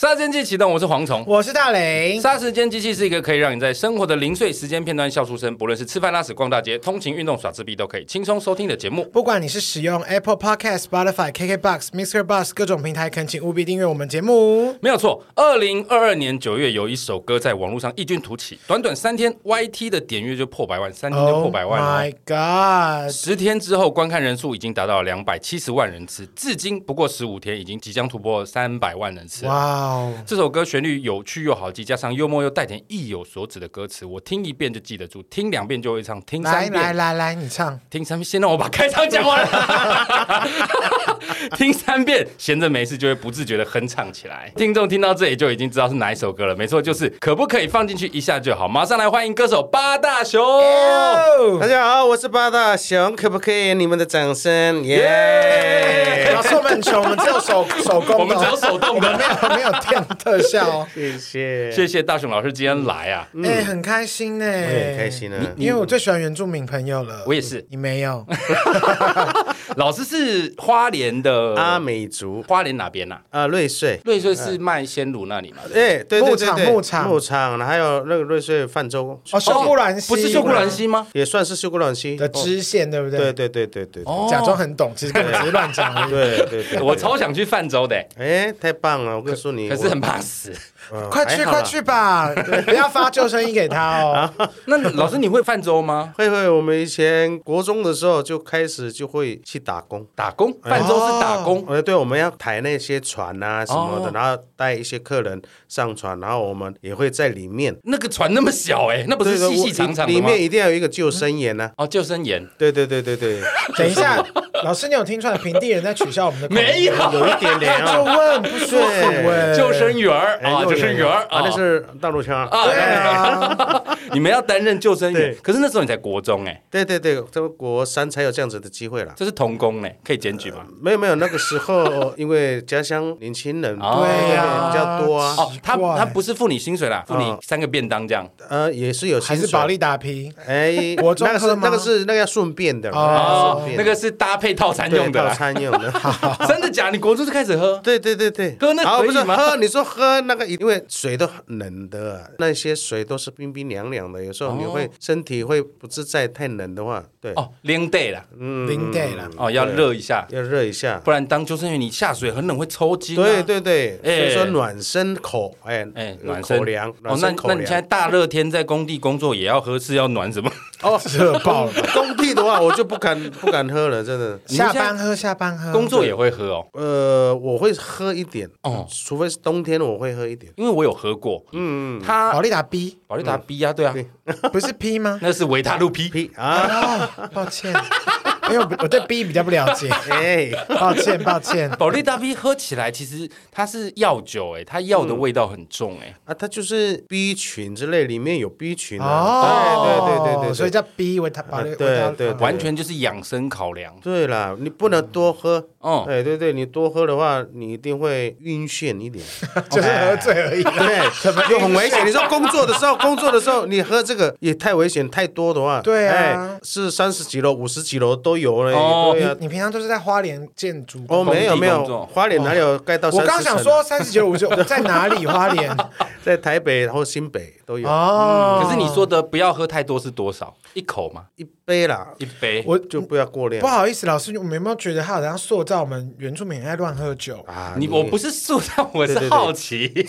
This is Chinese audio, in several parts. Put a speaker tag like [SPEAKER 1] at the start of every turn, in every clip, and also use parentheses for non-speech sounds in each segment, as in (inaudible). [SPEAKER 1] 杀时间机器启动，我是蝗虫。
[SPEAKER 2] 我是大雷，
[SPEAKER 1] 杀时间机器是一个可以让你在生活的零碎时间片段笑出声，不论是吃饭、拉屎、逛大街、通勤、运动、耍自闭，都可以轻松收听的节目。
[SPEAKER 2] 不管你是使用 Apple Podcast、Spotify、KKBox、Mr. Bus 各种平台，恳请务必订阅我们节目。
[SPEAKER 1] 没有错，二零二二年九月有一首歌在网络上异军突起，短短三天，YT 的点阅就破百万，三天就破百万了。
[SPEAKER 2] Oh my God！
[SPEAKER 1] 十天之后，观看人数已经达到两百七十万人次，至今不过十五天，已经即将突破三百万人次了。
[SPEAKER 2] 哇哦，
[SPEAKER 1] 这首歌旋律有趣又好记，加上幽默又带点意有所指的歌词，我听一遍就记得住，听两遍就会唱，听
[SPEAKER 2] 来
[SPEAKER 1] 三
[SPEAKER 2] 来
[SPEAKER 1] 遍，
[SPEAKER 2] 来来，你唱。
[SPEAKER 1] 听三遍。先让我把开场讲完了，听三遍，闲着没事就会不自觉的哼唱起来。听众听到这里就已经知道是哪一首歌了，没错，就是可不可以放进去一下就好。马上来欢迎歌手八大熊。
[SPEAKER 3] (laughs)
[SPEAKER 1] Oh！
[SPEAKER 3] 大家好，我是八大熊，可不可以有你们的掌声？耶、
[SPEAKER 2] 老师，我们很穷，我们只有手手工的哦，
[SPEAKER 1] 我们只有手动的
[SPEAKER 2] 我们没有没有电特效哦。
[SPEAKER 3] 谢谢，
[SPEAKER 1] 谢谢大熊老师今天来啊！
[SPEAKER 2] 哎，很开心呢，
[SPEAKER 3] 我也很开心啊。
[SPEAKER 2] 因为我最喜欢原住民朋友了。
[SPEAKER 1] 我也是
[SPEAKER 2] 你没有？
[SPEAKER 1] 老师是花莲的
[SPEAKER 2] 啊
[SPEAKER 3] 阿美族
[SPEAKER 1] 花莲哪边呐、啊？
[SPEAKER 3] 啊，瑞穗，
[SPEAKER 1] 瑞穗是卖鲜乳那里嘛？
[SPEAKER 3] 哎，对对
[SPEAKER 2] 牧
[SPEAKER 3] 对
[SPEAKER 2] 场
[SPEAKER 3] 对
[SPEAKER 2] 牧场
[SPEAKER 3] 牧场，还有那个瑞穗泛舟，
[SPEAKER 2] 哦，秀姑兰溪
[SPEAKER 1] 不是秀姑兰溪吗？
[SPEAKER 3] 也算是修过卵溪哦
[SPEAKER 2] 的支线，对不对？
[SPEAKER 3] 对对对对对，
[SPEAKER 1] 哦
[SPEAKER 2] 假装很懂，其实根本只是乱讲而已。
[SPEAKER 3] 对对对对，
[SPEAKER 1] 我超想去泛舟的、
[SPEAKER 3] 哎，太棒了！我告诉你，
[SPEAKER 1] 可是很怕死。
[SPEAKER 3] 我，嗯
[SPEAKER 2] 快去快，
[SPEAKER 3] 还好啦啊
[SPEAKER 2] 去吧，不要发救生衣给他哦。
[SPEAKER 1] 那老师你会泛舟吗？
[SPEAKER 3] 会会，我们以前国中的时候就开始就会去打工。
[SPEAKER 1] 打工，泛舟是打工。
[SPEAKER 3] 呃，对，我们要抬那些船啊什么的，
[SPEAKER 1] 哦
[SPEAKER 3] 然后带一些客人上船，然后我们也会在里面。
[SPEAKER 1] 那个船那么小哎、那不是
[SPEAKER 3] 对
[SPEAKER 1] 细
[SPEAKER 3] 对
[SPEAKER 1] 细长长
[SPEAKER 3] 里
[SPEAKER 1] 的
[SPEAKER 3] 里
[SPEAKER 1] 吗？
[SPEAKER 3] 面一定要有一个救生员呢、
[SPEAKER 1] 哦，救生员
[SPEAKER 3] 对对对对对，
[SPEAKER 2] 等一下，老师，你有听出来平地人在取笑我们的口音吗
[SPEAKER 1] 没 (laughs) 有
[SPEAKER 3] (laughs) 有一点点
[SPEAKER 2] 就
[SPEAKER 1] 哦
[SPEAKER 3] 啊，
[SPEAKER 2] 问不舒服哎，
[SPEAKER 1] 救生员儿
[SPEAKER 3] 哎
[SPEAKER 1] 啊，
[SPEAKER 3] 有
[SPEAKER 1] 救
[SPEAKER 3] 点
[SPEAKER 1] 生员儿
[SPEAKER 3] 啊，那是大陆腔
[SPEAKER 1] 啊
[SPEAKER 3] 啊。
[SPEAKER 2] 对啊，
[SPEAKER 1] (laughs) 你们要担任救生员
[SPEAKER 3] 对，
[SPEAKER 1] 可是那时候你才国中哎、
[SPEAKER 3] 对对对，这个国三才有这样子的机会啦。
[SPEAKER 1] 这是童工哎、可以检举吗？
[SPEAKER 3] 没有没有，那个时候因为家乡年轻人
[SPEAKER 1] 哦
[SPEAKER 2] 对
[SPEAKER 3] 比较多啊，
[SPEAKER 1] 哦，他
[SPEAKER 2] 奇怪
[SPEAKER 1] 他不是付你薪水啦，付你
[SPEAKER 3] 哦
[SPEAKER 1] 三个便当这样。
[SPEAKER 3] 呃，也是有薪
[SPEAKER 2] 还
[SPEAKER 3] 水
[SPEAKER 2] 是保利达 P。
[SPEAKER 3] 哎，
[SPEAKER 2] 国中
[SPEAKER 3] 那个
[SPEAKER 2] 课
[SPEAKER 3] 是
[SPEAKER 2] 吗
[SPEAKER 3] 那个是那个要顺便的啦
[SPEAKER 2] 哦
[SPEAKER 3] 顺便
[SPEAKER 1] 啊那个是搭配套餐
[SPEAKER 3] 对
[SPEAKER 1] 用的
[SPEAKER 3] 套
[SPEAKER 1] 啦。
[SPEAKER 3] 餐用的。
[SPEAKER 1] 真的假？你国中就开始喝？
[SPEAKER 3] 对对对对，
[SPEAKER 1] 喝那
[SPEAKER 3] 然后
[SPEAKER 1] 可以
[SPEAKER 3] 不是
[SPEAKER 1] 吗
[SPEAKER 3] 喝，你说喝那个，因为水都很冷的啊、那些水都是冰冰凉凉的，有时候你
[SPEAKER 1] 哦
[SPEAKER 3] 会、身体会不自在，太冷的话，对，
[SPEAKER 1] 哦，零 day 啦，
[SPEAKER 3] 嗯
[SPEAKER 2] 零 day 啦
[SPEAKER 1] 哦，要热一下，
[SPEAKER 3] 要热一下。
[SPEAKER 1] 不然当救生员你下水很冷会抽筋、啊。
[SPEAKER 3] 对对对，
[SPEAKER 1] 哎
[SPEAKER 3] 所以说暖身口，哎
[SPEAKER 1] 哎，暖
[SPEAKER 3] 暖
[SPEAKER 1] 身
[SPEAKER 3] 口粮，
[SPEAKER 1] 哦
[SPEAKER 3] 暖，
[SPEAKER 1] 那
[SPEAKER 3] 身口
[SPEAKER 1] 那
[SPEAKER 3] 粮。
[SPEAKER 1] 你现在大热天在工地工作也要喝，是要暖什么？
[SPEAKER 3] 哦，
[SPEAKER 2] 热爆了吧！
[SPEAKER 3] 工地的话我就不敢 (laughs) 不敢喝了，真的。
[SPEAKER 1] 你们
[SPEAKER 2] 下
[SPEAKER 1] 现在
[SPEAKER 2] 班喝，下班
[SPEAKER 3] 嗯
[SPEAKER 2] 喝。
[SPEAKER 1] 工作也会喝哦，
[SPEAKER 3] 呃，我会喝一点，
[SPEAKER 1] 哦
[SPEAKER 3] 哦，除非是冬天我会喝
[SPEAKER 1] (laughs)
[SPEAKER 3] 一点。
[SPEAKER 1] 因为我有喝过。嗯，它
[SPEAKER 2] 保利达 B
[SPEAKER 1] 保利达 B 呀，对啊，
[SPEAKER 2] 不是 P
[SPEAKER 3] (laughs)
[SPEAKER 2] 吗？
[SPEAKER 1] 那是维他露 P。
[SPEAKER 3] 屁啊，
[SPEAKER 2] 哦，抱歉，因为我我对 B 比较不了
[SPEAKER 3] (laughs)
[SPEAKER 2] 解，
[SPEAKER 3] 哎，
[SPEAKER 2] 抱歉抱歉。
[SPEAKER 1] 保利达 B 喝起来其实它是药酒，哎，它药的味道很重，哎，
[SPEAKER 3] 啊，它就是 B 群之类，里面有 B 群啊，对
[SPEAKER 2] 哦，
[SPEAKER 3] 对对对对，
[SPEAKER 2] 所以叫 B 维他保利
[SPEAKER 3] 啊对
[SPEAKER 2] 维他
[SPEAKER 3] 对对
[SPEAKER 1] 完全就是养生考量。
[SPEAKER 3] 对啦，你不能多喝。
[SPEAKER 1] 哦
[SPEAKER 3] 哎，对对，你多喝的话，你一定会晕眩一点。
[SPEAKER 2] (laughs) 就是喝醉而已。
[SPEAKER 3] 对，
[SPEAKER 2] (laughs)
[SPEAKER 3] 什么就很危险。你说工作的时候，工作的时候你喝这个也太危险，太多的话，
[SPEAKER 2] 对啊
[SPEAKER 3] 哎，是三十几楼、五十几楼都有嘞。
[SPEAKER 1] 哦
[SPEAKER 3] 对啊，
[SPEAKER 2] 你平常都是在花莲建筑工哦
[SPEAKER 3] 哦，没有没
[SPEAKER 1] 工地工
[SPEAKER 3] 有
[SPEAKER 1] 作，
[SPEAKER 3] 花莲哪有盖到？
[SPEAKER 2] 我刚想说，三十九五 (laughs) 九在哪里？花莲
[SPEAKER 3] 啊在台北然后新北都有
[SPEAKER 2] 哦，
[SPEAKER 1] 可是你说的不要喝太多是多少？一口吗？
[SPEAKER 3] 一杯啦，
[SPEAKER 1] 一杯？
[SPEAKER 2] 我
[SPEAKER 3] 就不要过量
[SPEAKER 2] 不好意思，老师，我们有没有觉得他好像塑造我们原住民很爱乱喝酒？
[SPEAKER 3] 啊。
[SPEAKER 1] 你我不是塑造，我
[SPEAKER 3] 对
[SPEAKER 1] 是
[SPEAKER 3] 对对
[SPEAKER 1] 好奇。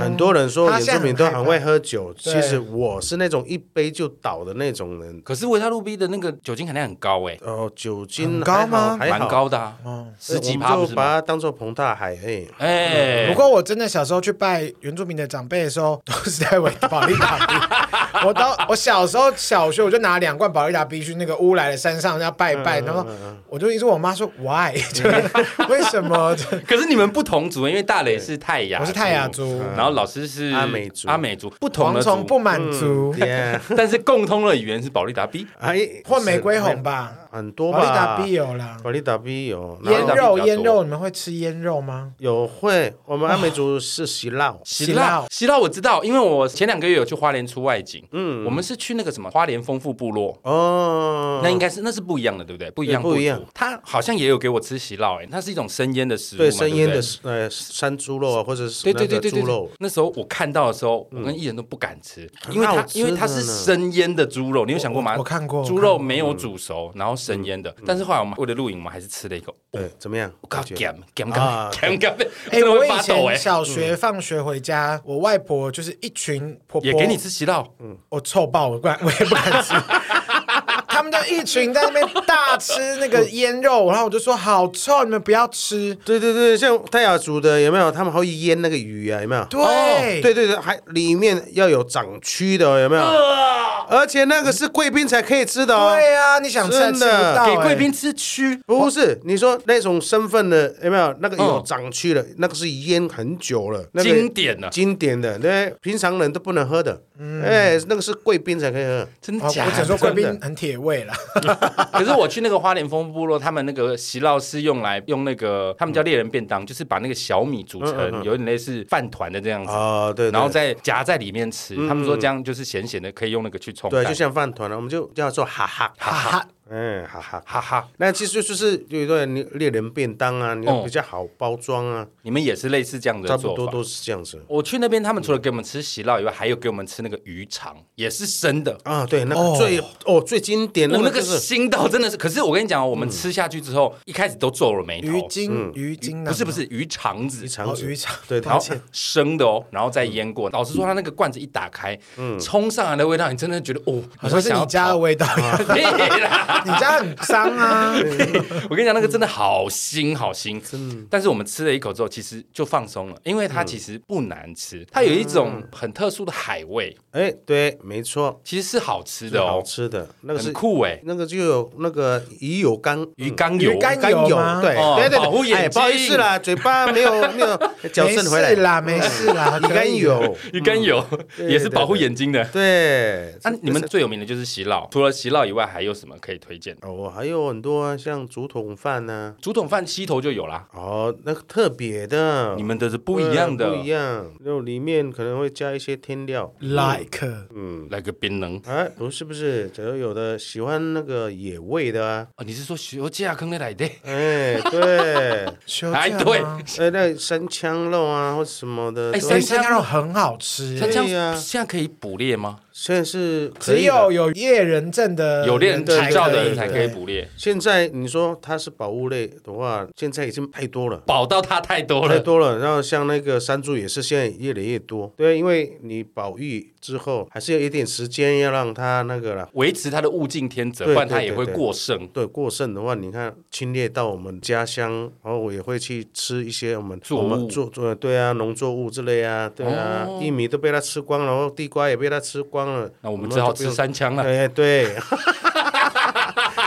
[SPEAKER 3] 很多人说
[SPEAKER 2] 他
[SPEAKER 3] 原
[SPEAKER 2] 现在
[SPEAKER 3] 住民
[SPEAKER 2] 很
[SPEAKER 3] 都
[SPEAKER 2] 害
[SPEAKER 3] 很
[SPEAKER 2] 怕
[SPEAKER 3] 会喝酒，
[SPEAKER 2] 对
[SPEAKER 3] 其实我是那种一杯就倒的那种人。
[SPEAKER 1] (laughs) 可是维他露 B 的那个酒精含量很高哎、
[SPEAKER 3] 哦，酒精
[SPEAKER 2] 很高吗
[SPEAKER 3] 还好还
[SPEAKER 1] 蛮
[SPEAKER 3] 好
[SPEAKER 1] 高的啊，十几趴
[SPEAKER 3] 我
[SPEAKER 1] 不
[SPEAKER 3] 们
[SPEAKER 1] 是吗？
[SPEAKER 3] 就把它当做彭大海而已。
[SPEAKER 1] 哎、
[SPEAKER 2] 嗯不过我真的小时候去拜原住民的长辈的时候，都是在喂保利
[SPEAKER 1] (laughs)
[SPEAKER 2] 达 B。我到我小时候小学，我就拿两罐保利达 B 去那个乌来的山上要拜拜，
[SPEAKER 1] 嗯
[SPEAKER 2] 然后我就一直问我妈说 why，就是 (laughs) 为什么？就
[SPEAKER 1] 可是你们不同族，因为大磊是泰雅，
[SPEAKER 2] 我是泰雅族
[SPEAKER 1] 然后老师是
[SPEAKER 3] 阿美族
[SPEAKER 1] 阿美族不同
[SPEAKER 2] 蝗
[SPEAKER 1] 的
[SPEAKER 2] 虫
[SPEAKER 1] 族，
[SPEAKER 2] 不
[SPEAKER 1] 嗯
[SPEAKER 2] 满
[SPEAKER 3] (laughs)
[SPEAKER 2] 足，
[SPEAKER 3] Yeah，
[SPEAKER 1] 但是共通的语言是保利达 B。
[SPEAKER 3] 哎，
[SPEAKER 2] 或玫瑰红吧，
[SPEAKER 3] 很
[SPEAKER 1] 嗯
[SPEAKER 3] 多
[SPEAKER 2] 保利
[SPEAKER 3] 吧？
[SPEAKER 2] 达 B 有啦。
[SPEAKER 3] 保利达 B 有，然
[SPEAKER 2] 腌
[SPEAKER 3] 后
[SPEAKER 1] 保利达
[SPEAKER 2] 肉，
[SPEAKER 1] 比较多
[SPEAKER 2] 腌肉，你们会吃腌肉吗？
[SPEAKER 3] 有会，我们阿美族是洗酪，
[SPEAKER 1] 喜
[SPEAKER 2] 喜
[SPEAKER 1] 辣
[SPEAKER 2] 辣，
[SPEAKER 1] 喜辣我知道，因为我前两个月有去花莲出外景，嗯，我们是去那个什么花莲丰富部落，
[SPEAKER 3] 哦，
[SPEAKER 1] 那应该是那是不一样的，对不对？不一样，
[SPEAKER 3] 对不一样
[SPEAKER 1] 不足。他好像也有给我吃席烙，哎，那是一种生腌的食物嘛，
[SPEAKER 3] 对生腌
[SPEAKER 1] 不
[SPEAKER 3] 的呃山猪肉啊，或者是
[SPEAKER 1] 对
[SPEAKER 3] 那
[SPEAKER 1] 对对
[SPEAKER 3] 个
[SPEAKER 1] 对对哦
[SPEAKER 3] 猪
[SPEAKER 1] 对
[SPEAKER 3] 肉，，嗯
[SPEAKER 1] 那时候我看到的时候，我跟艺人都不敢吃，因为
[SPEAKER 3] 很好
[SPEAKER 1] 它
[SPEAKER 3] 吃啊
[SPEAKER 1] 因为它
[SPEAKER 3] 的
[SPEAKER 1] 是
[SPEAKER 3] 呢
[SPEAKER 1] 生腌的猪肉，你有想过吗？
[SPEAKER 2] 我我看过我
[SPEAKER 1] 猪肉没有煮熟，然后生腌
[SPEAKER 3] 嗯
[SPEAKER 1] 的。但是后来我们为了录影，我们还是吃了一口，
[SPEAKER 3] 对，怎么样？
[SPEAKER 1] 我靠，
[SPEAKER 3] 觉得
[SPEAKER 1] 咸咸
[SPEAKER 3] 啊
[SPEAKER 1] 咸咸咸，
[SPEAKER 2] 哎、
[SPEAKER 1] 真的
[SPEAKER 2] 我
[SPEAKER 1] 会
[SPEAKER 2] 以
[SPEAKER 1] 发抖
[SPEAKER 2] 前
[SPEAKER 1] 哎！
[SPEAKER 2] 小学放学回家，我外婆就是一群婆婆，
[SPEAKER 1] 也给你吃席烙，
[SPEAKER 2] 我臭爆，我不敢，我也不
[SPEAKER 1] (laughs)
[SPEAKER 2] 敢吃。他们就一群在那边大吃那个腌肉，然后我就说好臭，你们不要吃。
[SPEAKER 3] 对对对，像泰雅族的有没有？他们还会腌那个鱼啊，有没有？
[SPEAKER 2] 对、
[SPEAKER 3] 对对对，还里面要有长蛆的，有没有？
[SPEAKER 1] 呃
[SPEAKER 3] 而且那个是贵宾才可以吃的哦。
[SPEAKER 2] 对啊，你想吃还吃不
[SPEAKER 3] 真的
[SPEAKER 2] 到、
[SPEAKER 1] 给贵
[SPEAKER 2] 哎
[SPEAKER 1] 宾吃蛆，
[SPEAKER 3] 不是，你说那种身份的有没有？那个有
[SPEAKER 1] 嗯
[SPEAKER 3] 长蛆的，那个是腌很久了，那
[SPEAKER 1] 经
[SPEAKER 3] 个
[SPEAKER 1] 典呢，
[SPEAKER 3] 经典啊的，对，平常人都不能喝的。
[SPEAKER 1] 嗯
[SPEAKER 3] 哎，那个是贵宾才可以喝。
[SPEAKER 1] 真的
[SPEAKER 2] 哦
[SPEAKER 1] 假
[SPEAKER 2] 我只
[SPEAKER 3] (laughs)
[SPEAKER 1] 的
[SPEAKER 2] 说？贵宾
[SPEAKER 3] 真
[SPEAKER 2] 很铁
[SPEAKER 1] (laughs)
[SPEAKER 2] 胃啦，
[SPEAKER 1] 可是我去那个花莲丰部落，他们那个席烙是用来用那个，他们叫
[SPEAKER 3] 嗯
[SPEAKER 1] 猎人便当，就是把那个小米煮成有点类似饭团的这样子，
[SPEAKER 3] 哦，嗯对，对嗯
[SPEAKER 1] 然后再夹在里面吃。他们说这样就是咸咸的，可以用那个去冲
[SPEAKER 3] 对，
[SPEAKER 1] 蛋
[SPEAKER 3] 就像饭团了，我们就叫做哈哈，
[SPEAKER 2] 哈哈，
[SPEAKER 3] 嗯，哈哈。
[SPEAKER 1] 哈哈，
[SPEAKER 3] 那其实就是有一段猎人便当啊，你
[SPEAKER 1] 哦
[SPEAKER 3] 比较好包装啊，
[SPEAKER 1] 你们也是类似这样的
[SPEAKER 3] 差不
[SPEAKER 1] 做
[SPEAKER 3] 多
[SPEAKER 1] 法。
[SPEAKER 3] 都是这样子。
[SPEAKER 1] 我去那边，他们除了给我们吃席烙以外，还有给我们吃那个鱼肠，也是生的。
[SPEAKER 3] 啊，对，那
[SPEAKER 2] 哦
[SPEAKER 3] 个最哦最经典
[SPEAKER 1] 我
[SPEAKER 3] 那
[SPEAKER 1] 那个
[SPEAKER 3] 个就是
[SPEAKER 1] 心到真的是，可是我跟你讲哦，我们吃下去之后，一开始都皱了眉头
[SPEAKER 2] 鱼，精鱼精
[SPEAKER 3] 啊
[SPEAKER 2] 囊
[SPEAKER 1] 不是不是鱼肠子
[SPEAKER 3] 鱼，肠
[SPEAKER 2] 哦
[SPEAKER 3] 子
[SPEAKER 2] 鱼肠
[SPEAKER 3] 对，
[SPEAKER 1] 然
[SPEAKER 3] 它
[SPEAKER 1] 后生的哦，然后再腌过。老实说，它那个罐子一打开，
[SPEAKER 3] 嗯
[SPEAKER 1] 冲上来的味道，你真的觉得哦，
[SPEAKER 2] 好像是你家的
[SPEAKER 1] 味
[SPEAKER 2] 味道一样，
[SPEAKER 1] (laughs) 道。
[SPEAKER 2] 你家很脏
[SPEAKER 1] (laughs)
[SPEAKER 2] 啊。
[SPEAKER 1] 我跟你讲，那个真的好腥，好腥。
[SPEAKER 3] 嗯
[SPEAKER 1] 但是我们吃了一口之后，其实就放松了，因为它其实不难吃，它有一种很特殊的海味，
[SPEAKER 3] 哎，对，没错，
[SPEAKER 1] 其实是好吃
[SPEAKER 3] 是
[SPEAKER 1] 的
[SPEAKER 3] 好
[SPEAKER 1] 哦，
[SPEAKER 3] 吃的那个
[SPEAKER 1] 很
[SPEAKER 3] 是
[SPEAKER 1] 酷哎，
[SPEAKER 3] 那个就有那个鱼油缸。
[SPEAKER 1] 鱼肝油
[SPEAKER 2] 鱼。肝
[SPEAKER 3] 肝
[SPEAKER 2] 油
[SPEAKER 3] 油
[SPEAKER 2] 吗，
[SPEAKER 3] 对
[SPEAKER 1] 哦
[SPEAKER 3] 对对，
[SPEAKER 1] 保护
[SPEAKER 3] 对
[SPEAKER 1] 眼
[SPEAKER 3] 哎不好意思啦，嘴巴没有没有矫
[SPEAKER 2] 没
[SPEAKER 3] 正回来
[SPEAKER 2] 事。啦，没事
[SPEAKER 1] 嗯
[SPEAKER 2] 啦，
[SPEAKER 3] 鱼
[SPEAKER 2] 可
[SPEAKER 3] 肝
[SPEAKER 2] 以
[SPEAKER 3] 油，
[SPEAKER 1] 鱼肝油
[SPEAKER 3] 嗯对
[SPEAKER 1] 也是保护眼睛的。
[SPEAKER 3] 对，
[SPEAKER 1] 那啊你们最有名的就是席烙，除了席烙以外，还有什么可以推荐的？
[SPEAKER 3] 哦，我还有很多啊，像竹筒饭呢，
[SPEAKER 1] 竹筒饭西头就有啦，
[SPEAKER 3] 哦，那个特别的，
[SPEAKER 1] 你们的是不一样的
[SPEAKER 3] 嗯对不一样，然后里面可能会加一些添料。
[SPEAKER 2] ，like
[SPEAKER 1] 来个槟榔
[SPEAKER 3] 哎，不是不是，假如有的喜欢那个野味的啊，
[SPEAKER 1] 哦，你是说休假坑的来的？
[SPEAKER 3] 哎，
[SPEAKER 1] (laughs)
[SPEAKER 3] 对，
[SPEAKER 2] 休假
[SPEAKER 1] 哎，对，
[SPEAKER 2] 吗
[SPEAKER 3] 哎，那三枪肉啊或什么的，
[SPEAKER 1] 哎
[SPEAKER 3] 都
[SPEAKER 1] 三
[SPEAKER 2] 哎，
[SPEAKER 1] 枪
[SPEAKER 2] 三枪肉很好吃
[SPEAKER 1] 像
[SPEAKER 2] 欸，
[SPEAKER 1] 这
[SPEAKER 3] 对呀
[SPEAKER 1] 样现在可以捕猎吗？
[SPEAKER 3] 现在是可
[SPEAKER 2] 只
[SPEAKER 3] 以的
[SPEAKER 2] 有有猎人证
[SPEAKER 3] 呃
[SPEAKER 2] 的
[SPEAKER 1] 有猎人执
[SPEAKER 2] 才
[SPEAKER 1] 照
[SPEAKER 2] 可
[SPEAKER 1] 的
[SPEAKER 2] 以
[SPEAKER 1] 人才可以。捕猎，
[SPEAKER 3] 现在你说它是宝物类的话，现在已经太多了。
[SPEAKER 1] 保到它太多
[SPEAKER 3] 太
[SPEAKER 1] 了。
[SPEAKER 3] 多了，然后像那个山猪也是现在越来越多，对，因为你保育之后还是有一点时间要让它那个啦，
[SPEAKER 1] 维持它的物竞天择，不
[SPEAKER 3] 对
[SPEAKER 1] 然它
[SPEAKER 3] 对
[SPEAKER 1] 也
[SPEAKER 3] 对
[SPEAKER 1] 会
[SPEAKER 3] 对
[SPEAKER 1] 过剩。
[SPEAKER 3] 对，过剩的话，你看侵略到我们家乡，然后我也会去吃一些我们
[SPEAKER 1] 作物
[SPEAKER 3] 我们做做对啊，农作物之类啊，对啊，
[SPEAKER 1] 哦
[SPEAKER 3] 玉米都被它吃光了，然后地瓜也被它吃光了，
[SPEAKER 1] 那我们
[SPEAKER 3] 就
[SPEAKER 1] 只好
[SPEAKER 3] 不
[SPEAKER 1] 吃
[SPEAKER 3] 用。
[SPEAKER 1] 三枪了，
[SPEAKER 3] 哎，对，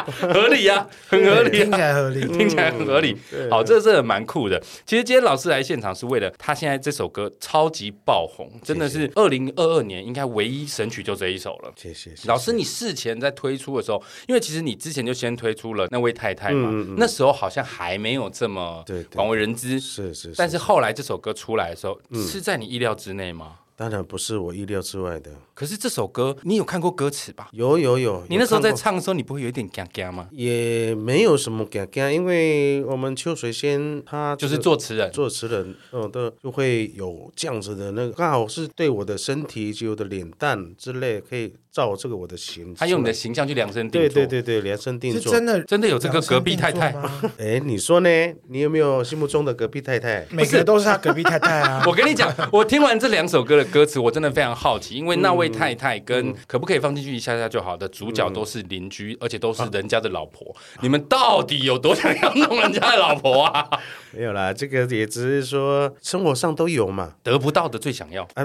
[SPEAKER 1] 合理
[SPEAKER 3] (laughs)
[SPEAKER 1] 呀，很合理
[SPEAKER 2] 听
[SPEAKER 1] 啊。
[SPEAKER 2] 起来合理。
[SPEAKER 1] 听起来很合
[SPEAKER 3] 嗯
[SPEAKER 1] 理，好，这真的蛮酷的。其实今天老师来现场是为了他现在这首歌超级爆红，真的是二零二二年应该唯一神曲就这一首了。
[SPEAKER 3] 谢谢。谢谢
[SPEAKER 1] 老师，你事前在推出的时候，因为其实你之前就先推出了那位太太嘛，那时候好像还没有这么
[SPEAKER 3] 嗯对对
[SPEAKER 1] 广为人知。
[SPEAKER 3] 是是，嗯
[SPEAKER 1] 但是后来这首歌出来的时候，是在你意料之内吗？
[SPEAKER 3] 当然不是我意料之外的。
[SPEAKER 1] 可是这首歌你有看过歌词吧？
[SPEAKER 3] 有有有，
[SPEAKER 1] 你
[SPEAKER 3] 有
[SPEAKER 1] 那时候
[SPEAKER 3] 看
[SPEAKER 1] 在
[SPEAKER 3] 过
[SPEAKER 1] 唱的时候，你不会有一点尴尬吗？
[SPEAKER 3] 也没有什么感感，因为我们秋水仙他
[SPEAKER 1] 就是作词人，
[SPEAKER 3] 作词人，嗯，都就会有这样子的那个，刚好是对我的身体以及我的脸蛋之类，可以照这个我的形。
[SPEAKER 1] 他用你的形象去量身定
[SPEAKER 3] 对
[SPEAKER 1] 做。
[SPEAKER 3] 对对对，量身定
[SPEAKER 2] 是
[SPEAKER 3] 做。
[SPEAKER 2] 真的，
[SPEAKER 1] 真的有这个隔壁太太
[SPEAKER 2] 量身 (laughs) 定做吗？
[SPEAKER 3] 哎，你说呢？你有没有心目中的隔壁太太？
[SPEAKER 2] 每个都是他隔壁太太啊
[SPEAKER 1] (laughs) 。我跟你讲，我听完这两首歌的歌词，我真的非常好奇，因为那位太太
[SPEAKER 3] 嗯
[SPEAKER 1] 跟可不可以放进去一下下就好的主角都是邻居，而且都是人家的老婆，
[SPEAKER 3] 啊
[SPEAKER 1] 你们到底有多想要弄人家的老婆
[SPEAKER 3] (laughs)
[SPEAKER 1] 啊？
[SPEAKER 3] 没有啦，这个也只是说生活上都有嘛。
[SPEAKER 1] 得不到的最想要，
[SPEAKER 3] 啊，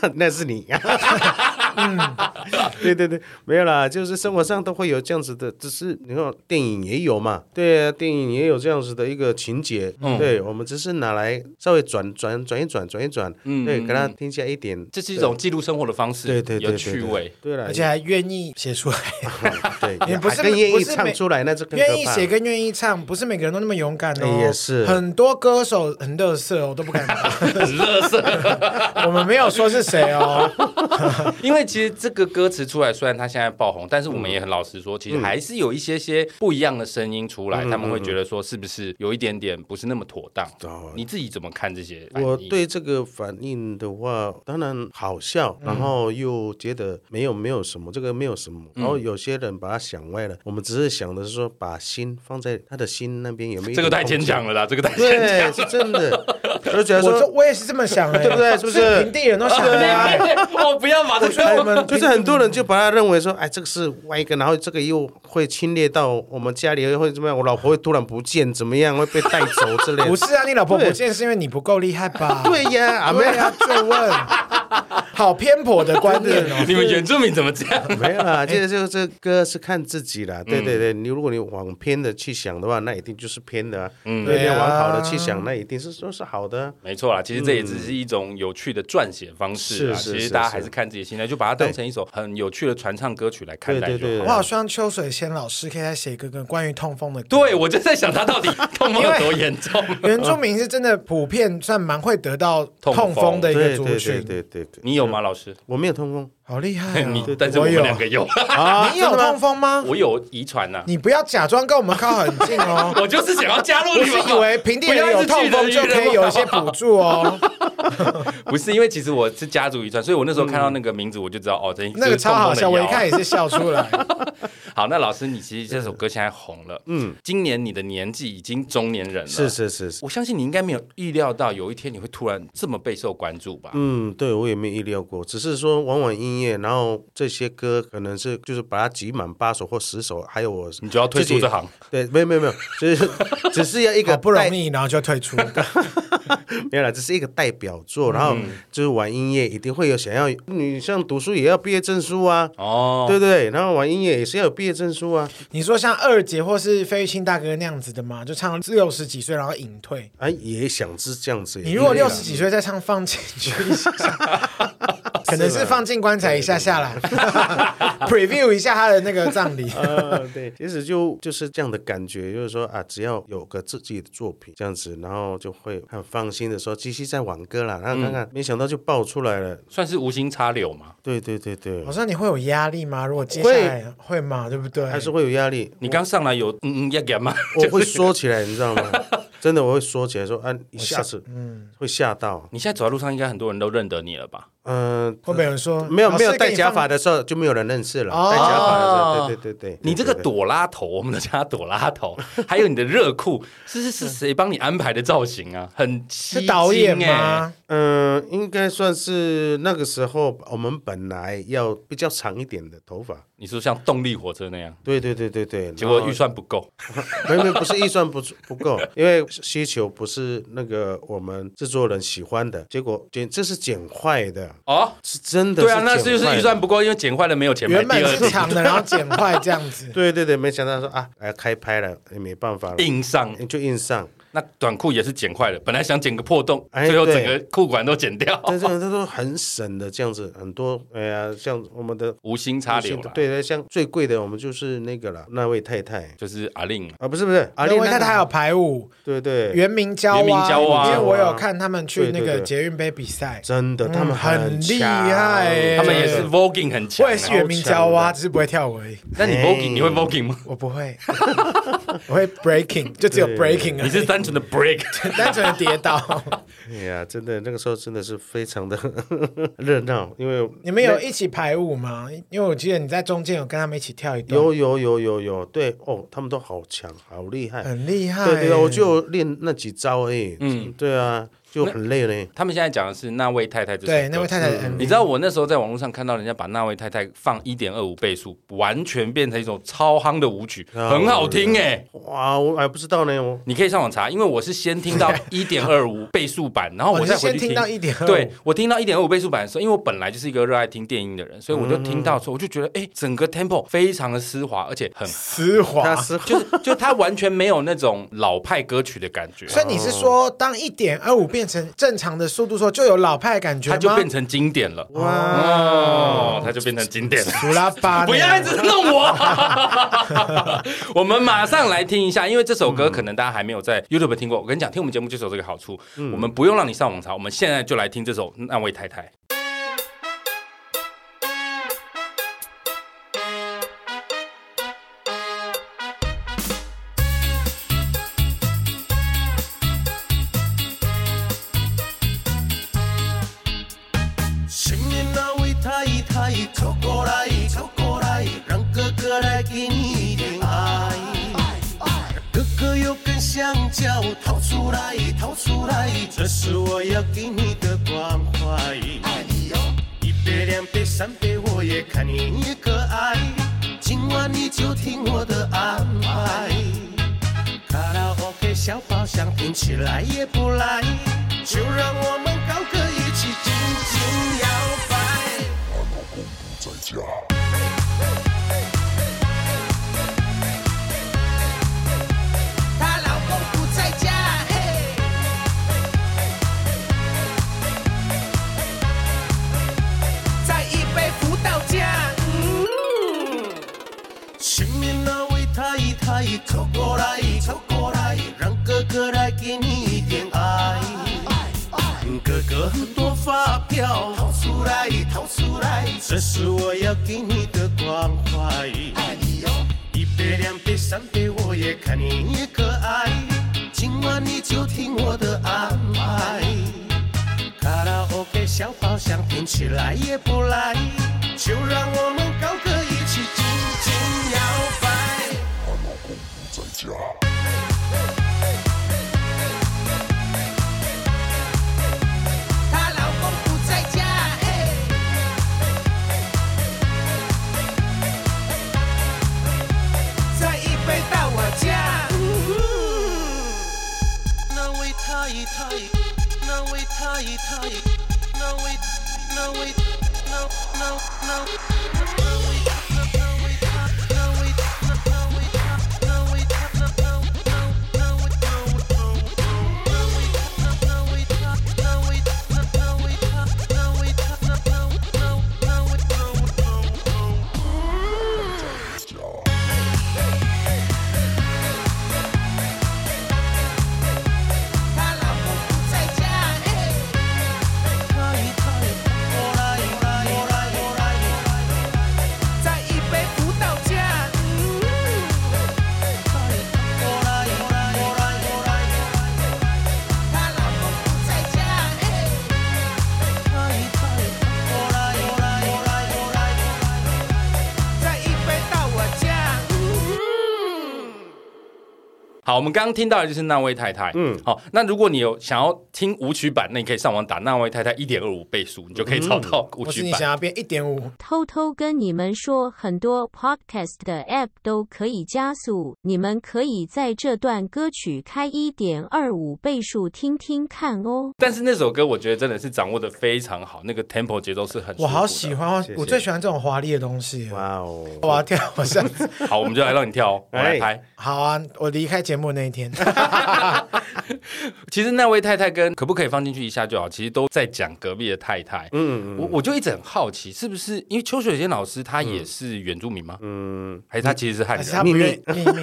[SPEAKER 3] 不那是你。嗯对对对，没有啦，就是生活上都会有这样子的，只是你看电影也有嘛，对啊，电影也有这样子的一个情节，
[SPEAKER 1] 嗯
[SPEAKER 3] 对我们只是拿来稍微转转转一转，转一转，
[SPEAKER 1] 嗯
[SPEAKER 3] 对，给它添加一点，
[SPEAKER 1] 这是一种记录生活的方式，
[SPEAKER 3] 对对对
[SPEAKER 1] 有趣味。，
[SPEAKER 3] 对对了，
[SPEAKER 2] (laughs) 而且还愿意
[SPEAKER 1] (laughs)
[SPEAKER 2] 写出来，
[SPEAKER 3] 对，啊
[SPEAKER 2] 也不是
[SPEAKER 3] 还更愿
[SPEAKER 2] 不
[SPEAKER 3] 意
[SPEAKER 2] 是每
[SPEAKER 3] 唱出来，那就更可怕
[SPEAKER 2] 愿意写跟愿意唱，不是每个人都那么勇敢哦。
[SPEAKER 3] 哎也是
[SPEAKER 2] 很很多歌手很乐色、哦，我都不敢买。
[SPEAKER 1] (laughs) 很乐色。
[SPEAKER 2] (laughs) 我们没有说是谁哦，
[SPEAKER 1] 因为其实这个歌词出来，虽然它现在爆红，但是我们也很老实说，其实
[SPEAKER 3] 嗯
[SPEAKER 1] 还是有一些些不一样的声音出来，他们会觉得说是不是有一点点不是那么妥当？
[SPEAKER 3] 哦
[SPEAKER 1] 你自己怎么看这些反应？
[SPEAKER 3] 我对这个反应的话，当然好笑，
[SPEAKER 1] 嗯
[SPEAKER 3] 然后又觉得没有没有什么，这个没有什么。
[SPEAKER 1] 嗯
[SPEAKER 3] 然后有些人把它想歪了，我们只是想的是说，把心放在他的心那边有没有？
[SPEAKER 1] 这个太牵强
[SPEAKER 3] 了，
[SPEAKER 1] 了啦，这个太牵强。
[SPEAKER 3] 对，是真的。
[SPEAKER 1] (laughs)
[SPEAKER 3] 而且
[SPEAKER 2] 我这
[SPEAKER 3] 啊说，
[SPEAKER 2] 我也是这么想的，欸哦
[SPEAKER 3] 对不对是不是
[SPEAKER 2] 平地人都想
[SPEAKER 3] 对
[SPEAKER 2] 的
[SPEAKER 3] 啊
[SPEAKER 2] 啊？
[SPEAKER 1] 我不要把这个。
[SPEAKER 2] 我们
[SPEAKER 3] (laughs) 就是很多人就把它认为说，哎，这个是歪个，然后这个又会侵略到我们家里，会怎么样？我老婆会突然不见，怎么样？会被带走之
[SPEAKER 1] (laughs)
[SPEAKER 3] 类的
[SPEAKER 2] 不。是啊，你老婆不见是因为你不够厉害吧？
[SPEAKER 3] (laughs) 对呀，阿妹
[SPEAKER 2] 对。啊，就问，好偏颇的观念哦。
[SPEAKER 1] (laughs) 你们原住民怎么这样？
[SPEAKER 3] (laughs) 没有
[SPEAKER 2] 哎
[SPEAKER 3] 啦，这这这歌是看自己
[SPEAKER 2] 嗯
[SPEAKER 3] 啦。对对对，你如果你往偏的去想的话，那一定就是偏的啊。嗯，对，你
[SPEAKER 2] 对啊
[SPEAKER 3] 往好的去想，那一定是说是好的啊。
[SPEAKER 1] 没错啦，其实这也只是一种有趣的撰写方式啦。
[SPEAKER 3] 是是
[SPEAKER 1] 其实
[SPEAKER 3] 是
[SPEAKER 1] 大家嗯
[SPEAKER 3] 是
[SPEAKER 1] 还是看自己的心态，就把它当成一首很有趣的传唱歌曲来看待就
[SPEAKER 3] 对对
[SPEAKER 1] 好。
[SPEAKER 3] 对
[SPEAKER 2] 我好希望秋水仙老师可以再写一个跟关于痛风的歌。
[SPEAKER 1] 对，我就在想他 (laughs) 到底痛风有多严重。
[SPEAKER 2] 原住民是真的普遍算蛮会得到痛风的一个
[SPEAKER 3] 对
[SPEAKER 2] 族
[SPEAKER 3] 对对
[SPEAKER 2] 群，
[SPEAKER 3] 对对对，
[SPEAKER 1] 你有吗，老师？
[SPEAKER 3] 我没有痛风
[SPEAKER 2] 好厉害哦！
[SPEAKER 1] (laughs) 你，但是我
[SPEAKER 2] 我
[SPEAKER 1] 们
[SPEAKER 2] 有，
[SPEAKER 1] 两个 (laughs) 有，
[SPEAKER 3] 啊
[SPEAKER 2] 你有痛风吗？
[SPEAKER 1] 我有遗传啊呐。。
[SPEAKER 2] 你不要假装跟我们靠很近哦
[SPEAKER 1] (laughs) 我就是想要加入
[SPEAKER 2] 我
[SPEAKER 1] 你们
[SPEAKER 2] 是
[SPEAKER 1] 嘛，
[SPEAKER 2] 以为平地人有痛风就可以有一些补助哦，
[SPEAKER 1] 不是因为其实我是家族遗传，所以我那时候看到那个名字我就知道哦，这
[SPEAKER 2] 那个超好笑，
[SPEAKER 1] 这是痛风
[SPEAKER 2] 我
[SPEAKER 1] 的
[SPEAKER 2] 一
[SPEAKER 1] 药
[SPEAKER 2] 看也是笑出来。
[SPEAKER 1] 好，那老师，你其实这首歌现在红了，嗯，今年你的年纪已经中年人了，
[SPEAKER 3] 是是是是，
[SPEAKER 1] 我相信你应该没有预料到有一天你会突然这么备受关注吧？
[SPEAKER 3] 嗯，对我也没意料过，只是说玩玩音乐，然后这些歌可能是就是把它集满八首或十首，还有我
[SPEAKER 1] 你
[SPEAKER 2] 嗯
[SPEAKER 1] 就要退出这行。
[SPEAKER 3] 对，没有没有没 (laughs) 有，就是只是 (laughs) 要一个
[SPEAKER 2] 好不容
[SPEAKER 3] 代
[SPEAKER 2] 易，然后就退出，
[SPEAKER 3] 没有啦，这是一个代表作，然后
[SPEAKER 2] 嗯
[SPEAKER 3] 就是玩音乐一定会有想要，你像读书也要毕业证书啊，
[SPEAKER 1] 哦，
[SPEAKER 3] 对不对？然后玩音乐也是要有毕业证书啊，
[SPEAKER 2] 你说像二姐或是费玉清大哥那样子的嘛，就唱六十几岁然后隐退。
[SPEAKER 3] 啊，也想是这样子。
[SPEAKER 2] 你如果
[SPEAKER 3] 也
[SPEAKER 2] 六
[SPEAKER 3] 可以啦
[SPEAKER 2] 十几岁再唱放进去一下下，可能是放进棺材一下下
[SPEAKER 3] (laughs)
[SPEAKER 2] 啦。preview 一下他的那个葬礼。
[SPEAKER 3] (laughs) 呃，对，其实就就是这样的感觉，就是说啊，只要有个自己的作品这样子，然后就会很放心的说继续在玩歌啦。然后看看，没想到就爆出来了。
[SPEAKER 1] 算是无心插柳嘛。
[SPEAKER 3] 对对对对
[SPEAKER 2] 我，说你会有压力吗？如果接下来会嘛，对不对？
[SPEAKER 3] 还是会有压力。
[SPEAKER 1] 你刚上来有嗯嗯要干嘛？
[SPEAKER 3] 我会缩起来，你知道吗？真的，我会缩起来说，啊，一
[SPEAKER 2] (laughs)
[SPEAKER 3] 下子，嗯，会吓到。
[SPEAKER 1] (laughs) 你现在走在路上，应该很多人都认得你了吧？
[SPEAKER 3] 嗯、
[SPEAKER 2] 会不会有人说
[SPEAKER 3] 没有没有
[SPEAKER 2] 老师
[SPEAKER 3] 戴
[SPEAKER 2] 给你放
[SPEAKER 3] 假发的时候就没有人认识了，
[SPEAKER 2] 哦
[SPEAKER 3] 戴假发的时候，对对对对，
[SPEAKER 1] 你这个
[SPEAKER 3] 对对
[SPEAKER 1] 朵拉头，我们都叫它朵拉头，还有你的热裤，是是是谁帮你安排的造型啊？很吸睛
[SPEAKER 2] 是导演
[SPEAKER 1] 欸？
[SPEAKER 2] 吗？
[SPEAKER 3] 嗯、应该算是那个时候我们本来要比较长一点的头发，
[SPEAKER 1] 你说像动力火车那样，
[SPEAKER 3] 对对对对对，
[SPEAKER 1] 结果预
[SPEAKER 3] 预
[SPEAKER 1] 算不够，
[SPEAKER 3] 没有没有不是预算不足不够，因为需求不是那个我们制作人喜欢的，结果剪这是剪坏的，
[SPEAKER 1] 哦，
[SPEAKER 3] 是真的
[SPEAKER 1] 对啊，
[SPEAKER 3] 剪
[SPEAKER 1] 那
[SPEAKER 3] 坏的
[SPEAKER 1] 就是预算。不够，因为剪坏了没有钱买
[SPEAKER 2] 原
[SPEAKER 1] 第
[SPEAKER 2] 本
[SPEAKER 1] 二
[SPEAKER 2] 是
[SPEAKER 1] 季，
[SPEAKER 2] 长的，然后剪坏这样子。
[SPEAKER 3] 对对对，没想到说啊，哎，开拍了，也没办法了，
[SPEAKER 1] 硬上。
[SPEAKER 3] 就硬上。
[SPEAKER 1] 那短裤也是剪坏了，本来想剪个破洞，
[SPEAKER 3] 哎
[SPEAKER 1] 最后
[SPEAKER 3] 对
[SPEAKER 1] 整个裤管都剪掉，
[SPEAKER 3] 但是他说很省的这样子，很多哎呀，像我们的
[SPEAKER 1] 无心插柳了。
[SPEAKER 3] 对对，像最贵的我们就是那个了，那位太太
[SPEAKER 1] 就是阿令嘛，
[SPEAKER 3] 啊，不是不是，阿
[SPEAKER 2] 因为
[SPEAKER 3] 丽
[SPEAKER 2] 他他还有排舞，
[SPEAKER 3] 对对，
[SPEAKER 2] 原名交
[SPEAKER 1] 原名
[SPEAKER 2] 啊，
[SPEAKER 1] 交蛙
[SPEAKER 2] 因为我有看他们去那
[SPEAKER 3] 对对
[SPEAKER 2] 个
[SPEAKER 3] 对
[SPEAKER 2] 捷运杯比赛，
[SPEAKER 3] 真的，
[SPEAKER 2] 嗯
[SPEAKER 3] 他们
[SPEAKER 2] 很
[SPEAKER 3] 强
[SPEAKER 2] 厉害欸
[SPEAKER 1] 他们也是
[SPEAKER 3] 真的
[SPEAKER 1] voguing 很强
[SPEAKER 2] 我
[SPEAKER 1] 啊。
[SPEAKER 2] 也是原名交啊，只是不会跳舞而已。
[SPEAKER 1] 那你
[SPEAKER 3] 哎
[SPEAKER 1] voguing 你会 voguing
[SPEAKER 2] (laughs)
[SPEAKER 1] 吗？
[SPEAKER 2] 我不会，我会 breaking，就只有
[SPEAKER 3] 对
[SPEAKER 2] breaking 而
[SPEAKER 1] 你
[SPEAKER 2] 已， (laughs)
[SPEAKER 1] 是单纯的 break，
[SPEAKER 2] 单纯的跌倒。
[SPEAKER 3] 哎呀，真的那个时候真的是非常的 (laughs) 热闹，因为
[SPEAKER 2] 你们有一起排舞吗？因为我记得你在中间有跟他们一起跳一段，
[SPEAKER 3] 有有有有有，对哦，他们都好强，好厉害。
[SPEAKER 2] 很厉害。
[SPEAKER 3] 对对，我就练那几招而已。嗯，对啊，就很累嘞。
[SPEAKER 1] 他们现在讲的是那位太太这首歌
[SPEAKER 2] 对那位太太的 MV，
[SPEAKER 1] 你知道我那时候在网络上看到人家把那位太太放一点二五倍速，完全变成一种超夯的舞曲，
[SPEAKER 2] 哦
[SPEAKER 3] 啊
[SPEAKER 1] 很好听哎、
[SPEAKER 3] 哇，我还不知道呢，我
[SPEAKER 1] 你可以上网查，因为我是先听
[SPEAKER 2] (laughs)
[SPEAKER 1] 到一点二五倍速版，然后我
[SPEAKER 2] 哦我是
[SPEAKER 1] 再回
[SPEAKER 2] 先
[SPEAKER 1] 去
[SPEAKER 2] 听到一点二，
[SPEAKER 1] 对，我听到一点二五倍速版的时候，因为我本来就是一个热爱听电音的人，所以我就听
[SPEAKER 2] 嗯
[SPEAKER 1] 到说，我就觉得哎、整个 tempo 非常的丝滑，而且很
[SPEAKER 2] 丝滑
[SPEAKER 3] 他。是
[SPEAKER 1] 就是就它完全没有那种老派歌曲的感觉。
[SPEAKER 2] 所以你是说，当一点二五变变成正常的速度时候，就有老派的感觉
[SPEAKER 1] 它就
[SPEAKER 2] 吗？
[SPEAKER 1] 变成经典了。
[SPEAKER 2] 哇，
[SPEAKER 1] 哦，它就变成经典了。
[SPEAKER 2] 古拉巴呢，
[SPEAKER 1] 不要一直弄我！ (laughs) 我们马上来听一下，因为这首歌可能大家还没有在
[SPEAKER 2] 嗯
[SPEAKER 1] YouTube 听过。我跟你讲，听我们节目就是有这个好处，我们不用让你上网查，我们现在就来听这首《那位太太》。
[SPEAKER 4] 新年那位太太，凑过来，凑过来，让哥哥来给你一点爱。哥哥有根香蕉，掏出来，掏出来，这是我要给你的关怀。一杯、两杯、三杯，我也看你也可爱。今晚你就听我的安排。卡拉 OK 小包厢听起来也不赖，就让我们高歌一起尽情摇摆。她老公不在家，嘿。再一杯福到家。嗯前面那位太太，凑过来，凑过来，让哥哥来给你一点爱。哥哥很多发票，掏出来，掏出来，这是我要给你的关怀。一杯、两杯、三杯，我也看你也可爱。今晚你就听我的安排。卡拉 OK 小包厢听起来也不赖，就让我们高歌一起尽情摇摆。她老公不在家，哎，再一杯到我家。那位太太，那位太太，那位那位那那那那位那那位她那位那那位她那位她那那那那位那位那位她那位那那位她那位她那那那那位那位。她老公不在家，哎，可以可以，我来我来我来我来我来，再一杯不到家，嗯，可以我来我来我来我来我来，她老公不在家，哎，可以可以，我来我来我来我来我来，再一杯到我家，嗯。
[SPEAKER 1] 好，我们刚刚听到的就是那位太太。嗯，好，那如果你有想要听舞曲版，那你可以上网打那位太太一点二五倍速，你就可
[SPEAKER 2] 嗯
[SPEAKER 1] 以找到舞
[SPEAKER 2] 或是
[SPEAKER 1] 曲
[SPEAKER 2] 你
[SPEAKER 1] 版。
[SPEAKER 2] 想要变一点五，
[SPEAKER 5] 偷偷跟你们说，很多 podcast 的 app 都可以加速，你们可以在这段歌曲开一点二五倍速听听看哦。
[SPEAKER 1] 但是那首歌我觉得真的是掌握的非常好，那个 tempo 节奏是很
[SPEAKER 2] 我好
[SPEAKER 1] 舒服
[SPEAKER 2] 喜
[SPEAKER 1] 的。
[SPEAKER 2] 欢哦，
[SPEAKER 3] 谢
[SPEAKER 2] 我最喜欢这种华丽的东西。
[SPEAKER 3] 哇哦，
[SPEAKER 2] 我要跳，我想
[SPEAKER 1] 好，我们就来让你跳、哦，我来
[SPEAKER 3] 哎
[SPEAKER 1] 拍。
[SPEAKER 2] (laughs) 好啊！我离开节目那一天，
[SPEAKER 1] 其实那位太太跟可不可以放进去一下就好，其实都在讲隔壁的太太。嗯我我就一直很好奇，是不是因为邱水仙老师他也是原住民吗？嗯，还是他其实是汉
[SPEAKER 2] 还是
[SPEAKER 1] 人
[SPEAKER 2] 他？不愿意秘密。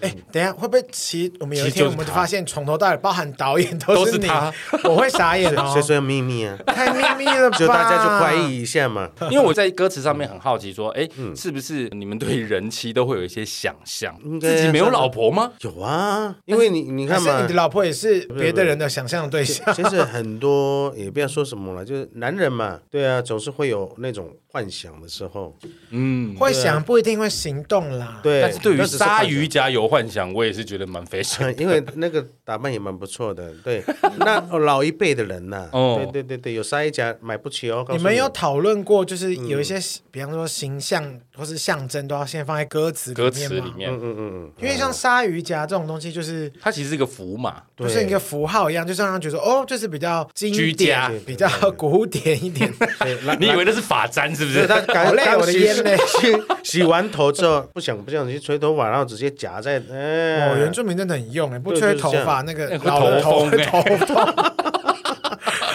[SPEAKER 2] 哎，等一下会不会其实我们有一
[SPEAKER 1] 其实
[SPEAKER 2] 天
[SPEAKER 1] 就
[SPEAKER 2] 我
[SPEAKER 1] 是
[SPEAKER 2] 们
[SPEAKER 1] 他
[SPEAKER 2] 发现从头到尾，包含导演都
[SPEAKER 1] 都是
[SPEAKER 2] 你
[SPEAKER 1] 他，
[SPEAKER 2] 我会傻眼哦
[SPEAKER 3] 谁，说要秘密啊？
[SPEAKER 2] 太秘密了吧？
[SPEAKER 3] 就大家就怀疑一下嘛。
[SPEAKER 1] 因为我在歌词上面很好奇，说，哎，是不是你们对人妻都会有一些想象？
[SPEAKER 3] 该啊
[SPEAKER 1] 自己没有老婆吗？
[SPEAKER 3] (laughs) 有啊，因为你你
[SPEAKER 2] 还
[SPEAKER 3] 看
[SPEAKER 2] 是
[SPEAKER 3] 嘛
[SPEAKER 2] 你的，老婆也是别的人的想象的对象。
[SPEAKER 3] 其实很多也不要说什么了，就是男人嘛，对啊，总是会有那种幻想的时候。
[SPEAKER 1] 嗯，
[SPEAKER 2] 会想不一定会行动啦。，
[SPEAKER 3] 对，
[SPEAKER 1] 但是对于
[SPEAKER 3] 那只是幻
[SPEAKER 1] 鲨
[SPEAKER 3] 想
[SPEAKER 1] 鱼加油幻想，我也是觉得蛮 fashion
[SPEAKER 3] (laughs) 嗯因为那个打扮也蛮不错的， (laughs) 对。那哦老一辈的人呐、
[SPEAKER 1] 哦
[SPEAKER 3] 对对对对，有杀一家买不起哦。告诉
[SPEAKER 2] 你们有讨论过，就是有一些，比方说形象或是象征，都要先放在歌词
[SPEAKER 1] 歌
[SPEAKER 2] 里
[SPEAKER 1] 词
[SPEAKER 2] 面
[SPEAKER 1] 里
[SPEAKER 2] 吗？
[SPEAKER 1] 面，
[SPEAKER 3] 嗯嗯嗯，
[SPEAKER 2] 因为像鲨鱼夹这种东西，就是
[SPEAKER 1] 它其实是一个符码。
[SPEAKER 2] 就像一
[SPEAKER 3] (laughs)
[SPEAKER 2] 个符号一样，就是让人觉得哦，就是比较经
[SPEAKER 1] 居家
[SPEAKER 2] 典、比较古典一点。
[SPEAKER 1] 你以为那是法簪是不
[SPEAKER 3] 对
[SPEAKER 1] 是？
[SPEAKER 3] 他
[SPEAKER 1] (laughs)
[SPEAKER 2] 好
[SPEAKER 3] 感
[SPEAKER 2] 累
[SPEAKER 3] 刚
[SPEAKER 2] 我的
[SPEAKER 3] 哦洗
[SPEAKER 2] (laughs) 烟嘞
[SPEAKER 3] 洗洗完头之后，不想不想去吹头发，然后直接夹在，
[SPEAKER 2] 哦
[SPEAKER 3] 哎、
[SPEAKER 2] 欸哦，原住民真的很用哎，不吹头发那个
[SPEAKER 1] 那会
[SPEAKER 2] 老了
[SPEAKER 1] 头
[SPEAKER 2] (laughs) 头
[SPEAKER 1] 风
[SPEAKER 2] 会
[SPEAKER 1] 哎
[SPEAKER 2] 头痛。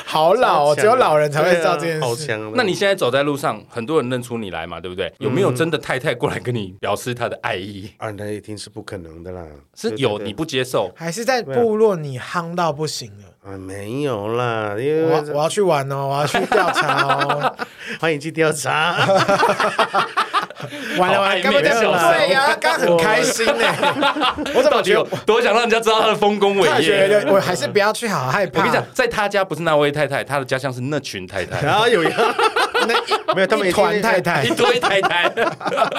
[SPEAKER 2] 好老哦，只有老人才会知道这件
[SPEAKER 3] 啊好
[SPEAKER 2] 事。
[SPEAKER 3] 强啊的。
[SPEAKER 1] 那你现在走在路上，很多人认出你来嘛，对不对？有没有真的太太过来跟你表示她的爱意？
[SPEAKER 3] 啊，那一定是不可能的啦，
[SPEAKER 1] 是
[SPEAKER 3] 对
[SPEAKER 1] 有
[SPEAKER 3] 对对
[SPEAKER 1] 你不接 (laughs) 受，
[SPEAKER 2] 还是在部落你夯到不行了，
[SPEAKER 3] 啊没有啦，因
[SPEAKER 2] 我
[SPEAKER 3] 为
[SPEAKER 2] 要我要去玩哦，我要去调查哦，
[SPEAKER 3] 欢迎去
[SPEAKER 2] (laughs)
[SPEAKER 3] 调查。
[SPEAKER 2] 完了
[SPEAKER 1] 好
[SPEAKER 2] 完
[SPEAKER 1] 暧
[SPEAKER 2] 了，
[SPEAKER 1] 昧
[SPEAKER 2] 根本就
[SPEAKER 1] 的小三
[SPEAKER 2] 对呀，刚刚很开心欸呢，我怎
[SPEAKER 1] 到
[SPEAKER 2] 么
[SPEAKER 1] 底
[SPEAKER 2] 觉
[SPEAKER 1] 有
[SPEAKER 2] 得
[SPEAKER 1] 多想让人家知道她的丰功伟
[SPEAKER 2] 大学
[SPEAKER 1] 业？
[SPEAKER 2] 的我还是不要去，好害
[SPEAKER 1] 我
[SPEAKER 2] 怕。
[SPEAKER 1] 跟你讲，在她家不是那位太太，她的家乡是那群太 (laughs) 太，
[SPEAKER 3] 然后有一个没有，他们
[SPEAKER 2] 一
[SPEAKER 3] 一定
[SPEAKER 2] 团太太
[SPEAKER 1] 一堆太太。 (laughs)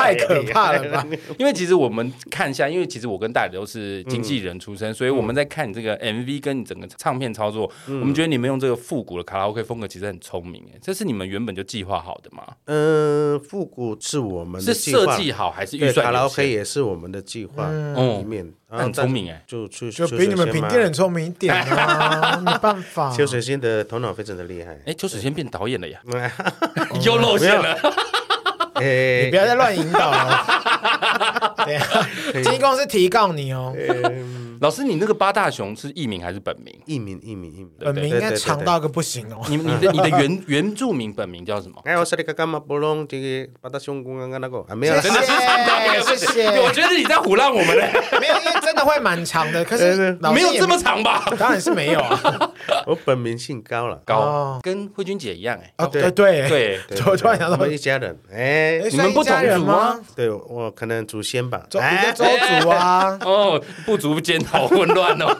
[SPEAKER 2] 太可怕了吧？
[SPEAKER 1] 因为其实我们看一下，因为其实我跟大理都是经纪人出身，所以我们在看你这个 MV 跟你整个唱片操作，我们觉得你们用这个复古的卡拉 OK 风格其实很聪明，哎，这是你们原本就计划好的吗？
[SPEAKER 3] (laughs) 嗯，复古是我们
[SPEAKER 1] 是
[SPEAKER 3] 的计划
[SPEAKER 1] 设计好还是预
[SPEAKER 3] 对
[SPEAKER 1] 算
[SPEAKER 3] 卡拉
[SPEAKER 1] 有限
[SPEAKER 3] OK 也是我们的计划里面，
[SPEAKER 1] 那
[SPEAKER 3] 然后
[SPEAKER 1] 很聪明哎
[SPEAKER 3] 就去
[SPEAKER 2] 嗯就比你们平地人聪明一点啊， (laughs) 没办法。
[SPEAKER 3] 邱水仙的头脑非常的厉害。
[SPEAKER 1] 哎，邱水仙变导演了呀， (laughs) 又露馅了。
[SPEAKER 3] 哎
[SPEAKER 2] 你不要再乱引导了。 (laughs) 对啊，经纪公司提告你哦，
[SPEAKER 1] 老师，你那个八大熊是艺名还是本名？
[SPEAKER 3] 一名一名一名。
[SPEAKER 2] 本名应该长到个不行哦。
[SPEAKER 1] 你你的你的原原住民本名叫什么？
[SPEAKER 3] 哎，我说你刚刚嘛，不弄这个八大兄公刚刚那个啊，没有啦
[SPEAKER 2] 谢，哎谢谢
[SPEAKER 1] 哎我
[SPEAKER 2] 谢，
[SPEAKER 1] 觉得你在胡乱我们嘞，
[SPEAKER 2] 没有，因为真的会蛮长的，可是老师
[SPEAKER 1] 没有
[SPEAKER 2] 也
[SPEAKER 1] 这么，长吧？
[SPEAKER 2] 当然是没有啊。
[SPEAKER 3] (laughs) 我本名姓高了。
[SPEAKER 1] 高
[SPEAKER 2] 哦
[SPEAKER 1] 跟慧君姐一样哎，
[SPEAKER 2] 哦，
[SPEAKER 3] 对
[SPEAKER 2] (laughs) 对对
[SPEAKER 1] 对
[SPEAKER 3] 对
[SPEAKER 2] 我 (laughs) 突然想到
[SPEAKER 3] 我们一家人，哎
[SPEAKER 2] 哎，
[SPEAKER 1] 你们不同
[SPEAKER 2] 算一家人
[SPEAKER 1] 族吗
[SPEAKER 2] 吗？
[SPEAKER 3] 对我可能祖先吧，
[SPEAKER 2] 周你
[SPEAKER 3] 哎
[SPEAKER 2] 就，周族啊，
[SPEAKER 1] 哦，部族间好混乱哦。 (laughs)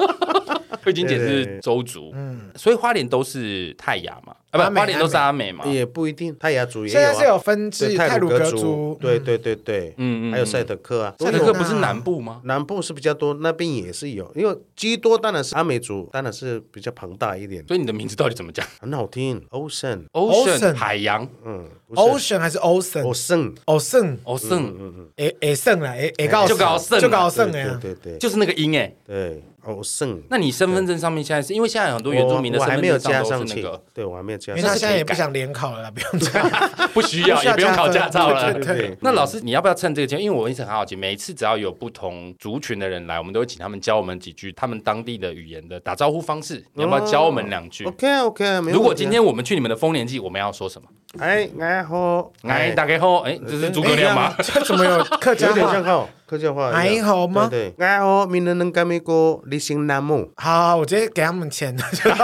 [SPEAKER 1] 慧君姐
[SPEAKER 3] 对对
[SPEAKER 1] 是
[SPEAKER 3] 对
[SPEAKER 1] 周族，嗯，所以花莲都是泰雅嘛，啊
[SPEAKER 2] 阿
[SPEAKER 1] 不，
[SPEAKER 2] 美
[SPEAKER 1] 花莲都是阿美嘛。
[SPEAKER 3] 也不一定，泰雅族也有
[SPEAKER 2] 现
[SPEAKER 3] 啊，
[SPEAKER 2] 在是有分
[SPEAKER 3] 对
[SPEAKER 2] 支
[SPEAKER 3] 泰
[SPEAKER 2] 泰鲁
[SPEAKER 3] 鲁格
[SPEAKER 2] 格
[SPEAKER 3] 族
[SPEAKER 2] 族，，
[SPEAKER 3] 对对对对，嗯，还有赛德克啊，
[SPEAKER 1] 塞
[SPEAKER 3] 都
[SPEAKER 1] 德
[SPEAKER 3] 有
[SPEAKER 1] 克不是南部吗？
[SPEAKER 3] 南部是比较多，那边也是有，因为基多当然是阿美族，当然是比较庞大一点，
[SPEAKER 1] 所以你的名字到底怎么讲
[SPEAKER 3] 很好听，Ocean，
[SPEAKER 1] ？Ocean
[SPEAKER 2] Ocean
[SPEAKER 1] 海洋
[SPEAKER 3] 嗯
[SPEAKER 2] ，Ocean 还是 Ocean？
[SPEAKER 3] ，Ocean，
[SPEAKER 2] Ocean，
[SPEAKER 1] ，Ocean
[SPEAKER 2] 诶诶胜了，诶诶告
[SPEAKER 1] 就搞胜
[SPEAKER 2] 就搞胜
[SPEAKER 3] 对
[SPEAKER 2] 哎，
[SPEAKER 3] 对对对
[SPEAKER 1] 就是那个音哎。
[SPEAKER 3] 对，Ocean，
[SPEAKER 1] 那你身份证上面现在是因为现在有很多原住民的
[SPEAKER 3] 我我
[SPEAKER 1] 身
[SPEAKER 3] 还
[SPEAKER 1] 份
[SPEAKER 3] 没有
[SPEAKER 1] 证
[SPEAKER 3] 加
[SPEAKER 1] 都
[SPEAKER 3] 上
[SPEAKER 1] 是那
[SPEAKER 3] 去
[SPEAKER 1] 个，，
[SPEAKER 3] 对我还没有加
[SPEAKER 2] 因为
[SPEAKER 3] 上
[SPEAKER 2] 他
[SPEAKER 3] 去，
[SPEAKER 2] 现在也不想联考了啦，不用这样。
[SPEAKER 1] (laughs) 不需要
[SPEAKER 2] 不需
[SPEAKER 1] 也
[SPEAKER 2] 要
[SPEAKER 1] 不用考驾照
[SPEAKER 2] 加
[SPEAKER 1] 了。
[SPEAKER 2] 分
[SPEAKER 3] 对对对
[SPEAKER 1] 那老师，你要不要趁这个机会？因为我一直很好奇，每一次只要有不同族群的人来，我们都会请他们教我们几句他们当地的语言的打招呼方式。你要不要教我们两句？
[SPEAKER 3] 哦 OK OK，
[SPEAKER 1] 如果今天我们去你们的丰年祭，我们要说什么？
[SPEAKER 3] 哎哎好，
[SPEAKER 1] 哎，大概后，哎，这是诸葛亮吗？
[SPEAKER 2] 这怎么哎有客家
[SPEAKER 3] 有点像
[SPEAKER 2] 话？
[SPEAKER 3] 号客家话一样，
[SPEAKER 2] 哎好吗
[SPEAKER 3] 对，对哎好，明人能干咪哥，你行南木，
[SPEAKER 2] 好，我直接给他们钱，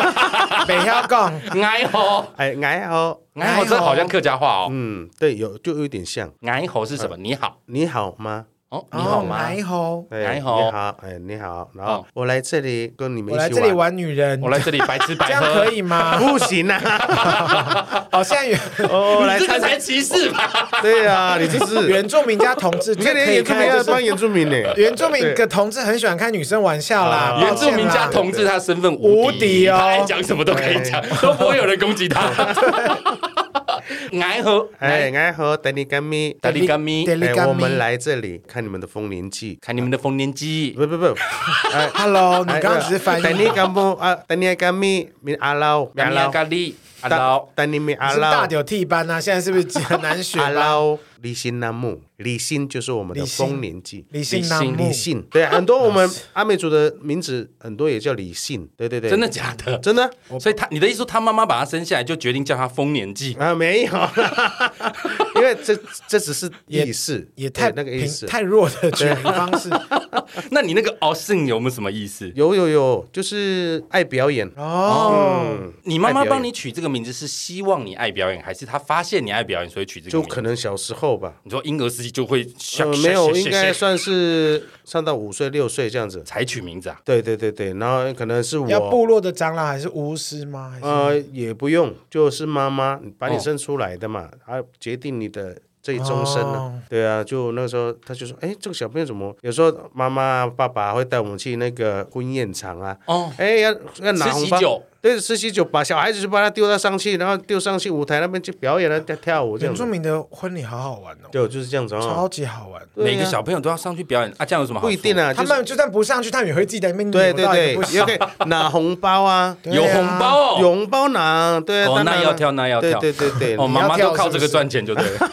[SPEAKER 2] (laughs) 北漂杠。
[SPEAKER 1] 哀吼，
[SPEAKER 3] 哎哎好，
[SPEAKER 1] 哀吼，这好像客家话哦。
[SPEAKER 3] 嗯，对，有就有点像，
[SPEAKER 1] 哀吼是什么？你好，
[SPEAKER 3] 你好吗？
[SPEAKER 1] 哦，你好吗？
[SPEAKER 2] 然后
[SPEAKER 3] 哎，
[SPEAKER 1] 你好
[SPEAKER 3] 你好，哎，你好，然后
[SPEAKER 1] 哦
[SPEAKER 3] 我来这里跟你们
[SPEAKER 2] 我
[SPEAKER 3] 一
[SPEAKER 2] 来
[SPEAKER 3] 起
[SPEAKER 2] 这里玩女人，
[SPEAKER 1] 我来这里白吃
[SPEAKER 2] 这
[SPEAKER 1] 白
[SPEAKER 2] 样
[SPEAKER 1] 喝
[SPEAKER 2] 可，以吗？
[SPEAKER 3] (laughs) 不行啊！
[SPEAKER 2] 哦，现在原
[SPEAKER 3] 哦，我来
[SPEAKER 1] 这
[SPEAKER 3] 参
[SPEAKER 1] 个才歧视吧？
[SPEAKER 3] 对啊，你这
[SPEAKER 2] (laughs)
[SPEAKER 3] 是，
[SPEAKER 2] 原住民加同志，
[SPEAKER 3] 你
[SPEAKER 2] 这
[SPEAKER 3] 看连
[SPEAKER 2] 可以
[SPEAKER 3] 原住民
[SPEAKER 2] 看
[SPEAKER 3] 要
[SPEAKER 2] 就
[SPEAKER 3] 帮
[SPEAKER 2] 是
[SPEAKER 3] 原住民呢，
[SPEAKER 2] (laughs) 原住民的同志很喜欢开女生玩笑
[SPEAKER 3] 啊
[SPEAKER 2] 啦，
[SPEAKER 1] 啊原住民加
[SPEAKER 2] 加
[SPEAKER 1] 同志，他身份
[SPEAKER 2] 无敌哦
[SPEAKER 1] 他爱讲什么都可以
[SPEAKER 3] 哎
[SPEAKER 1] 讲，都不会有人攻击
[SPEAKER 3] (laughs)
[SPEAKER 1] 他。哀吼，
[SPEAKER 3] 哎，
[SPEAKER 1] 哎，
[SPEAKER 3] 哎好，等你干咪，
[SPEAKER 1] 达利甘咪，
[SPEAKER 3] 哎，我们来这里看你们的丰年祭，
[SPEAKER 1] 看你们的丰年祭，
[SPEAKER 3] 不
[SPEAKER 2] (laughs)
[SPEAKER 3] 不不，哎
[SPEAKER 2] Hello，你刚刚只是翻译，
[SPEAKER 3] 等你干么啊？等你干咪，咪阿老，咪
[SPEAKER 1] 咖
[SPEAKER 3] 阿老
[SPEAKER 1] 喱，咖喱，阿老，
[SPEAKER 3] 等你咪
[SPEAKER 2] 你
[SPEAKER 3] 阿
[SPEAKER 2] 是大
[SPEAKER 3] 老。
[SPEAKER 2] 屌替班啊，现在是不是很难学
[SPEAKER 3] 阿
[SPEAKER 2] 吧？
[SPEAKER 3] 捞李信南木，李信就是我们的
[SPEAKER 2] 李信
[SPEAKER 3] 丰年祭。
[SPEAKER 2] 理性南
[SPEAKER 1] 理
[SPEAKER 2] 木
[SPEAKER 3] 李，信，对啊，很多我们阿美族的名字很多也叫李信，对对对，
[SPEAKER 1] 真的假的？
[SPEAKER 3] 真的
[SPEAKER 1] 所以他，你的意思说他妈妈把他生下来就决定叫他丰年
[SPEAKER 3] (laughs)
[SPEAKER 1] 祭？
[SPEAKER 3] 啊，没
[SPEAKER 2] (laughs)
[SPEAKER 3] 有，因为这这只是意思，
[SPEAKER 2] 也太
[SPEAKER 3] 对那个意
[SPEAKER 2] 平
[SPEAKER 3] 思，
[SPEAKER 2] 太弱的取名方式。
[SPEAKER 1] 那你那个 o s i n 有没有什么意思？
[SPEAKER 3] 有有有，就是爱表演。嗯
[SPEAKER 2] 哦，
[SPEAKER 1] 你妈妈
[SPEAKER 3] 爱表演
[SPEAKER 1] 帮你取这个名字是希望你爱表演，还是她发现你爱表演所以取这个
[SPEAKER 3] 就
[SPEAKER 1] 名字？
[SPEAKER 3] 可能小时候吧，
[SPEAKER 1] 你说婴儿时期就会想、
[SPEAKER 3] 呃，没有，
[SPEAKER 1] 想
[SPEAKER 3] 应该
[SPEAKER 1] 想
[SPEAKER 3] 算是上到五岁六岁这样子。
[SPEAKER 1] 才取名字啊？
[SPEAKER 3] 对对对对，然后可能是
[SPEAKER 2] 要
[SPEAKER 3] 我，
[SPEAKER 2] 部落的长老还是巫师吗？还是
[SPEAKER 3] 呃，也不用，就是妈妈把你
[SPEAKER 1] 哦
[SPEAKER 3] 生出来的嘛，啊，决定你的这一终身呢、对啊，就那时候他就说，哎，这个小朋友怎么？有时候妈妈爸爸会带我们去那个婚宴场啊，
[SPEAKER 1] 哦，
[SPEAKER 3] 哎，要要拿
[SPEAKER 1] 吃
[SPEAKER 3] 红
[SPEAKER 1] 喜
[SPEAKER 3] 包，
[SPEAKER 1] 酒
[SPEAKER 3] 对，吃喜酒，把小孩子就把他丢到上去，然后丢上去舞台那边去表演了，跳跳舞这
[SPEAKER 2] 原
[SPEAKER 3] 样
[SPEAKER 2] 住
[SPEAKER 3] 子。
[SPEAKER 2] 民的婚礼好好玩哦，
[SPEAKER 3] 对，就是这样子哦
[SPEAKER 2] 超。级好玩。
[SPEAKER 3] 对啊
[SPEAKER 1] 每个小朋友都要上去表演啊？这样有什么好处
[SPEAKER 3] 不一定啊，
[SPEAKER 2] 他
[SPEAKER 3] 就是
[SPEAKER 2] 们就算不上去，他们也会自己在那边
[SPEAKER 3] 对
[SPEAKER 2] 扭
[SPEAKER 3] 对
[SPEAKER 2] 到一
[SPEAKER 3] 对
[SPEAKER 2] 个不，行
[SPEAKER 3] 也可以 (laughs) 拿红包啊，
[SPEAKER 2] 对啊
[SPEAKER 1] 有红包哦，
[SPEAKER 3] 有红包拿，对啊，
[SPEAKER 1] 哦
[SPEAKER 3] 当然
[SPEAKER 1] 那
[SPEAKER 3] 啊
[SPEAKER 1] 要跳那要跳
[SPEAKER 3] 对对对对，
[SPEAKER 1] 哦，
[SPEAKER 3] 你
[SPEAKER 1] 妈妈
[SPEAKER 2] 你要
[SPEAKER 1] 都
[SPEAKER 2] 跳
[SPEAKER 3] (laughs)
[SPEAKER 1] 靠这个
[SPEAKER 2] 是不是
[SPEAKER 1] 赚钱就对了。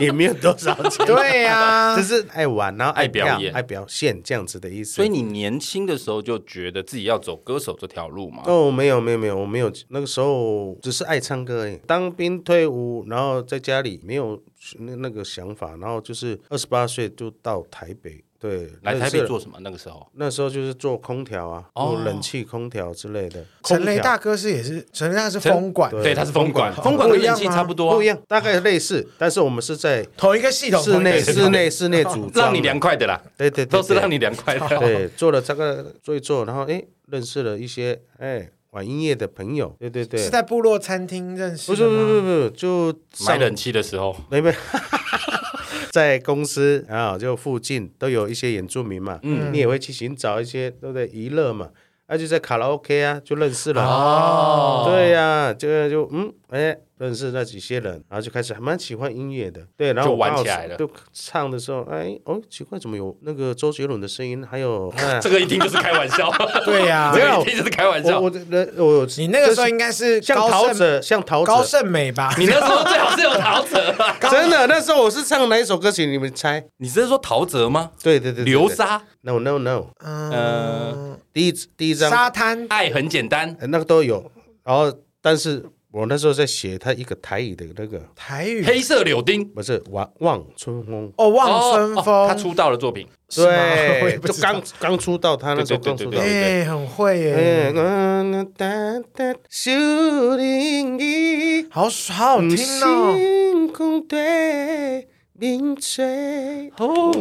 [SPEAKER 3] 也没有多少钱，
[SPEAKER 2] (laughs) 对啊呀
[SPEAKER 3] (laughs) 只是爱玩，然后
[SPEAKER 1] 啊爱表
[SPEAKER 3] 跳
[SPEAKER 1] 演
[SPEAKER 3] 爱表现这样子的意思。
[SPEAKER 1] 所以你年轻的时候就觉得自己要走歌手这条路嘛？
[SPEAKER 3] 哦，没有没有没有，我没有那个时候只是爱唱歌而已。当兵退伍，然后在家里没有那那个想法，然后就是二十八岁就到台北，对，
[SPEAKER 1] 来
[SPEAKER 3] 认
[SPEAKER 1] 台
[SPEAKER 3] 识
[SPEAKER 1] 北
[SPEAKER 3] 了
[SPEAKER 1] 做什么？那个时候
[SPEAKER 3] 那时候就是做空调啊，
[SPEAKER 1] 哦
[SPEAKER 3] 做冷气、空调之类的。
[SPEAKER 2] 陈雷
[SPEAKER 3] 空调
[SPEAKER 2] 大哥是也是陈雷大哥是
[SPEAKER 1] 陈
[SPEAKER 2] 风管，
[SPEAKER 1] 对，他是风管，
[SPEAKER 2] 风
[SPEAKER 1] 风
[SPEAKER 2] 管
[SPEAKER 1] 管跟
[SPEAKER 2] 不
[SPEAKER 1] 人
[SPEAKER 2] 一样
[SPEAKER 1] 气
[SPEAKER 2] 吗
[SPEAKER 1] 差不多啊，
[SPEAKER 3] 哦不一样，大概类似，但是我们是在
[SPEAKER 2] 同一个系统，
[SPEAKER 3] 室
[SPEAKER 2] 同一
[SPEAKER 3] 内
[SPEAKER 2] 个系统
[SPEAKER 3] 室内室内组装的，
[SPEAKER 1] 让你凉快的啦，
[SPEAKER 3] 对，啊对对对，
[SPEAKER 1] 都是让你凉快的。
[SPEAKER 3] 对做了这个做一做，然后哎认识了一些哎玩音乐的朋友，对对对
[SPEAKER 2] 是，在部落餐厅认识
[SPEAKER 3] 不
[SPEAKER 2] 的
[SPEAKER 3] 是
[SPEAKER 2] 吗，
[SPEAKER 3] 不是不是不是，就
[SPEAKER 1] 买
[SPEAKER 3] 上
[SPEAKER 1] 冷气的时候，
[SPEAKER 3] 没 (laughs) 没，在公司啊，就附近都有一些原住民嘛，嗯，你也会去寻找一些对不对娱乐嘛，那、就在卡拉 OK 啊，就认识了。
[SPEAKER 1] 哦
[SPEAKER 3] 对啊呀、就就嗯，哎，认识那几些人，然后就开始还蛮喜欢音乐的，对，然后
[SPEAKER 1] 就
[SPEAKER 3] 我
[SPEAKER 1] 玩
[SPEAKER 3] 刚好
[SPEAKER 1] 起来了
[SPEAKER 3] 就唱的时候，哎，哦，奇怪，怎么有那个周杰伦的声音，
[SPEAKER 1] (laughs)
[SPEAKER 3] 还有哎那
[SPEAKER 1] 这个一听就是开玩笑，
[SPEAKER 2] 对呀
[SPEAKER 1] (laughs) 这个一听就是开玩笑
[SPEAKER 3] 啊我。我的我
[SPEAKER 2] 你那个时候应该是
[SPEAKER 3] 像
[SPEAKER 2] 高
[SPEAKER 3] 陶
[SPEAKER 2] 胜
[SPEAKER 3] 喆，像陶喆
[SPEAKER 2] 高，胜美吧？
[SPEAKER 1] 你那时候最好是有陶喆啊，
[SPEAKER 3] (laughs) 真的，那时候我是唱哪一首歌曲？你们猜？
[SPEAKER 1] 你是说陶喆吗？
[SPEAKER 3] 对对对，对嗯对
[SPEAKER 1] 流沙，
[SPEAKER 3] No No No，
[SPEAKER 1] 呃，
[SPEAKER 3] 第一第一张
[SPEAKER 2] 嗯沙滩
[SPEAKER 1] 爱很简单，
[SPEAKER 3] 呃那个都有，然后但是我那时候在写他一个台语的那个，
[SPEAKER 2] 台语
[SPEAKER 1] 黑色柳丁。
[SPEAKER 3] 不是望望春风，
[SPEAKER 2] 哦，望春
[SPEAKER 1] 哦
[SPEAKER 2] 风，
[SPEAKER 1] 他出道的作品，
[SPEAKER 2] 是吗我也
[SPEAKER 3] 对，
[SPEAKER 2] 不
[SPEAKER 3] 就
[SPEAKER 2] 知道
[SPEAKER 3] 刚刚出道，他那时候
[SPEAKER 1] 对
[SPEAKER 3] 刚
[SPEAKER 1] 对对
[SPEAKER 3] 出
[SPEAKER 1] 对
[SPEAKER 3] 道
[SPEAKER 1] 对。
[SPEAKER 2] 哎，很会耶，
[SPEAKER 3] 哎，我哒哒，树林里，
[SPEAKER 2] 好好
[SPEAKER 3] 嗯
[SPEAKER 2] 好听哦。
[SPEAKER 3] 星空对明吹。哦，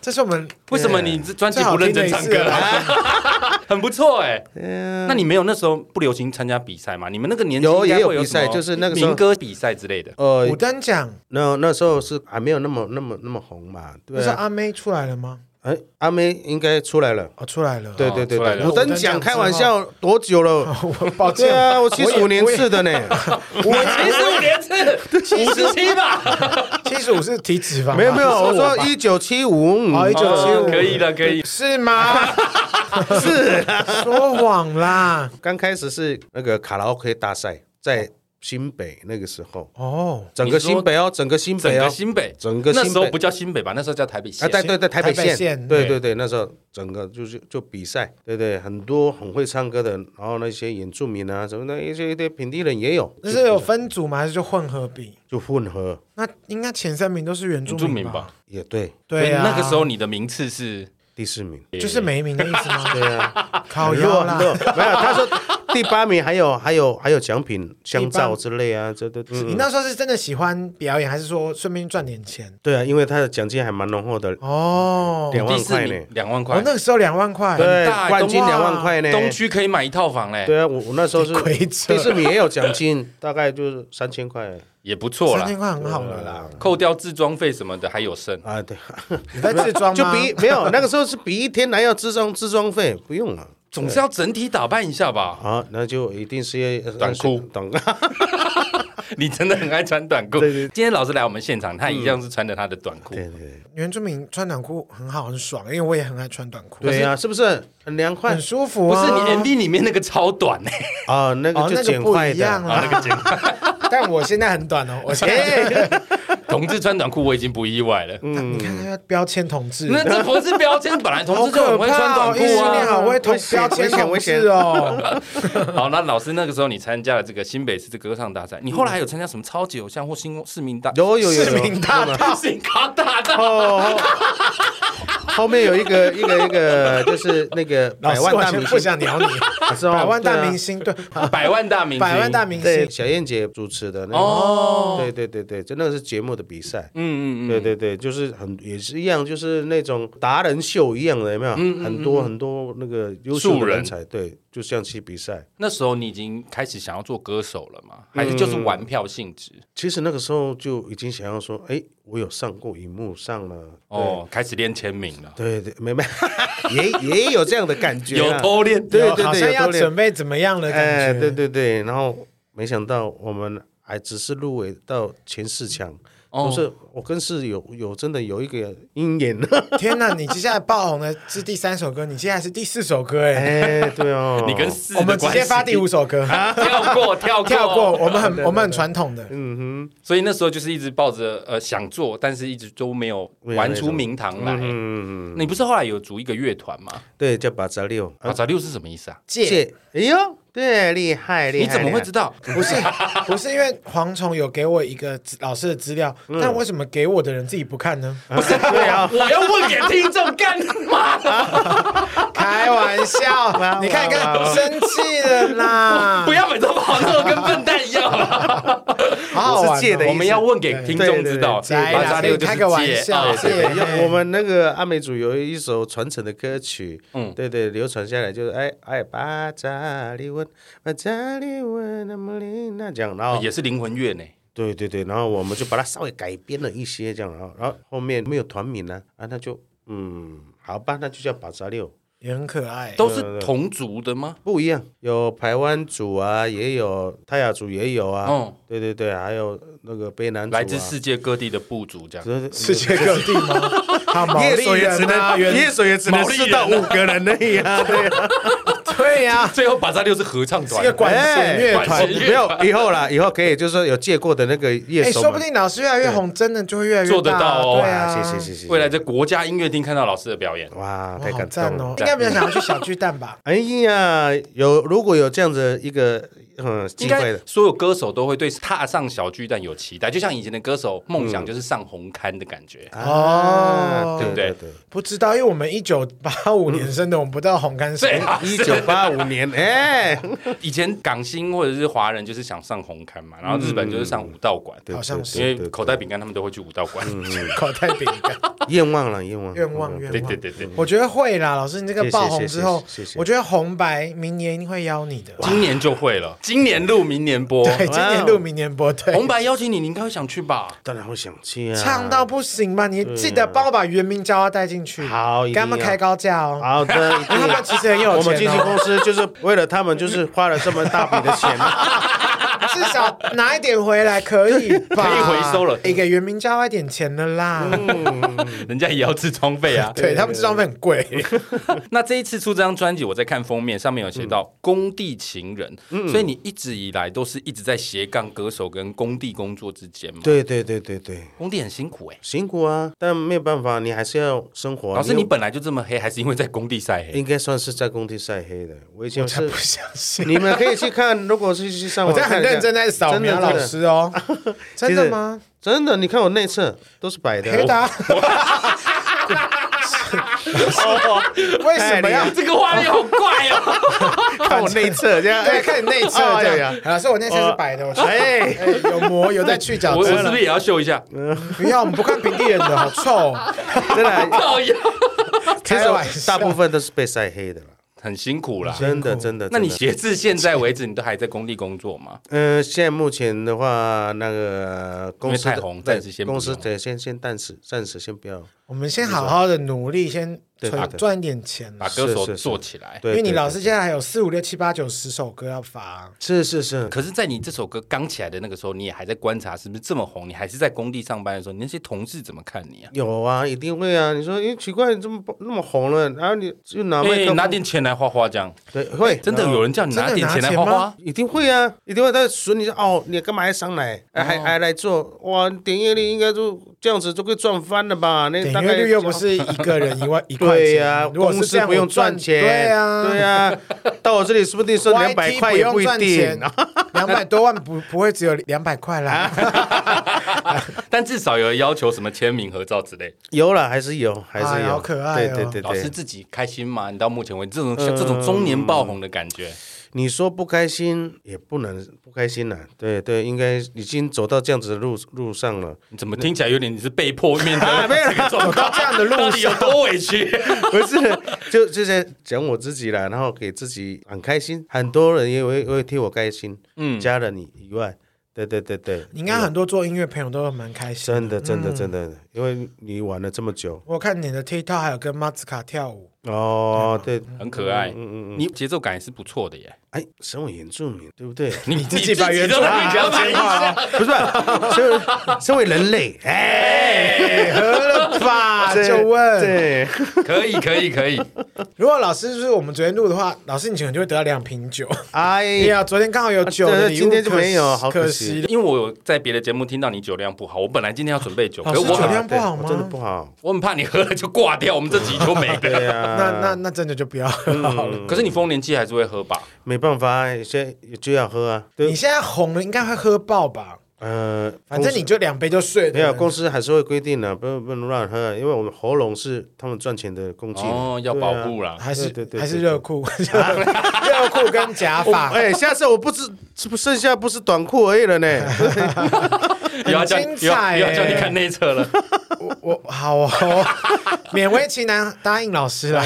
[SPEAKER 2] 这是我们
[SPEAKER 1] 为什么你这专辑不认真唱歌
[SPEAKER 2] 最好听的一哎
[SPEAKER 1] 啊？ (laughs) 很不错哎，
[SPEAKER 3] 嗯
[SPEAKER 1] 那你没有那时候不流行参加比赛吗？你们那个年纪
[SPEAKER 3] 有
[SPEAKER 1] 应该
[SPEAKER 3] 也有
[SPEAKER 1] 会有
[SPEAKER 3] 比赛
[SPEAKER 1] 什么
[SPEAKER 3] 就是那个时候
[SPEAKER 1] 民歌比赛之类的。
[SPEAKER 3] 呃
[SPEAKER 2] 五，等奖，
[SPEAKER 3] 那那时候是还没有那么那么那么红嘛，
[SPEAKER 2] 不
[SPEAKER 3] 对
[SPEAKER 2] 是
[SPEAKER 3] 啊。
[SPEAKER 2] 阿妹出来了吗？
[SPEAKER 3] 哎，阿妹应该出来了。
[SPEAKER 2] 哦，出来了。
[SPEAKER 3] 对对对
[SPEAKER 1] 出来
[SPEAKER 3] 对，
[SPEAKER 1] 了
[SPEAKER 3] 五等奖开玩笑多久了？
[SPEAKER 2] (laughs) 我抱歉，
[SPEAKER 3] 对啊，我七十五年次
[SPEAKER 2] 是
[SPEAKER 3] 的呢，
[SPEAKER 1] 我
[SPEAKER 3] 哎
[SPEAKER 1] 七十五年
[SPEAKER 3] (laughs)
[SPEAKER 1] 次，五十七吧，
[SPEAKER 2] 七十五是体脂肪吗，啊哦
[SPEAKER 3] 没 (laughs) 有
[SPEAKER 2] (laughs)
[SPEAKER 3] 没有，我
[SPEAKER 2] 不是
[SPEAKER 3] 说
[SPEAKER 2] 吧
[SPEAKER 3] 一九七五，
[SPEAKER 2] 哦
[SPEAKER 3] 嗯
[SPEAKER 2] 1975
[SPEAKER 1] 可以的，可以。
[SPEAKER 2] 是吗？
[SPEAKER 3] (laughs) 是 (laughs)
[SPEAKER 2] 说谎啦。
[SPEAKER 3] 刚开始是那个卡拉 OK 大赛，在新北那个时候，
[SPEAKER 2] 哦，
[SPEAKER 3] 整个新北哦，整个新
[SPEAKER 1] 整
[SPEAKER 3] 北
[SPEAKER 1] 个
[SPEAKER 3] 哦，
[SPEAKER 1] 新北，
[SPEAKER 3] 整个新
[SPEAKER 1] 那
[SPEAKER 3] 北
[SPEAKER 1] 时候不叫新北吧？那时候叫台北
[SPEAKER 3] 啊，
[SPEAKER 1] 县。
[SPEAKER 3] 对对对，台北
[SPEAKER 2] 台北县
[SPEAKER 3] 县，对对对，那时候整个就是就比赛，对对，很多很会唱歌的，然后那些原住民啊什么的，一些一些平地人也有，
[SPEAKER 2] 那是有分组吗？还是就混合比？
[SPEAKER 3] 就混合
[SPEAKER 2] 那应该前三名都是原住
[SPEAKER 1] 原住民
[SPEAKER 2] 民吧
[SPEAKER 1] 吧？
[SPEAKER 3] 也对，
[SPEAKER 2] 对啊，
[SPEAKER 1] 所以那个时候你的名次是
[SPEAKER 3] 第四 (laughs) 名。
[SPEAKER 2] 就是每一名的意思吗？
[SPEAKER 3] (laughs) 对啊，
[SPEAKER 2] 烤
[SPEAKER 3] 很
[SPEAKER 2] 鸭
[SPEAKER 3] 弱
[SPEAKER 2] 啦
[SPEAKER 3] 很，弱没有，他说第八名还有 (laughs) 还有还有奖品香皂之类啊，这都
[SPEAKER 2] 你
[SPEAKER 3] 嗯。
[SPEAKER 2] 那时候是真的喜欢表演，还是说顺便赚点钱？
[SPEAKER 3] 对啊，因为他的奖金还蛮浓厚的，
[SPEAKER 2] 哦，
[SPEAKER 3] 两
[SPEAKER 1] 第
[SPEAKER 3] 万
[SPEAKER 1] 四
[SPEAKER 3] 块
[SPEAKER 1] 名
[SPEAKER 3] 呢，，
[SPEAKER 1] 两万块
[SPEAKER 2] 我。那个时候两万块，
[SPEAKER 3] 对
[SPEAKER 1] 大，
[SPEAKER 3] 冠军
[SPEAKER 1] 东
[SPEAKER 3] 两万块呢。
[SPEAKER 1] 东区可以买一套房嘞，
[SPEAKER 3] 对啊，我我
[SPEAKER 2] (laughs)
[SPEAKER 3] 那时候是
[SPEAKER 2] 亏着
[SPEAKER 3] 第四名也有奖金，大概就是三千块
[SPEAKER 1] 也不错
[SPEAKER 2] 三
[SPEAKER 1] 啦
[SPEAKER 2] 千。块很好了啦。
[SPEAKER 1] 扣掉自装费什么的还有剩。
[SPEAKER 3] 啊，对，
[SPEAKER 2] 你在自装吗？
[SPEAKER 3] (laughs) 就比没有那个时候是比一天还要自装自装费，不用啊了。
[SPEAKER 1] 总是要整体打扮一下吧。
[SPEAKER 3] 好，那就一定是要
[SPEAKER 1] 短裤
[SPEAKER 3] 短
[SPEAKER 1] (laughs) 你真的很爱穿短裤。今天老师来我们现场，他一样是穿着他的短裤。
[SPEAKER 3] 对对
[SPEAKER 2] (laughs)
[SPEAKER 3] 对
[SPEAKER 2] 原住民穿短裤很好很爽，因为我也很爱穿短裤，
[SPEAKER 3] 对啊，是不是很凉快
[SPEAKER 2] 很舒服
[SPEAKER 1] 不是
[SPEAKER 2] 啊。
[SPEAKER 1] 你 MV 里面那个超短 (laughs) 哎，
[SPEAKER 3] 啊？那
[SPEAKER 2] 哦那
[SPEAKER 3] 个，就
[SPEAKER 2] 个
[SPEAKER 3] 剪
[SPEAKER 2] 不
[SPEAKER 3] 坏
[SPEAKER 2] 一
[SPEAKER 3] 的
[SPEAKER 2] 样啦，那个 (laughs) 但我现在很短哦，我现在
[SPEAKER 3] (laughs)
[SPEAKER 1] 同志穿短裤我已经不意外了。
[SPEAKER 3] 嗯
[SPEAKER 2] 你看他标签同志，
[SPEAKER 1] 那这不是标签，本来同
[SPEAKER 2] 好
[SPEAKER 1] 志就
[SPEAKER 2] 可
[SPEAKER 1] 很会穿
[SPEAKER 2] 怕
[SPEAKER 1] 短
[SPEAKER 2] 哦！异
[SPEAKER 1] 裤
[SPEAKER 2] 性
[SPEAKER 1] 啊。
[SPEAKER 2] 恋好会同
[SPEAKER 3] 危险
[SPEAKER 2] 标签同志哦，
[SPEAKER 1] (laughs) 好，那老师那个时候你参加了这个新北市这个歌唱大赛，你后来还有参加什么超级偶像或新市民大
[SPEAKER 3] (laughs) 有有有
[SPEAKER 2] 市
[SPEAKER 3] 有
[SPEAKER 2] 民大道
[SPEAKER 1] 新康大大？
[SPEAKER 3] 哦，后面有
[SPEAKER 2] (laughs)
[SPEAKER 3] 一个一个一个，就是那个
[SPEAKER 2] 老
[SPEAKER 3] 百
[SPEAKER 2] 师
[SPEAKER 3] 万
[SPEAKER 2] 完
[SPEAKER 3] 大
[SPEAKER 2] 全
[SPEAKER 3] 明
[SPEAKER 2] 不
[SPEAKER 3] 星，
[SPEAKER 2] 想聊你，
[SPEAKER 3] (laughs) 是吗
[SPEAKER 2] 百万大明
[SPEAKER 3] 对啊
[SPEAKER 2] 星对，
[SPEAKER 1] 百万大明星，
[SPEAKER 2] (laughs) 百万大明
[SPEAKER 3] 对
[SPEAKER 2] 星
[SPEAKER 3] 小燕姐主持的那个，
[SPEAKER 1] 哦
[SPEAKER 3] 对对对对，就那个是节目的比赛。
[SPEAKER 1] 嗯嗯嗯，
[SPEAKER 3] 对对对，就是很也是一样，就是那种达人秀一样的，有没有？
[SPEAKER 2] 嗯
[SPEAKER 3] 很多很多那个优秀
[SPEAKER 1] 素
[SPEAKER 3] 的
[SPEAKER 1] 人
[SPEAKER 3] 人才，对，就像去比赛。
[SPEAKER 1] 那时候你已经开始想要做歌手了吗？还是就是玩票性质？
[SPEAKER 3] 其实那个时候就已经想要说，哎，我有上过荧幕上了。
[SPEAKER 1] 哦，开始练签名了，
[SPEAKER 3] 对对，没没， (laughs) 也也有这样的感觉
[SPEAKER 1] 有
[SPEAKER 3] 啊，
[SPEAKER 1] 偷练，
[SPEAKER 3] 对对
[SPEAKER 2] 好
[SPEAKER 3] 对，
[SPEAKER 2] 像
[SPEAKER 3] 有
[SPEAKER 2] 要
[SPEAKER 3] 多练
[SPEAKER 2] 准备怎么样的
[SPEAKER 3] 哎，
[SPEAKER 2] 感觉，
[SPEAKER 3] 对对对，然后没想到我们还只是入围到前四强，
[SPEAKER 1] 哦
[SPEAKER 3] 都是我跟是有有真的有一个啊鹰眼，
[SPEAKER 2] 天哪，你接下来爆红的是第三首歌，你接下来是第四首歌 (laughs) 哎，
[SPEAKER 3] 哎，对 (laughs) 哦，
[SPEAKER 1] 你跟四
[SPEAKER 2] 我们
[SPEAKER 1] 的
[SPEAKER 2] 直
[SPEAKER 1] 关
[SPEAKER 2] 接发第五
[SPEAKER 1] 系。
[SPEAKER 2] 首
[SPEAKER 3] (laughs)
[SPEAKER 2] 歌，
[SPEAKER 1] 啊，跳过，跳过，
[SPEAKER 2] (laughs) 跳过，我们很我们很传统的，
[SPEAKER 3] 嗯哼，
[SPEAKER 1] 所以那时候就是一直抱着呃想做，但是一直都没有
[SPEAKER 3] 没有嗯
[SPEAKER 1] 玩
[SPEAKER 3] 那
[SPEAKER 1] 出
[SPEAKER 3] 种
[SPEAKER 1] 名堂来。
[SPEAKER 3] 嗯，
[SPEAKER 1] 你不是后来有组一个乐团吗？
[SPEAKER 3] 对，叫巴扎六，
[SPEAKER 1] 啊，杂六是什么意思啊？
[SPEAKER 2] 借，
[SPEAKER 3] 哎呦，对，厉害厉害，
[SPEAKER 1] 你怎么会
[SPEAKER 3] 厉害
[SPEAKER 1] 知道？
[SPEAKER 2] (laughs) 不是不是因为蝗虫有给我一个资老师的资料，但为什么给我的人自己不看呢？
[SPEAKER 1] 不是，
[SPEAKER 3] 对嗯啊
[SPEAKER 1] 我要问给听众干嘛？
[SPEAKER 2] (laughs) 开玩笑
[SPEAKER 1] (laughs)
[SPEAKER 3] 哇，
[SPEAKER 2] 你看你
[SPEAKER 3] 哇
[SPEAKER 2] 看，
[SPEAKER 3] 哇
[SPEAKER 2] 生气了啦，
[SPEAKER 3] (laughs)
[SPEAKER 1] 不要每次跑这跟笨蛋一样好吧
[SPEAKER 2] (laughs) 好好玩
[SPEAKER 3] 我
[SPEAKER 2] 哦
[SPEAKER 3] 是借的
[SPEAKER 1] 我们要问给听众知道，
[SPEAKER 2] 对对对
[SPEAKER 1] 把杂六就是
[SPEAKER 2] 开个玩
[SPEAKER 1] 借
[SPEAKER 2] 笑
[SPEAKER 1] 啊
[SPEAKER 2] 借
[SPEAKER 3] 对
[SPEAKER 2] 嘿
[SPEAKER 3] 要我们那个阿美族有一首传承的歌曲，
[SPEAKER 1] 嗯
[SPEAKER 3] 嗯，对对，流传下来就是哎哎巴扎里文巴扎里文那么林那这样，然后
[SPEAKER 1] 也是灵魂乐呢。
[SPEAKER 3] 对对对，然后我们就把它稍微改编了一些这样，然后然后后面没有团名呢、啊，那就嗯好吧，那就叫巴扎六。
[SPEAKER 2] 也很可爱，
[SPEAKER 1] 都是同族的吗？
[SPEAKER 3] 不一样，有台湾组啊，也有泰雅组也有啊，
[SPEAKER 1] 哦
[SPEAKER 3] 对对对，还有那个卑南族、啊，呃
[SPEAKER 1] 来自世界各地的部族这样。
[SPEAKER 3] 对对
[SPEAKER 2] 世界各地吗？ (laughs) 好，毛利人啊，原
[SPEAKER 3] 手也只
[SPEAKER 1] 毛利人啊
[SPEAKER 3] 个人而已啊，对啊，
[SPEAKER 2] 对呀，
[SPEAKER 1] 最后把杂六是合唱
[SPEAKER 2] 啊是
[SPEAKER 1] 团
[SPEAKER 2] 个，管弦乐
[SPEAKER 3] 哎
[SPEAKER 1] 管弦
[SPEAKER 2] 团
[SPEAKER 1] 乐。
[SPEAKER 3] 没有以后啦，以后可以就是说有借过的那个乐
[SPEAKER 2] 哎，
[SPEAKER 3] 手，
[SPEAKER 2] 说不定老师越来越红，真的就会越来越
[SPEAKER 1] 做得
[SPEAKER 2] 大
[SPEAKER 1] 到哦
[SPEAKER 2] 对
[SPEAKER 3] 哇，
[SPEAKER 2] 啊，
[SPEAKER 3] 谢谢谢谢，
[SPEAKER 1] 未来在国家音乐厅看到老师的表演，
[SPEAKER 3] 哇，太
[SPEAKER 2] 哇，好
[SPEAKER 3] 感
[SPEAKER 2] 赞
[SPEAKER 3] 动
[SPEAKER 2] 哦
[SPEAKER 3] 了！，
[SPEAKER 2] 应该没有想要去小巨蛋吧？
[SPEAKER 3] 哎呀，有如果有这样子一个嗯
[SPEAKER 1] 应
[SPEAKER 3] 机会
[SPEAKER 1] 该
[SPEAKER 3] 的，
[SPEAKER 1] 所有歌手都会对踏上小巨蛋有期待，就像以前的歌手梦
[SPEAKER 3] 嗯
[SPEAKER 1] 想就是上红刊的感觉。
[SPEAKER 2] 哦
[SPEAKER 3] 啊对
[SPEAKER 1] 对
[SPEAKER 3] 对
[SPEAKER 1] 不
[SPEAKER 3] 对，
[SPEAKER 2] 不知道，因为我们一九八五
[SPEAKER 3] 嗯
[SPEAKER 2] 年生的，我们不知道红干什
[SPEAKER 1] 对
[SPEAKER 2] 么。
[SPEAKER 1] 啊，
[SPEAKER 3] 一九八五年，哎，
[SPEAKER 1] 以前港星或者是华人就是想上红刊嘛，然后日本就是上武道馆，
[SPEAKER 2] 好像是
[SPEAKER 1] 因
[SPEAKER 3] 对嗯
[SPEAKER 1] 为口袋饼干他们都会去武道馆。
[SPEAKER 2] 口袋饼干，
[SPEAKER 3] 愿望了，愿望，
[SPEAKER 2] 愿望愿
[SPEAKER 1] (laughs) 对
[SPEAKER 2] 望。
[SPEAKER 1] 对对对，
[SPEAKER 2] 我觉得会啦，老师，你这个
[SPEAKER 3] 谢谢
[SPEAKER 2] 爆红之后
[SPEAKER 3] 谢谢谢谢，谢哦
[SPEAKER 2] 我觉得红白明年一定会邀你
[SPEAKER 3] (laughs)
[SPEAKER 2] 的。
[SPEAKER 1] 今年就会了，今年录明年播。
[SPEAKER 2] 对，今年录，明年播。对，
[SPEAKER 1] 红白邀请你，你应该会想去吧？
[SPEAKER 3] 当然会想去啊，
[SPEAKER 2] 唱到不行吧？你记得帮我把原名交要带进去，
[SPEAKER 3] 好
[SPEAKER 2] 给
[SPEAKER 3] 一定
[SPEAKER 2] 他们
[SPEAKER 3] 要啊
[SPEAKER 2] 开高价哦。
[SPEAKER 3] 好的，一定
[SPEAKER 2] 他们其实很有
[SPEAKER 3] 我们经
[SPEAKER 2] 钱
[SPEAKER 3] 纪
[SPEAKER 2] 哦，
[SPEAKER 3] 公司就是为了他们，就是花了这么大笔
[SPEAKER 2] (laughs)
[SPEAKER 3] 的钱，
[SPEAKER 2] 至少拿一点回来可以吧？
[SPEAKER 3] (laughs)
[SPEAKER 1] 可以回收了
[SPEAKER 2] 哎，给原名交一点钱了啦。
[SPEAKER 3] 嗯
[SPEAKER 1] (laughs) 人家也要吃装备
[SPEAKER 3] (laughs)
[SPEAKER 1] 啊。
[SPEAKER 2] 对他们这装费很贵，
[SPEAKER 1] 那这一次出这张专辑，我在看封面上面有写
[SPEAKER 3] 嗯
[SPEAKER 1] 到“工地情人”，所以你一直以来都是一直在斜杠歌手跟工地工作之间嘛？，
[SPEAKER 3] 对对对对对，
[SPEAKER 1] 工地很辛苦哎、
[SPEAKER 3] 辛苦啊，但没有办法，你还是要生活
[SPEAKER 2] 哦
[SPEAKER 3] 啊。
[SPEAKER 1] 老师，你本来就这么黑，还是因为在工地晒黑？
[SPEAKER 3] 应该算是在工地晒黑的，我以前
[SPEAKER 2] 才
[SPEAKER 3] 是
[SPEAKER 2] 不。相信。
[SPEAKER 3] 你们可以去看，如果是去上
[SPEAKER 2] 我
[SPEAKER 3] 网
[SPEAKER 2] 在
[SPEAKER 3] 看
[SPEAKER 2] 很
[SPEAKER 3] 一下，
[SPEAKER 2] 认真在扫描老师
[SPEAKER 3] (laughs)
[SPEAKER 2] 哦，真的吗？
[SPEAKER 3] 真的，真的，你看我内侧都是白的。
[SPEAKER 2] 黑
[SPEAKER 3] (laughs)
[SPEAKER 2] 达， (laughs) 为什么要
[SPEAKER 1] 这个画面好怪哦、
[SPEAKER 3] (laughs) 看我内侧 (laughs) 这样，
[SPEAKER 2] 对，看你内侧
[SPEAKER 3] 哦
[SPEAKER 2] 这
[SPEAKER 3] 对
[SPEAKER 2] 样
[SPEAKER 3] 呀。
[SPEAKER 2] 老师，我内侧是白的，我哎，
[SPEAKER 3] 哦哎，
[SPEAKER 2] 有膜，有在去角
[SPEAKER 1] 我我
[SPEAKER 2] 质
[SPEAKER 1] 是。不是也要秀一下？
[SPEAKER 3] 嗯
[SPEAKER 2] 不要，我们不看平地人的，好臭哦。
[SPEAKER 3] 真的，
[SPEAKER 1] (laughs) 靠呀，
[SPEAKER 2] (laughs)
[SPEAKER 3] 其
[SPEAKER 2] 开玩笑
[SPEAKER 3] 实大部分都是被晒黑的了，
[SPEAKER 1] 很辛苦啦。
[SPEAKER 3] 真的真的。
[SPEAKER 1] 那你
[SPEAKER 3] 真的
[SPEAKER 1] 截至现在为止，你都还在工地工作吗？
[SPEAKER 3] 嗯，现在目前的话，那个公司
[SPEAKER 1] 因为太红
[SPEAKER 3] 对
[SPEAKER 1] 暂时先不
[SPEAKER 3] 公司
[SPEAKER 1] 用
[SPEAKER 3] 得先先暂时暂时先不要。
[SPEAKER 2] 我们先好好的努力，先
[SPEAKER 3] 对
[SPEAKER 2] 存
[SPEAKER 3] 对对
[SPEAKER 2] 赚一点钱
[SPEAKER 1] 把
[SPEAKER 2] 啦。
[SPEAKER 1] 歌手
[SPEAKER 3] 是是是
[SPEAKER 1] 做起来。
[SPEAKER 2] 因
[SPEAKER 3] 对，
[SPEAKER 2] 为你
[SPEAKER 3] 对
[SPEAKER 2] 老
[SPEAKER 3] 对
[SPEAKER 2] 师现在还有四五六七八九十首歌要发，
[SPEAKER 3] 是是是，
[SPEAKER 1] 可是，在你这首歌刚起来的那个时候，你也还在观察是不是这么红，你还是在工地上班的时候，你那些同事怎么看你啊？
[SPEAKER 3] 有啊，一定会啊。你说，诶，奇怪，你这么那么红了，然后你就拿麦
[SPEAKER 1] 哎、
[SPEAKER 3] 克风
[SPEAKER 1] 拿点钱来花花这样，
[SPEAKER 3] 对，会
[SPEAKER 1] 真的有人叫你拿点钱来花
[SPEAKER 2] 真的拿钱
[SPEAKER 1] 花
[SPEAKER 2] 吗？
[SPEAKER 3] 一定会啊，一定会。但损你说哦，你干嘛还上来，还
[SPEAKER 2] 哦
[SPEAKER 3] 还还来做？哇，点阅率应该就这样子就会赚翻了吧？那
[SPEAKER 2] 点
[SPEAKER 3] 哎大
[SPEAKER 2] 阅
[SPEAKER 3] 概
[SPEAKER 2] 率又不是一个人一万一块
[SPEAKER 3] (laughs) 对
[SPEAKER 2] 钱，
[SPEAKER 3] 呀，
[SPEAKER 2] 如果
[SPEAKER 3] 公
[SPEAKER 2] 是这
[SPEAKER 3] 司
[SPEAKER 2] 样
[SPEAKER 3] 不用赚钱，
[SPEAKER 2] 我赚对呀，
[SPEAKER 3] 对呀，到我这里说不
[SPEAKER 2] (laughs)
[SPEAKER 3] 定剩两
[SPEAKER 2] YT
[SPEAKER 3] 百块也
[SPEAKER 2] 不
[SPEAKER 3] 不
[SPEAKER 2] 用
[SPEAKER 3] 一
[SPEAKER 2] 赚
[SPEAKER 3] 定
[SPEAKER 2] 钱。两百多万不不会只有两百块啦。
[SPEAKER 3] (laughs)
[SPEAKER 1] 但至少有要求什么签名、合照之类。
[SPEAKER 3] (laughs) 有了，还是有，还
[SPEAKER 2] 哎
[SPEAKER 3] 是有，
[SPEAKER 2] 好可爱哦
[SPEAKER 3] 对对对
[SPEAKER 1] 老师
[SPEAKER 3] 对，
[SPEAKER 1] 自己开心吗？你到目前为止这种、
[SPEAKER 2] 呃
[SPEAKER 1] 这种中年爆红的感觉，
[SPEAKER 3] 你说不开心也不能不开心了，对对，应该已经走到这样子的路路上了。
[SPEAKER 1] 你怎么听起来有点你是被迫面对
[SPEAKER 3] 没有
[SPEAKER 1] 这个
[SPEAKER 2] (laughs)
[SPEAKER 1] 状况？
[SPEAKER 2] 嗯这样的路
[SPEAKER 1] 到底有多委屈？
[SPEAKER 3] (laughs) 不是，就就在讲我自己啦，然后给自己很开心，很多人也会会替我开心，嗯，家人以以外，对对对对，
[SPEAKER 2] 你应该很多做音乐朋友都蛮开心的。
[SPEAKER 3] 真的真的真的，因为你玩了这么久，
[SPEAKER 2] 我看你的 TikTok 还有跟马子卡跳舞，
[SPEAKER 6] 哦，对，
[SPEAKER 1] 很可爱。
[SPEAKER 6] 嗯嗯嗯，
[SPEAKER 1] 你节奏感也是不错的耶，
[SPEAKER 6] 哎，身为原住民，对不对？
[SPEAKER 1] 你
[SPEAKER 2] 自己把原
[SPEAKER 1] 都
[SPEAKER 2] 住
[SPEAKER 1] 在
[SPEAKER 2] 民
[SPEAKER 1] 那边
[SPEAKER 2] 标
[SPEAKER 1] 讲
[SPEAKER 2] 签
[SPEAKER 1] 话
[SPEAKER 2] 化
[SPEAKER 3] 啊
[SPEAKER 1] 了。
[SPEAKER 2] 了，
[SPEAKER 6] 不是，身为身为人类，哎，
[SPEAKER 2] 合了吧？
[SPEAKER 6] 这
[SPEAKER 2] 就问，
[SPEAKER 6] 对，
[SPEAKER 1] 可以可以可以，
[SPEAKER 2] 如果老师就是我们昨天录的话，老师你可能就会得到两瓶酒。
[SPEAKER 6] (laughs) 哎
[SPEAKER 2] 哎
[SPEAKER 6] 呀，
[SPEAKER 2] 呀，昨天刚好有酒
[SPEAKER 6] 对
[SPEAKER 2] 的礼物，
[SPEAKER 6] 今天就没有好
[SPEAKER 2] 可
[SPEAKER 6] 可惜
[SPEAKER 2] 了。
[SPEAKER 1] 因为我有在别的节目听到你酒量不好，我本来今天要准备酒，可
[SPEAKER 2] 老
[SPEAKER 1] 是
[SPEAKER 2] 师
[SPEAKER 1] 我
[SPEAKER 2] 酒
[SPEAKER 1] 很
[SPEAKER 2] 量不好吗
[SPEAKER 6] 真的不好。
[SPEAKER 1] 我很怕你喝了就挂掉，我们这集就没
[SPEAKER 2] (laughs)
[SPEAKER 1] 了。
[SPEAKER 6] 对呀，
[SPEAKER 3] 啊
[SPEAKER 2] 那那那真的
[SPEAKER 6] (laughs)
[SPEAKER 2] 就不要
[SPEAKER 6] 嗯
[SPEAKER 2] 喝好了。
[SPEAKER 1] 可是你丰年期还是会喝吧？
[SPEAKER 6] 没办法，现在就要喝啊。对
[SPEAKER 2] 你，现在红了，应该会喝爆吧？
[SPEAKER 6] 呃，
[SPEAKER 2] 反正你就两杯就睡
[SPEAKER 6] 公司没有
[SPEAKER 2] 了。
[SPEAKER 6] 公司还是会规定的，不不能乱喝，因为我们喉咙是他们赚钱的工
[SPEAKER 2] 嗯
[SPEAKER 6] 具。
[SPEAKER 1] 哦，要
[SPEAKER 6] 对
[SPEAKER 1] 保
[SPEAKER 6] 啊
[SPEAKER 1] 护啦。
[SPEAKER 2] 还是
[SPEAKER 6] 对对对对
[SPEAKER 2] 还是热裤， (laughs) 热裤跟假
[SPEAKER 6] (laughs) 我
[SPEAKER 2] 发，
[SPEAKER 6] 哎，下次我不是是不剩下不是短裤而已了呢。
[SPEAKER 1] (laughs) 又要叫
[SPEAKER 2] 很
[SPEAKER 1] 又
[SPEAKER 2] 精彩
[SPEAKER 1] 要又要叫
[SPEAKER 6] 欸
[SPEAKER 1] 你
[SPEAKER 2] 耶
[SPEAKER 1] 看内
[SPEAKER 6] (laughs)
[SPEAKER 1] 测了。
[SPEAKER 2] 我我好哦， (laughs) 勉为其难答应老师了。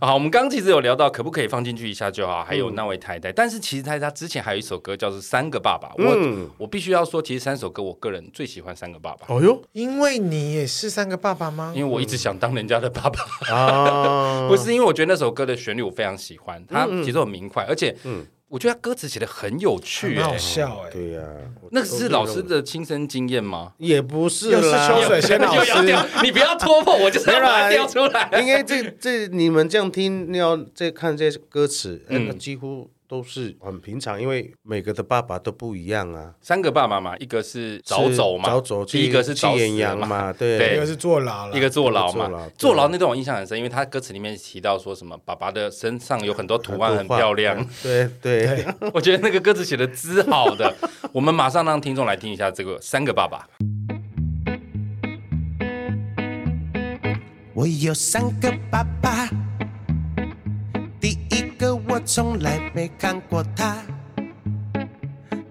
[SPEAKER 1] 好，我们刚刚其实有聊到可不可以放进去一下就
[SPEAKER 6] 嗯
[SPEAKER 1] 好，还有那位太太，但是其实太太之前还有一首歌叫做《三个爸爸》，我、
[SPEAKER 6] 嗯
[SPEAKER 1] 我必须要说，其实三首歌我个人最喜欢《三个爸爸》，
[SPEAKER 6] 哦哟，
[SPEAKER 2] 因为你也是三个爸爸吗
[SPEAKER 1] 因？为我一直想当人家的爸爸，，
[SPEAKER 6] 啊
[SPEAKER 1] (laughs) 不是因为我觉得那首歌的旋律我非常喜欢，它节奏很明快，而且
[SPEAKER 6] 嗯
[SPEAKER 1] 我觉得它歌词写的很有趣、
[SPEAKER 2] 很好
[SPEAKER 1] 哎
[SPEAKER 2] 笑哎，
[SPEAKER 6] 对呀，
[SPEAKER 1] 那是老师的亲身经验吗？
[SPEAKER 6] 也不是
[SPEAKER 2] 又是
[SPEAKER 6] 啦，
[SPEAKER 2] 秋水仙老
[SPEAKER 1] (laughs) 又要
[SPEAKER 2] 师
[SPEAKER 1] 掉，你不要戳破，我就是要把它
[SPEAKER 6] 没有啦
[SPEAKER 1] 调出来。
[SPEAKER 6] 应该这这你们这样听，要再看这些歌词，嗯、那几乎都是很平常，因为每个的爸爸都不一样啊。
[SPEAKER 1] 三个爸爸嘛，一个是早
[SPEAKER 6] 是
[SPEAKER 1] 走嘛，
[SPEAKER 6] 早走去
[SPEAKER 1] 第一个是
[SPEAKER 6] 去
[SPEAKER 1] 早死
[SPEAKER 6] 远洋
[SPEAKER 1] 嘛， (laughs)
[SPEAKER 6] 嘛，对
[SPEAKER 1] 对
[SPEAKER 2] 一个是坐牢了，
[SPEAKER 1] 一个坐牢
[SPEAKER 6] 一个坐
[SPEAKER 1] 嘛
[SPEAKER 6] 牢，
[SPEAKER 1] 坐牢那段我印象很深，因为他歌词里面提到说什么爸爸的身上有很多图案很
[SPEAKER 6] 画
[SPEAKER 1] 漂亮，，
[SPEAKER 6] (laughs) 对对对，
[SPEAKER 1] 我觉得那个歌词写的之好的，我们马上让听众来听一下这个三个爸爸，
[SPEAKER 3] 我有三个爸爸，第一个我从来没看过他，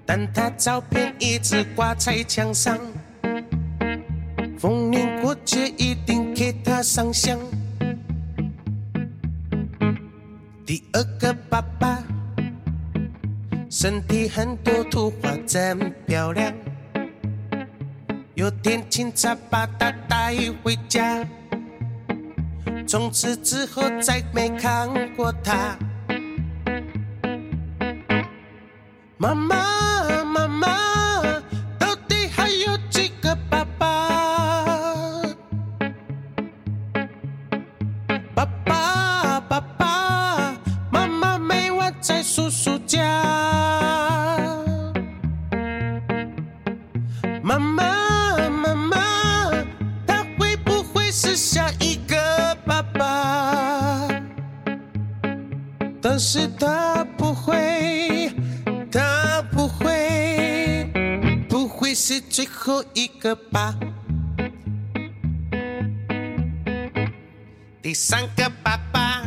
[SPEAKER 3] 但他照片一直挂在墙上，逢年过节一定给他上香。第二个爸爸，身体很多图画真漂亮，有天请他把他带回家。从此之后再没看过他。妈妈，妈妈，到底还有几个爸爸？爸爸，爸爸，妈妈每晚在叔叔家。妈妈，妈妈，他会不会是下一个爸爸？但是他不会，他不会，不会是最后一个吧？第三个爸爸，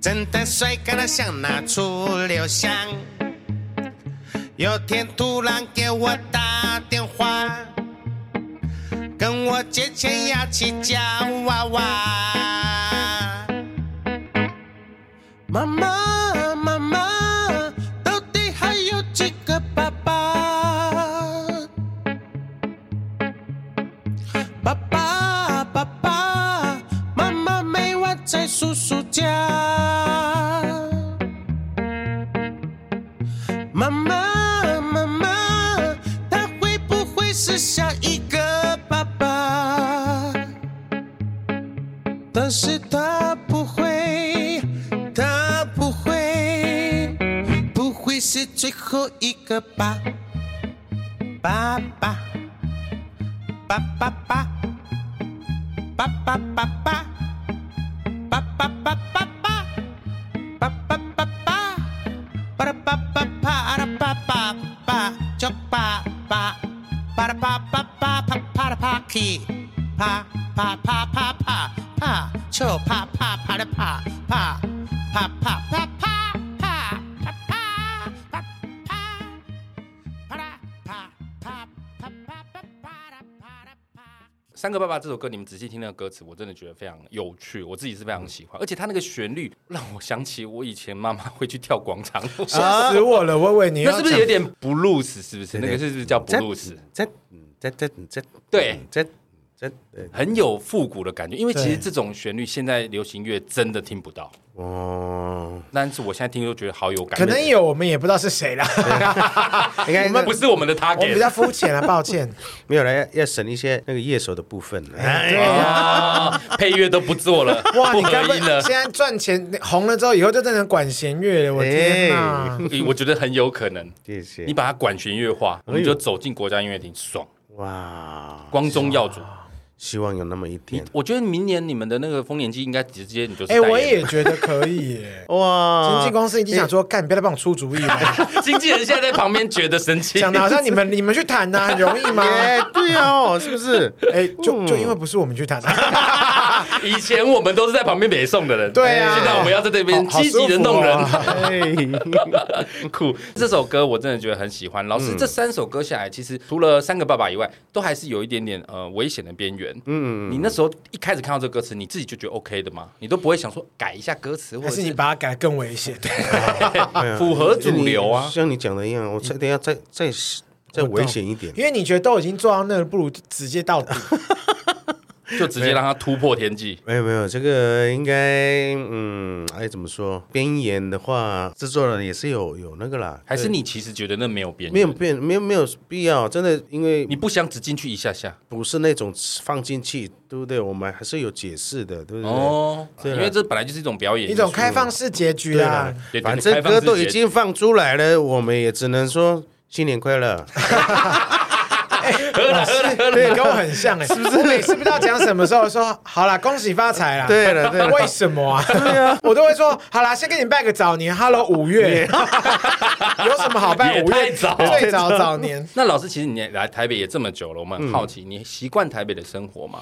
[SPEAKER 3] 真的帅，干得像那出留香。有天突然给我打电话，跟我借钱要去夹娃娃。妈妈，妈妈，到底还有几个爸爸？爸爸，爸爸，妈妈每晚在叔叔家。妈妈，妈妈，他会不会是下一个爸爸？但是他不会，他不会，不会是最后一个吧？爸爸，爸爸爸，爸爸爸爸，爸爸爸爸爸，爸爸爸爸。巴拉巴巴巴阿拉巴巴巴叫巴巴巴拉巴巴巴巴巴拉巴基巴巴巴巴巴巴就巴巴巴拉巴巴巴巴巴巴巴巴巴巴巴巴拉巴巴巴巴巴巴拉巴拉巴。
[SPEAKER 1] 《三个爸爸》这首歌，你们仔细听那个歌词，我真的觉得非常有趣，我自己是非常喜
[SPEAKER 6] 嗯
[SPEAKER 1] 欢，而且它那个旋律让我想起我以前妈妈会去跳广场舞，
[SPEAKER 2] 吓死我了！我以为你要
[SPEAKER 1] 那是不是有
[SPEAKER 2] 讲
[SPEAKER 1] 点 blues？是不是？那个是不是叫
[SPEAKER 3] 嗯
[SPEAKER 6] 在
[SPEAKER 1] blues？
[SPEAKER 6] 在在在在
[SPEAKER 1] 对
[SPEAKER 6] 在
[SPEAKER 3] 真嗯对
[SPEAKER 1] 很有复古的感觉。因为其实
[SPEAKER 2] 对
[SPEAKER 1] 这种旋律现在流行乐真的听不到，
[SPEAKER 3] 哦，
[SPEAKER 1] 但是我现在听都觉得好有感。
[SPEAKER 2] 可能有，我们也不知道是谁啦。 (laughs)
[SPEAKER 3] 应该
[SPEAKER 1] 我们不是我们的
[SPEAKER 2] 我们比较
[SPEAKER 1] target。
[SPEAKER 2] 肤 (laughs) 浅啊，抱歉。
[SPEAKER 3] 没有来要省一些那个乐手的部分。哎
[SPEAKER 1] 啊，配乐都不做了，
[SPEAKER 2] 哇，
[SPEAKER 1] 不
[SPEAKER 2] 你
[SPEAKER 1] 合
[SPEAKER 2] 该不
[SPEAKER 1] 音
[SPEAKER 2] (laughs)
[SPEAKER 1] 了
[SPEAKER 2] 现。在赚钱红了之后，以后就变成管弦乐了？我天哪！
[SPEAKER 1] 我觉得很有可能，
[SPEAKER 3] 谢谢
[SPEAKER 1] 你把它管弦乐
[SPEAKER 2] 哎
[SPEAKER 1] 化，我们就走进国家音乐厅，爽，
[SPEAKER 3] 哇，
[SPEAKER 1] 光宗耀祖。
[SPEAKER 3] 希望有那么一
[SPEAKER 1] 你
[SPEAKER 3] 天。
[SPEAKER 1] 我觉得明年你们的那个丰年祭应该直接你就是
[SPEAKER 2] 哎，
[SPEAKER 1] 代言
[SPEAKER 2] 我也觉得可以
[SPEAKER 3] (laughs)
[SPEAKER 2] 耶。
[SPEAKER 3] 哇
[SPEAKER 2] 经纪公司已经想说，干，你不要再帮我出主意了，
[SPEAKER 1] 经纪人现在在旁边觉得生气，
[SPEAKER 2] 讲的好像你们你 (laughs) 们去谈啊呐，很容易吗？
[SPEAKER 3] (laughs) 哎，对哦，是不是？
[SPEAKER 2] 哎，就就因为不是我们去谈，啊
[SPEAKER 1] 以前我们都是在旁边北送的人，
[SPEAKER 2] 对啊
[SPEAKER 1] 现在我们要在这边
[SPEAKER 2] 好好
[SPEAKER 1] 积极的
[SPEAKER 2] 舒服
[SPEAKER 1] 弄人，
[SPEAKER 2] 哦
[SPEAKER 3] 哎，
[SPEAKER 1] (laughs) 酷。这首歌我真的觉得很喜欢。老师，这三首歌下来，其实除了《三个爸爸》以外，都还是有一点点呃危险的边缘。嗯，你那时候一开始看到这歌词，你自己就觉得 OK 的吗？你都不会想说改一下歌词，或
[SPEAKER 2] (laughs) 还
[SPEAKER 1] 者
[SPEAKER 2] 是
[SPEAKER 1] (laughs)
[SPEAKER 2] 你把它改得更危险？
[SPEAKER 1] (laughs)
[SPEAKER 3] 嗯
[SPEAKER 1] 符合主流
[SPEAKER 3] 就
[SPEAKER 1] 啊嗯
[SPEAKER 3] 你？像你讲的一样，我再等一下再再再危险一点。
[SPEAKER 2] 因为你觉得都已经做到那了，不如直接到底。
[SPEAKER 1] 就直接让它突破天际。
[SPEAKER 3] 没有没有，这个应该嗯，哎，怎么说？边缘的话，制作人也是有有那个啦，
[SPEAKER 1] 还是你其实觉得那没有边
[SPEAKER 3] 没有
[SPEAKER 1] 缘，
[SPEAKER 3] 变，没有没有必要，真的，因为
[SPEAKER 1] 你不想只进去一下下
[SPEAKER 3] 不是那种放进去，对不对？我们还是有解释的，对不对？
[SPEAKER 1] 哦，
[SPEAKER 3] 对
[SPEAKER 1] 因
[SPEAKER 3] 啦
[SPEAKER 1] 为这本来就是一种表演艺
[SPEAKER 2] 一
[SPEAKER 1] 术，
[SPEAKER 2] 种开放式结局啊
[SPEAKER 3] 对
[SPEAKER 2] 啦
[SPEAKER 3] 啦。
[SPEAKER 1] 对对
[SPEAKER 3] 反
[SPEAKER 1] 开
[SPEAKER 3] 正
[SPEAKER 1] 放
[SPEAKER 3] 歌
[SPEAKER 1] 式
[SPEAKER 3] 都
[SPEAKER 1] 结
[SPEAKER 3] 已经放出来了，我们也只能说新年快乐。 (laughs)
[SPEAKER 1] 喝了喝了喝了，
[SPEAKER 2] 对，跟我很像哎、是不是？我每次不知道讲什么时候说，好啦，恭喜发财啦。
[SPEAKER 3] 对了对了
[SPEAKER 2] (laughs) 为什么啊？对啊， (laughs) 我都会说，好啦，先跟你拜个早年，Hello
[SPEAKER 3] (laughs)
[SPEAKER 2] 五月， (laughs) 有什么好拜
[SPEAKER 1] 也
[SPEAKER 2] 五
[SPEAKER 1] 太
[SPEAKER 2] 月？
[SPEAKER 1] 早
[SPEAKER 2] (laughs) 最早早
[SPEAKER 3] (laughs)
[SPEAKER 2] 年，
[SPEAKER 1] 那老师，其实你来台北也这么久了，我们很好奇，你习惯台北的生活吗？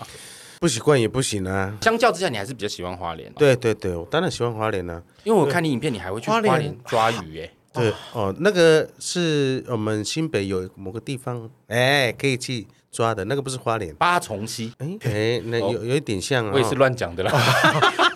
[SPEAKER 3] 不习惯也不行啊。
[SPEAKER 1] 相较之下，你还是比较喜欢花莲，，
[SPEAKER 3] 对对对，我当然喜欢花莲啦、
[SPEAKER 1] 因为我看你影片，你还会去花
[SPEAKER 2] 花莲
[SPEAKER 1] 莲抓鱼，哎，
[SPEAKER 3] 对哦，那个是呃我们新北有某个地方，哎，可以去抓的，那个不是花莲。
[SPEAKER 1] 八重溪，
[SPEAKER 3] 哎
[SPEAKER 1] (laughs)
[SPEAKER 3] 哎，那有有一点像啊、
[SPEAKER 1] 哦我也是乱讲的啦。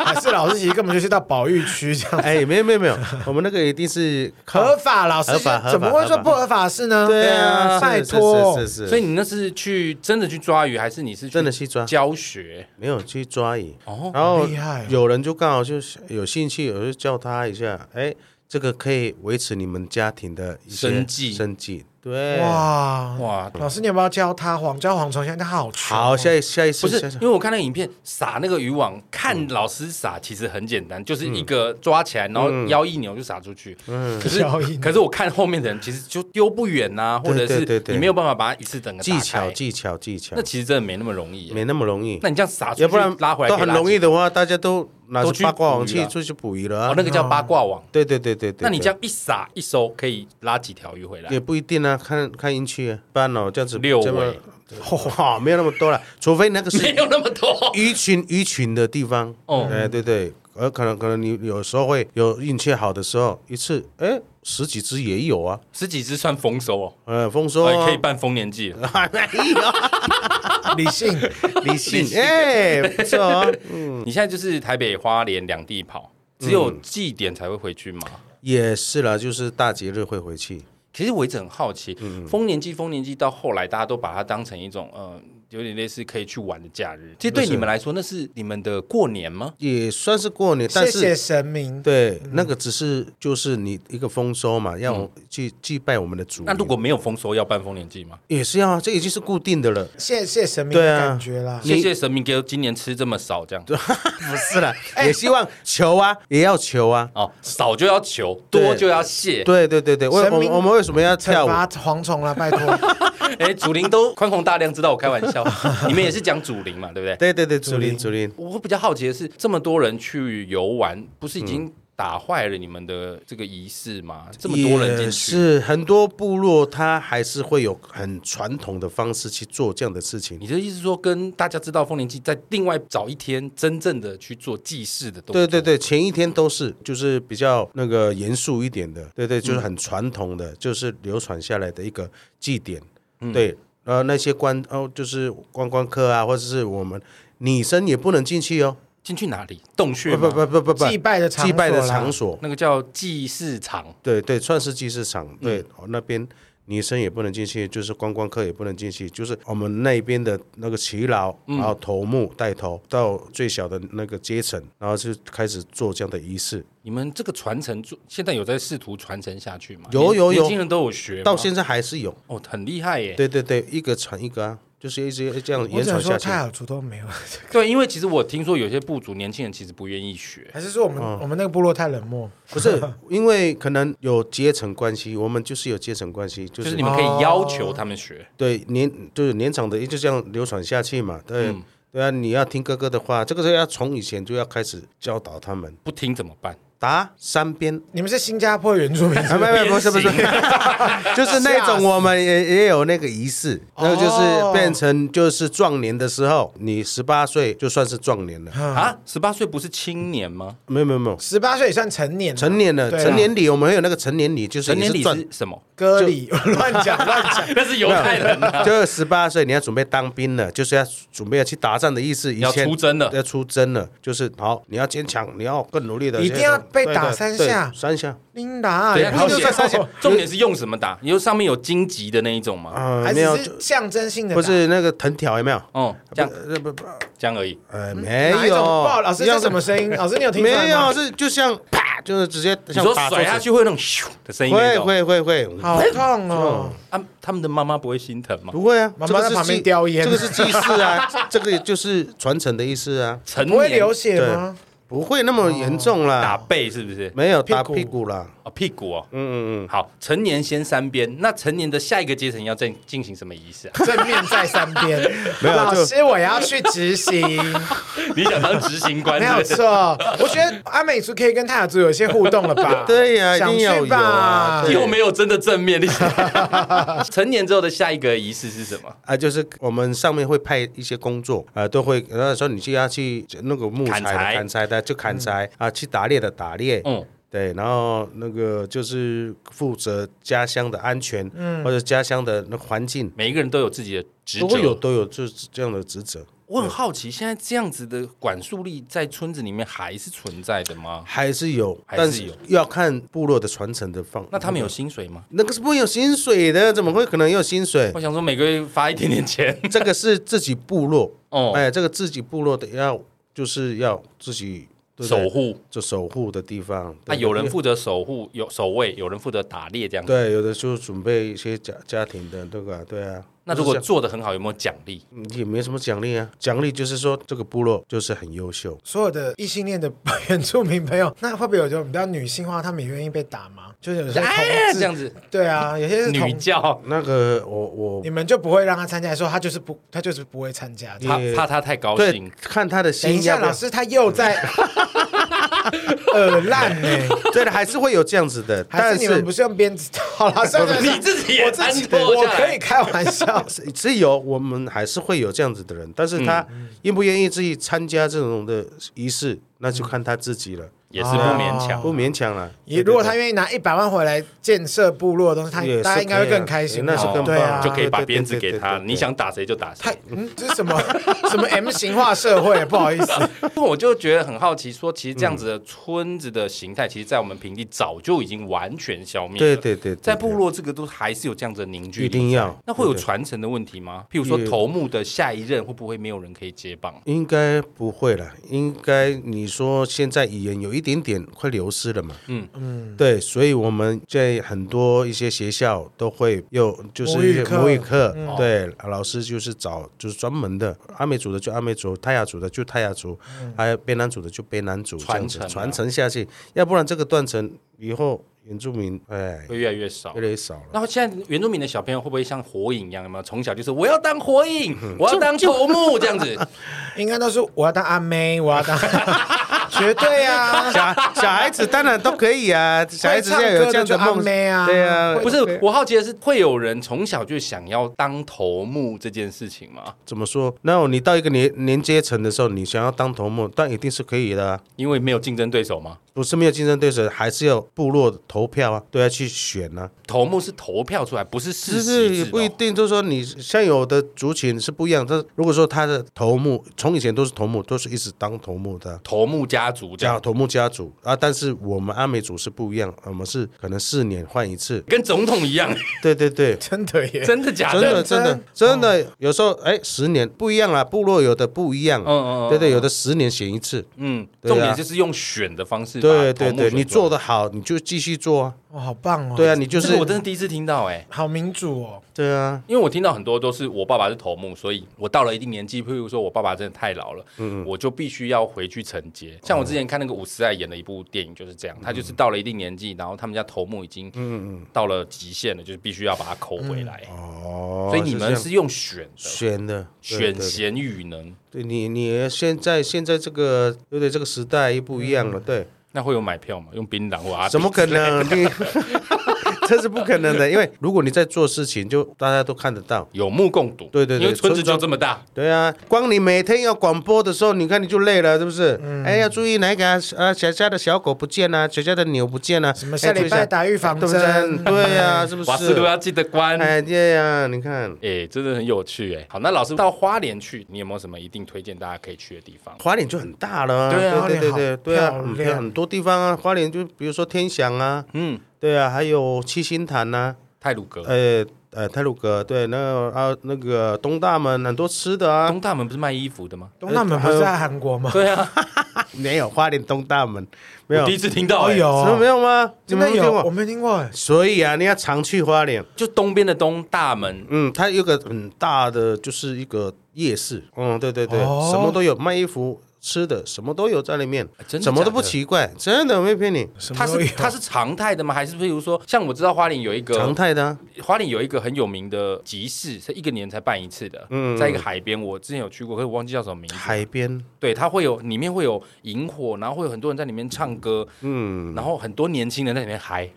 [SPEAKER 2] 还是老师其实根本就是到保育区这
[SPEAKER 3] (laughs)
[SPEAKER 2] 样。
[SPEAKER 3] 哎，没有没有没有，我们那个一定是
[SPEAKER 1] (laughs)
[SPEAKER 2] 合法，老师
[SPEAKER 3] 合法合法
[SPEAKER 2] 怎么会说不合法是呢？
[SPEAKER 3] 对啊，
[SPEAKER 2] 拜
[SPEAKER 3] 是是
[SPEAKER 2] 托
[SPEAKER 3] 是，是是，
[SPEAKER 1] 所以你那是去真的去抓鱼，还是你是
[SPEAKER 3] 真的去抓
[SPEAKER 1] 教学？
[SPEAKER 3] 没有去抓鱼。
[SPEAKER 1] 哦
[SPEAKER 3] 然后
[SPEAKER 2] 厉害哦
[SPEAKER 3] 有人就刚好就是有兴趣，我就叫他一下，哎，这个可以维持你们家庭的一些
[SPEAKER 1] 生计
[SPEAKER 3] 生计。对，
[SPEAKER 2] 哇哇！
[SPEAKER 1] 哇，
[SPEAKER 2] 老师，你有没有教他黄教蝗虫？现在他好穷哦
[SPEAKER 3] 好，下一下一次
[SPEAKER 1] 不是
[SPEAKER 3] 下一，次
[SPEAKER 1] 因为我看那个影片撒那个渔网，
[SPEAKER 3] 嗯
[SPEAKER 1] 看老师撒其实很简单，就是一个抓起来，然后
[SPEAKER 3] 嗯
[SPEAKER 1] 腰一扭就撒出去。嗯，可是
[SPEAKER 2] 腰一扭
[SPEAKER 1] 可是我看后面的人其实就丢不远呐，或者
[SPEAKER 3] 对对对
[SPEAKER 1] 是
[SPEAKER 3] 对
[SPEAKER 1] 你没有办法把它一次整个打
[SPEAKER 3] 技
[SPEAKER 1] 开
[SPEAKER 3] 巧技巧技巧
[SPEAKER 1] 那，其实真的没那么容易耶。
[SPEAKER 3] 没那么容易
[SPEAKER 1] 那。你这样撒出去，
[SPEAKER 3] 要不然
[SPEAKER 1] 拉回来
[SPEAKER 3] 都
[SPEAKER 1] 可以
[SPEAKER 3] 很
[SPEAKER 1] 拉
[SPEAKER 3] 容易
[SPEAKER 1] 起来。
[SPEAKER 3] 的话，大家都拿
[SPEAKER 1] 都
[SPEAKER 3] 着
[SPEAKER 1] 去
[SPEAKER 3] 八卦网
[SPEAKER 1] 捕鱼
[SPEAKER 3] 去
[SPEAKER 1] 了
[SPEAKER 3] 出去捕鱼了
[SPEAKER 1] 哦
[SPEAKER 3] 啊，。
[SPEAKER 1] 那个叫八卦网。
[SPEAKER 3] 对对对对对。
[SPEAKER 1] 那你
[SPEAKER 3] 对
[SPEAKER 1] 这样一撒一收，可以拉几条鱼回来
[SPEAKER 3] 也？不一定啊，看看运气啊。不然哦，这样子
[SPEAKER 1] 六
[SPEAKER 3] 这么
[SPEAKER 1] 尾
[SPEAKER 3] (laughs) 哇，没有那么多了，除非
[SPEAKER 1] (laughs)
[SPEAKER 3] 那个
[SPEAKER 1] (laughs) 没
[SPEAKER 3] 是
[SPEAKER 1] 有那么多。
[SPEAKER 3] 鱼群鱼群的地方。
[SPEAKER 1] 哦
[SPEAKER 3] 哦，哎，对对，呃，可能可能你有时候会有运气好的时候，一次哎十几只也有啊，
[SPEAKER 1] 十几只算丰收哦，
[SPEAKER 3] 呃，丰收
[SPEAKER 1] 哎
[SPEAKER 3] 啊 (laughs) 哎
[SPEAKER 1] 可以办丰年祭了。
[SPEAKER 2] 理性，
[SPEAKER 3] (laughs) 理性，哎，不错啊，嗯，
[SPEAKER 1] 你现在就是台北、花莲两地跑，只有祭典才会回去吗？
[SPEAKER 3] 也是啦，就是大节日会回去。
[SPEAKER 1] 其实我一直很好奇，
[SPEAKER 3] 嗯
[SPEAKER 1] 丰年祭、丰年祭到后来，大家都把它当成一种呃，有点类似可以去玩的假日。其实对你们来说，那是你们的过年吗？
[SPEAKER 3] 也算是过年，但
[SPEAKER 2] 谢
[SPEAKER 3] 是
[SPEAKER 2] 谢神明。
[SPEAKER 3] 对，那个只是就是你一个丰收嘛，要去祭拜我们的主。
[SPEAKER 1] 那如果没有丰收，要办丰年祭吗？
[SPEAKER 3] 也是要啊，这已经是固定的了。
[SPEAKER 2] 谢谢神明
[SPEAKER 3] 对
[SPEAKER 2] 的
[SPEAKER 3] 啊
[SPEAKER 2] 感觉啦，
[SPEAKER 1] 谢谢神明给我今年吃这么少，这样
[SPEAKER 3] 不是啦， (laughs) 也希望求啊，也要求啊。
[SPEAKER 1] 哦，少就要求，多
[SPEAKER 3] 对
[SPEAKER 1] 就要谢。
[SPEAKER 3] 对对对对，为
[SPEAKER 2] 神
[SPEAKER 3] 我
[SPEAKER 2] 明
[SPEAKER 3] 们我们为什么要跳
[SPEAKER 2] 惩
[SPEAKER 3] 舞？
[SPEAKER 2] 罚蝗虫啦，拜托。
[SPEAKER 1] 哎，祖林都宽宏大量，知道我开玩笑。 (laughs) 你们也是讲祖林嘛，对不对？
[SPEAKER 3] 对对对，竹林竹林，
[SPEAKER 1] 我比较好奇的是，这么多人去游玩，不是已经打坏了你们的这个仪式吗？这么多人进
[SPEAKER 3] 也
[SPEAKER 1] 去，
[SPEAKER 3] 是很多部落，他还是会有很传统的方式去做这样的事情。
[SPEAKER 1] 你的意思是说，跟大家知道丰年祭，在另外找一天真正的去做祭祀的动作？
[SPEAKER 3] 对对对，前一天都是就是比较那个严肃一点的，对对，就是很传统的，就是流传下来的一个祭典。对，呃，那些观哦，就是观光客啊，或者是我们女生也不能进去哦，
[SPEAKER 1] 进去哪里？洞穴
[SPEAKER 3] 不不
[SPEAKER 1] 吗？
[SPEAKER 3] 不不不不，
[SPEAKER 2] 祭拜的场所
[SPEAKER 3] 祭拜的
[SPEAKER 2] 啦
[SPEAKER 3] 场所，
[SPEAKER 1] 那个叫祭祀场。
[SPEAKER 3] 对对，算是祭市场，对，哦那边女生也不能进去，就是观光客也不能进去，就是我们那边的那个耆老，然后头目带头到最小的那个阶层，然后就开始做这样的仪式。
[SPEAKER 1] 你们这个传承做，现在有在试图传承下去吗？
[SPEAKER 3] 有
[SPEAKER 1] 年
[SPEAKER 3] 有有
[SPEAKER 1] 年轻人都有学吗，
[SPEAKER 3] 到现在还是有，
[SPEAKER 1] 哦，很厉害耶。
[SPEAKER 3] 对对对，一个传一个啊，就是一直这样
[SPEAKER 2] 我
[SPEAKER 3] 延
[SPEAKER 2] 只
[SPEAKER 3] 传
[SPEAKER 2] 能
[SPEAKER 3] 下
[SPEAKER 2] 说
[SPEAKER 3] 去
[SPEAKER 2] 太。好处都没
[SPEAKER 3] (laughs)
[SPEAKER 2] 有，
[SPEAKER 1] 对，因为其实我听说有些部族年轻人其实不愿意学，
[SPEAKER 2] 还是说我
[SPEAKER 3] 哦
[SPEAKER 2] 们我们那个部落太冷漠？
[SPEAKER 3] 不是因为可能有阶层关系，我们就是有哦阶层关系，
[SPEAKER 1] 就
[SPEAKER 3] 就
[SPEAKER 1] 是是你们可以要求他们学。
[SPEAKER 3] 对年就是年长的就这样流传下去嘛，对、对啊，你要听哥哥的话，这个是要从以前就要开始教导他们
[SPEAKER 1] 不听怎么办？
[SPEAKER 3] 打三边。
[SPEAKER 2] 你们是新加坡原住民是
[SPEAKER 3] 啊，
[SPEAKER 2] 吗？
[SPEAKER 3] (laughs) 没没不是不是，就是那
[SPEAKER 2] 吓死
[SPEAKER 3] 种我们也也有那个仪式，
[SPEAKER 2] 哦
[SPEAKER 3] 那个就是变成就是壮年的时候，你十八岁就算是壮年了，
[SPEAKER 1] 啊，十八岁不是青年吗？
[SPEAKER 3] 没有没有没有，
[SPEAKER 2] 十八岁也算成年了，
[SPEAKER 3] 成年了，
[SPEAKER 2] 对啊
[SPEAKER 3] 成年礼我们会有那个成年礼， (laughs) 就是
[SPEAKER 1] 成年
[SPEAKER 3] 也
[SPEAKER 1] 礼
[SPEAKER 3] 是赚
[SPEAKER 1] 是什
[SPEAKER 3] (laughs)
[SPEAKER 1] 么？
[SPEAKER 2] 割礼 (laughs) 乱讲乱讲。
[SPEAKER 1] 那是犹太人啊。
[SPEAKER 3] 就是十八岁，你要准备当兵了，就是要准备要去打仗的意思。以
[SPEAKER 1] 要
[SPEAKER 3] 前
[SPEAKER 1] 出征了
[SPEAKER 3] 要出征了，就是好，你要坚强，你要更努力的，
[SPEAKER 2] 一定要被
[SPEAKER 3] 对
[SPEAKER 2] 打
[SPEAKER 3] 对
[SPEAKER 2] 三
[SPEAKER 3] 对
[SPEAKER 2] 下
[SPEAKER 3] 三下。
[SPEAKER 2] 琳达，
[SPEAKER 1] 对啊，
[SPEAKER 2] 然后
[SPEAKER 1] 重
[SPEAKER 2] 写
[SPEAKER 1] 点
[SPEAKER 3] 哦
[SPEAKER 1] 重点是用什么打？有上面有荆棘的那一种吗？
[SPEAKER 3] 呃
[SPEAKER 2] 还
[SPEAKER 3] 没有，
[SPEAKER 2] 只
[SPEAKER 3] 就是
[SPEAKER 2] 象征性的打，
[SPEAKER 3] 不是那个藤条有没有？
[SPEAKER 1] 哦，这样
[SPEAKER 3] 呃不不，
[SPEAKER 1] 这样而已。
[SPEAKER 3] 呃，
[SPEAKER 2] 嗯
[SPEAKER 3] 没
[SPEAKER 2] 哪一
[SPEAKER 3] 有。
[SPEAKER 2] 种？不好，老师
[SPEAKER 3] 要
[SPEAKER 2] 这什么
[SPEAKER 3] (laughs)
[SPEAKER 2] 声音？老师你有听出来吗
[SPEAKER 3] 没有，，是就像啪，就是直接
[SPEAKER 1] 你
[SPEAKER 3] 像
[SPEAKER 1] 说
[SPEAKER 3] 打
[SPEAKER 1] 甩下
[SPEAKER 3] 桌子，
[SPEAKER 1] 去会有那种咻的声音那
[SPEAKER 3] 会
[SPEAKER 1] 种，
[SPEAKER 3] 会会会，
[SPEAKER 2] 好痛哦！
[SPEAKER 1] 啊，他们的妈妈不会心疼吗？
[SPEAKER 3] 不会啊？
[SPEAKER 2] 妈妈
[SPEAKER 3] 这个
[SPEAKER 2] 在
[SPEAKER 3] 是
[SPEAKER 2] 旁边
[SPEAKER 3] 祭
[SPEAKER 2] 叼烟
[SPEAKER 3] 这个是祭祀啊，这个就是传承的意思啊，
[SPEAKER 1] 成
[SPEAKER 2] 不会
[SPEAKER 1] 年
[SPEAKER 2] 流血吗？
[SPEAKER 3] 不会那么严重啦。
[SPEAKER 1] 打背是不是？
[SPEAKER 3] 啊没有打
[SPEAKER 2] 屁股
[SPEAKER 3] 屁股啦，
[SPEAKER 1] 啊，屁股哦。
[SPEAKER 3] 嗯嗯嗯，
[SPEAKER 1] 好，成年先三边，那成年的下一个阶层要再进行什么仪式啊？
[SPEAKER 3] (laughs)
[SPEAKER 2] 正面在三边，
[SPEAKER 3] 没有
[SPEAKER 2] 老
[SPEAKER 3] 就
[SPEAKER 2] 师我要去执行。
[SPEAKER 1] 你想当执行官
[SPEAKER 2] (laughs) 没有
[SPEAKER 1] 是不是？
[SPEAKER 2] 错，我觉得阿美族可以跟泰雅族有一些互动了吧？
[SPEAKER 3] (laughs) 对呀一
[SPEAKER 2] 想
[SPEAKER 3] 定要
[SPEAKER 2] 去
[SPEAKER 3] 有啊
[SPEAKER 2] 吧
[SPEAKER 3] 对。
[SPEAKER 1] 又没有真的正 (laughs) 面。你成年之后的下一个仪式是什么？
[SPEAKER 3] 啊，就是我们上面会派一些工作，啊，都会那时候你就要去那个木材
[SPEAKER 1] 砍
[SPEAKER 3] 的
[SPEAKER 1] 柴
[SPEAKER 3] 砍柴的就砍柴、啊，去打猎的打猎，
[SPEAKER 1] 嗯，
[SPEAKER 3] 对，然后那个就是负责家乡的安全，嗯，或者家乡的那环境，
[SPEAKER 1] 每一个人都有自己的职
[SPEAKER 3] 都会有
[SPEAKER 1] 责。
[SPEAKER 3] 都有就是这样的职责，
[SPEAKER 1] 我很好奇，现在这样子的管束力在村子里面还是存在的吗？
[SPEAKER 3] 还是有，
[SPEAKER 1] 还是
[SPEAKER 3] 但
[SPEAKER 1] 有
[SPEAKER 3] 要看部落的传承的方。
[SPEAKER 1] 那他们有薪水吗？
[SPEAKER 3] 那个是不会有薪水的，怎么会可能有薪水
[SPEAKER 1] 我？想说每个月发一点点钱。
[SPEAKER 3] 这个是自己部落，
[SPEAKER 1] (laughs) 哦，
[SPEAKER 3] 哎，这个自己部落的要就是要自己对不对
[SPEAKER 1] 守护。
[SPEAKER 3] 就守护的地方。
[SPEAKER 1] 那
[SPEAKER 3] 对
[SPEAKER 1] 有人
[SPEAKER 3] 因为
[SPEAKER 1] 负责守护，有守卫，有人负责打猎这样子。
[SPEAKER 3] 对，有的就准备一些家家庭的对吧？对啊。
[SPEAKER 1] 那如果做的很好，有没有奖励？
[SPEAKER 3] 嗯也没什么奖励啊，奖励就是说这个部落就是很优秀。
[SPEAKER 2] 所有的异性恋的原住民朋友，那会不会有种比较女性化，他们也愿意被打吗？就是有些同
[SPEAKER 1] 哎，
[SPEAKER 2] 志
[SPEAKER 1] 这样子，
[SPEAKER 2] 对啊，有些是
[SPEAKER 1] 女
[SPEAKER 2] 同，
[SPEAKER 1] 教
[SPEAKER 3] 那个我我
[SPEAKER 2] 你们就不会让他参加，说他就是不，他就是不会参加。
[SPEAKER 1] 怕怕他太高
[SPEAKER 3] 对
[SPEAKER 1] 兴。
[SPEAKER 3] 看他的
[SPEAKER 2] 等一
[SPEAKER 3] 心要
[SPEAKER 2] 下，
[SPEAKER 3] 不要
[SPEAKER 2] 老，师他又
[SPEAKER 3] (laughs)
[SPEAKER 2] 在耳烂呢、
[SPEAKER 3] 对的，还是会有这样子的，
[SPEAKER 2] (laughs) 还
[SPEAKER 3] 但
[SPEAKER 2] 是你们不
[SPEAKER 3] 是
[SPEAKER 2] 是用鞭子？好了，
[SPEAKER 3] (laughs)
[SPEAKER 2] 算了，
[SPEAKER 1] 你自己也
[SPEAKER 2] 我自己
[SPEAKER 1] 参透
[SPEAKER 2] 我
[SPEAKER 1] 下来
[SPEAKER 2] 可以开玩笑。
[SPEAKER 3] 是是有我们还是会有这样子的人，但是他
[SPEAKER 1] 嗯
[SPEAKER 3] 愿不愿意自己参加这种的仪式，那就看他自己了，
[SPEAKER 1] 也是不勉强。
[SPEAKER 3] 不勉强了。
[SPEAKER 2] 也如果他愿意拿一百万回来建设部落的东西，
[SPEAKER 3] 也
[SPEAKER 2] 他
[SPEAKER 3] 是
[SPEAKER 2] 大家应该会
[SPEAKER 3] 可以啊
[SPEAKER 2] 更开心吧，
[SPEAKER 3] 那是
[SPEAKER 1] 哦
[SPEAKER 3] 更
[SPEAKER 2] 对
[SPEAKER 3] 棒
[SPEAKER 2] 啊，
[SPEAKER 1] 就可以把鞭子
[SPEAKER 3] 对对对
[SPEAKER 1] 给他，
[SPEAKER 3] 对对对
[SPEAKER 1] 你想打谁就打
[SPEAKER 2] 太
[SPEAKER 1] 谁。
[SPEAKER 2] 嗯，这是什
[SPEAKER 3] (laughs)
[SPEAKER 2] 么什么 M 型化社会？不好意思，
[SPEAKER 1] 我就觉得很好奇，说其实这样子的村子的形态，其实在我们平地早就已经完全消灭了。
[SPEAKER 3] 对对对，对
[SPEAKER 1] 在部落这个都还是有这样子的凝聚
[SPEAKER 3] 一
[SPEAKER 1] 力。
[SPEAKER 3] 定要，
[SPEAKER 1] 那会有
[SPEAKER 3] 对对
[SPEAKER 1] 传承的问题吗？譬如说
[SPEAKER 3] 也
[SPEAKER 1] 头目的下一任会不会没有人可以接棒？
[SPEAKER 3] 应该不会了，应该你说现在语言有一点点快流失了嘛？
[SPEAKER 1] 嗯
[SPEAKER 3] 嗯，对，所以我们在很多一些学校都会有就是
[SPEAKER 2] 母语课嗯
[SPEAKER 3] 母语课，对，老师就是找就是专门的阿美族的就阿美族，泰雅族的就泰雅族，
[SPEAKER 2] 嗯
[SPEAKER 3] 还有边南族的就边南族，这样子
[SPEAKER 1] 传承啊
[SPEAKER 3] 传承下去，要不然这个断层以后原住民哎
[SPEAKER 1] 会越来越少
[SPEAKER 3] 越。来越少了。
[SPEAKER 1] 然后现在原住民的小朋友会不会像火影一样？有没有从小就是我要当火
[SPEAKER 3] (laughs)
[SPEAKER 1] 影，我要当头目这样子？
[SPEAKER 2] 应该都是我要当阿妹，我
[SPEAKER 3] (laughs)
[SPEAKER 2] 要当，绝对啊，
[SPEAKER 3] 小小孩子当然都可以啊，小孩子要有
[SPEAKER 2] 会唱
[SPEAKER 3] 这样的
[SPEAKER 2] 歌的就阿
[SPEAKER 3] 梦
[SPEAKER 2] 妹啊
[SPEAKER 3] 对啊，
[SPEAKER 1] 不是，我好奇的是，会有人从小就想要当头目这件事情吗？
[SPEAKER 3] 怎么说？那你到一个年年阶层的时候，你想要当头目，但一定是可以的啊、
[SPEAKER 1] 因为没有竞争对手吗？
[SPEAKER 3] 不是没有竞争对手，还是要部落投票啊，都要去选啊。
[SPEAKER 1] 头目是投票出来，不是世袭
[SPEAKER 3] 只是
[SPEAKER 1] 制、
[SPEAKER 3] 也
[SPEAKER 1] 哦。
[SPEAKER 3] 不一定，就是说你现有的族群是不一样。但如果说他的头目从以前都是头目，都是一直当头目的啊
[SPEAKER 1] 头目家族这
[SPEAKER 3] 家
[SPEAKER 1] 样，
[SPEAKER 3] 头目家族啊，但是我们阿美族是不一样，我们是可能四年换一次。
[SPEAKER 1] 跟总统一
[SPEAKER 3] (laughs)
[SPEAKER 1] 样，
[SPEAKER 3] 对对对，
[SPEAKER 2] 真的
[SPEAKER 1] (laughs)
[SPEAKER 2] 耶，
[SPEAKER 1] 真的假
[SPEAKER 3] 真的啊
[SPEAKER 1] 的？
[SPEAKER 3] 真的真的，有时候哎，十年不一样啦，部落有的不一样，
[SPEAKER 1] 嗯嗯
[SPEAKER 3] 对对，有的十年选一次，
[SPEAKER 1] 嗯，
[SPEAKER 3] 对啊
[SPEAKER 1] 重点就是用选的方式把头目
[SPEAKER 3] 对
[SPEAKER 1] 选出来。
[SPEAKER 3] 对对，你做的好，你就继续做啊，
[SPEAKER 2] 哇，好棒哦！
[SPEAKER 3] 对啊，，你就
[SPEAKER 1] 就是是我真的第一次听到哎、
[SPEAKER 2] 好民主哦，
[SPEAKER 3] 对啊，
[SPEAKER 1] 因为我听到很多都是我爸爸是头目，所以我到了一定年纪，譬如说我爸爸真的太老了，
[SPEAKER 3] 嗯
[SPEAKER 1] 我就必须要回去承接。像我之前看那个伍思爱演的一部电影就是这样，
[SPEAKER 3] 嗯
[SPEAKER 1] 他就是到了一定年纪，然后他们家头目已经到了极限了，就是必须要把他抠回来。
[SPEAKER 3] 哦，
[SPEAKER 1] 所以你
[SPEAKER 3] 这
[SPEAKER 1] 们
[SPEAKER 3] 样
[SPEAKER 1] 是用选的，
[SPEAKER 3] 选的对对
[SPEAKER 1] 选
[SPEAKER 3] 对
[SPEAKER 1] 贤与能，
[SPEAKER 3] 对你，你现在现在这个对不对？这个时代又不一样了，
[SPEAKER 2] 嗯
[SPEAKER 3] 对，
[SPEAKER 1] 那会有买票吗？用槟榔
[SPEAKER 2] 啊
[SPEAKER 1] 或阿
[SPEAKER 3] 怎么可能？
[SPEAKER 2] (laughs)
[SPEAKER 3] 你 (laughs) 这是不可能的，因为如果你在做事情，就大家都看得到。
[SPEAKER 1] 有目共睹？
[SPEAKER 3] 对对对
[SPEAKER 1] 因为村子
[SPEAKER 3] 村庄
[SPEAKER 1] 就这么大，
[SPEAKER 3] 对啊，光你每天要广播的时候，你看你就累了，是不是？
[SPEAKER 2] 嗯
[SPEAKER 3] 哎，要注意哪一个啊？啊小家的小狗不见啊，小家的牛不见啊，
[SPEAKER 2] 什么
[SPEAKER 3] 哎
[SPEAKER 2] 下礼
[SPEAKER 3] 注意一下
[SPEAKER 2] 拜打预防
[SPEAKER 3] 对不对
[SPEAKER 2] 针
[SPEAKER 3] 对啊，是不
[SPEAKER 1] 瓦斯炉
[SPEAKER 3] 是？
[SPEAKER 1] 要记得关。哎
[SPEAKER 3] 哎，对呀，你看。
[SPEAKER 1] 真的很有趣哎、好，那老师到花莲去，你有没有什么一定推荐大家可以去的地方？
[SPEAKER 3] 花莲就很大了、啊，
[SPEAKER 1] 对啊
[SPEAKER 3] 对对
[SPEAKER 2] 花
[SPEAKER 3] 对
[SPEAKER 2] 莲好
[SPEAKER 3] 对啊，
[SPEAKER 2] 漂
[SPEAKER 3] 很
[SPEAKER 2] 亮
[SPEAKER 3] 漂很多地方啊，花莲就比如说天祥啊，
[SPEAKER 1] 嗯，
[SPEAKER 3] 对啊，还有七星潭啊呐、
[SPEAKER 1] 泰鲁阁、
[SPEAKER 3] 呃呃，泰鲁阁对，那个啊那个东大门很多吃的啊，
[SPEAKER 1] 东大门不是卖衣服的吗？
[SPEAKER 2] 东大门不是在韩国吗？
[SPEAKER 1] 对啊，
[SPEAKER 3] 没有花莲东大门，没
[SPEAKER 1] (laughs)
[SPEAKER 3] 有，
[SPEAKER 1] 我第一
[SPEAKER 3] 什
[SPEAKER 1] 次听到、哎，
[SPEAKER 2] 哦有
[SPEAKER 3] 么哦没有吗？你
[SPEAKER 2] 真
[SPEAKER 3] 们
[SPEAKER 2] 的
[SPEAKER 3] 没有
[SPEAKER 2] 有
[SPEAKER 3] 听，
[SPEAKER 2] 我
[SPEAKER 3] 过？
[SPEAKER 2] 没听过哎。
[SPEAKER 3] 所以啊，你要常去花莲。
[SPEAKER 1] 就东边的东大门，
[SPEAKER 3] 嗯，它有个很大的，就是一个夜市。嗯，对对对，
[SPEAKER 2] 哦
[SPEAKER 3] 什么都有，卖衣服、吃的，什么都有在里面，
[SPEAKER 1] 真的
[SPEAKER 3] 什么
[SPEAKER 1] 假
[SPEAKER 3] 都不
[SPEAKER 1] 的
[SPEAKER 3] 奇怪，真的没骗你，
[SPEAKER 2] 什
[SPEAKER 1] 它
[SPEAKER 2] 么都
[SPEAKER 1] 是
[SPEAKER 2] 有
[SPEAKER 1] 它是常态的吗？还是譬如说，像我知道花莲有一个
[SPEAKER 3] 常态的啊、
[SPEAKER 1] 花莲有一个很有名的集市，是一个年才办一次的，
[SPEAKER 3] 嗯
[SPEAKER 1] 在一个海边，我之前有去过，可是我忘记叫什么名字。
[SPEAKER 3] 海边，
[SPEAKER 1] 对，它会有里面会有萤火，然后会有很多人在里面唱歌，
[SPEAKER 3] 嗯，
[SPEAKER 1] 然后很多年轻人在里面嗨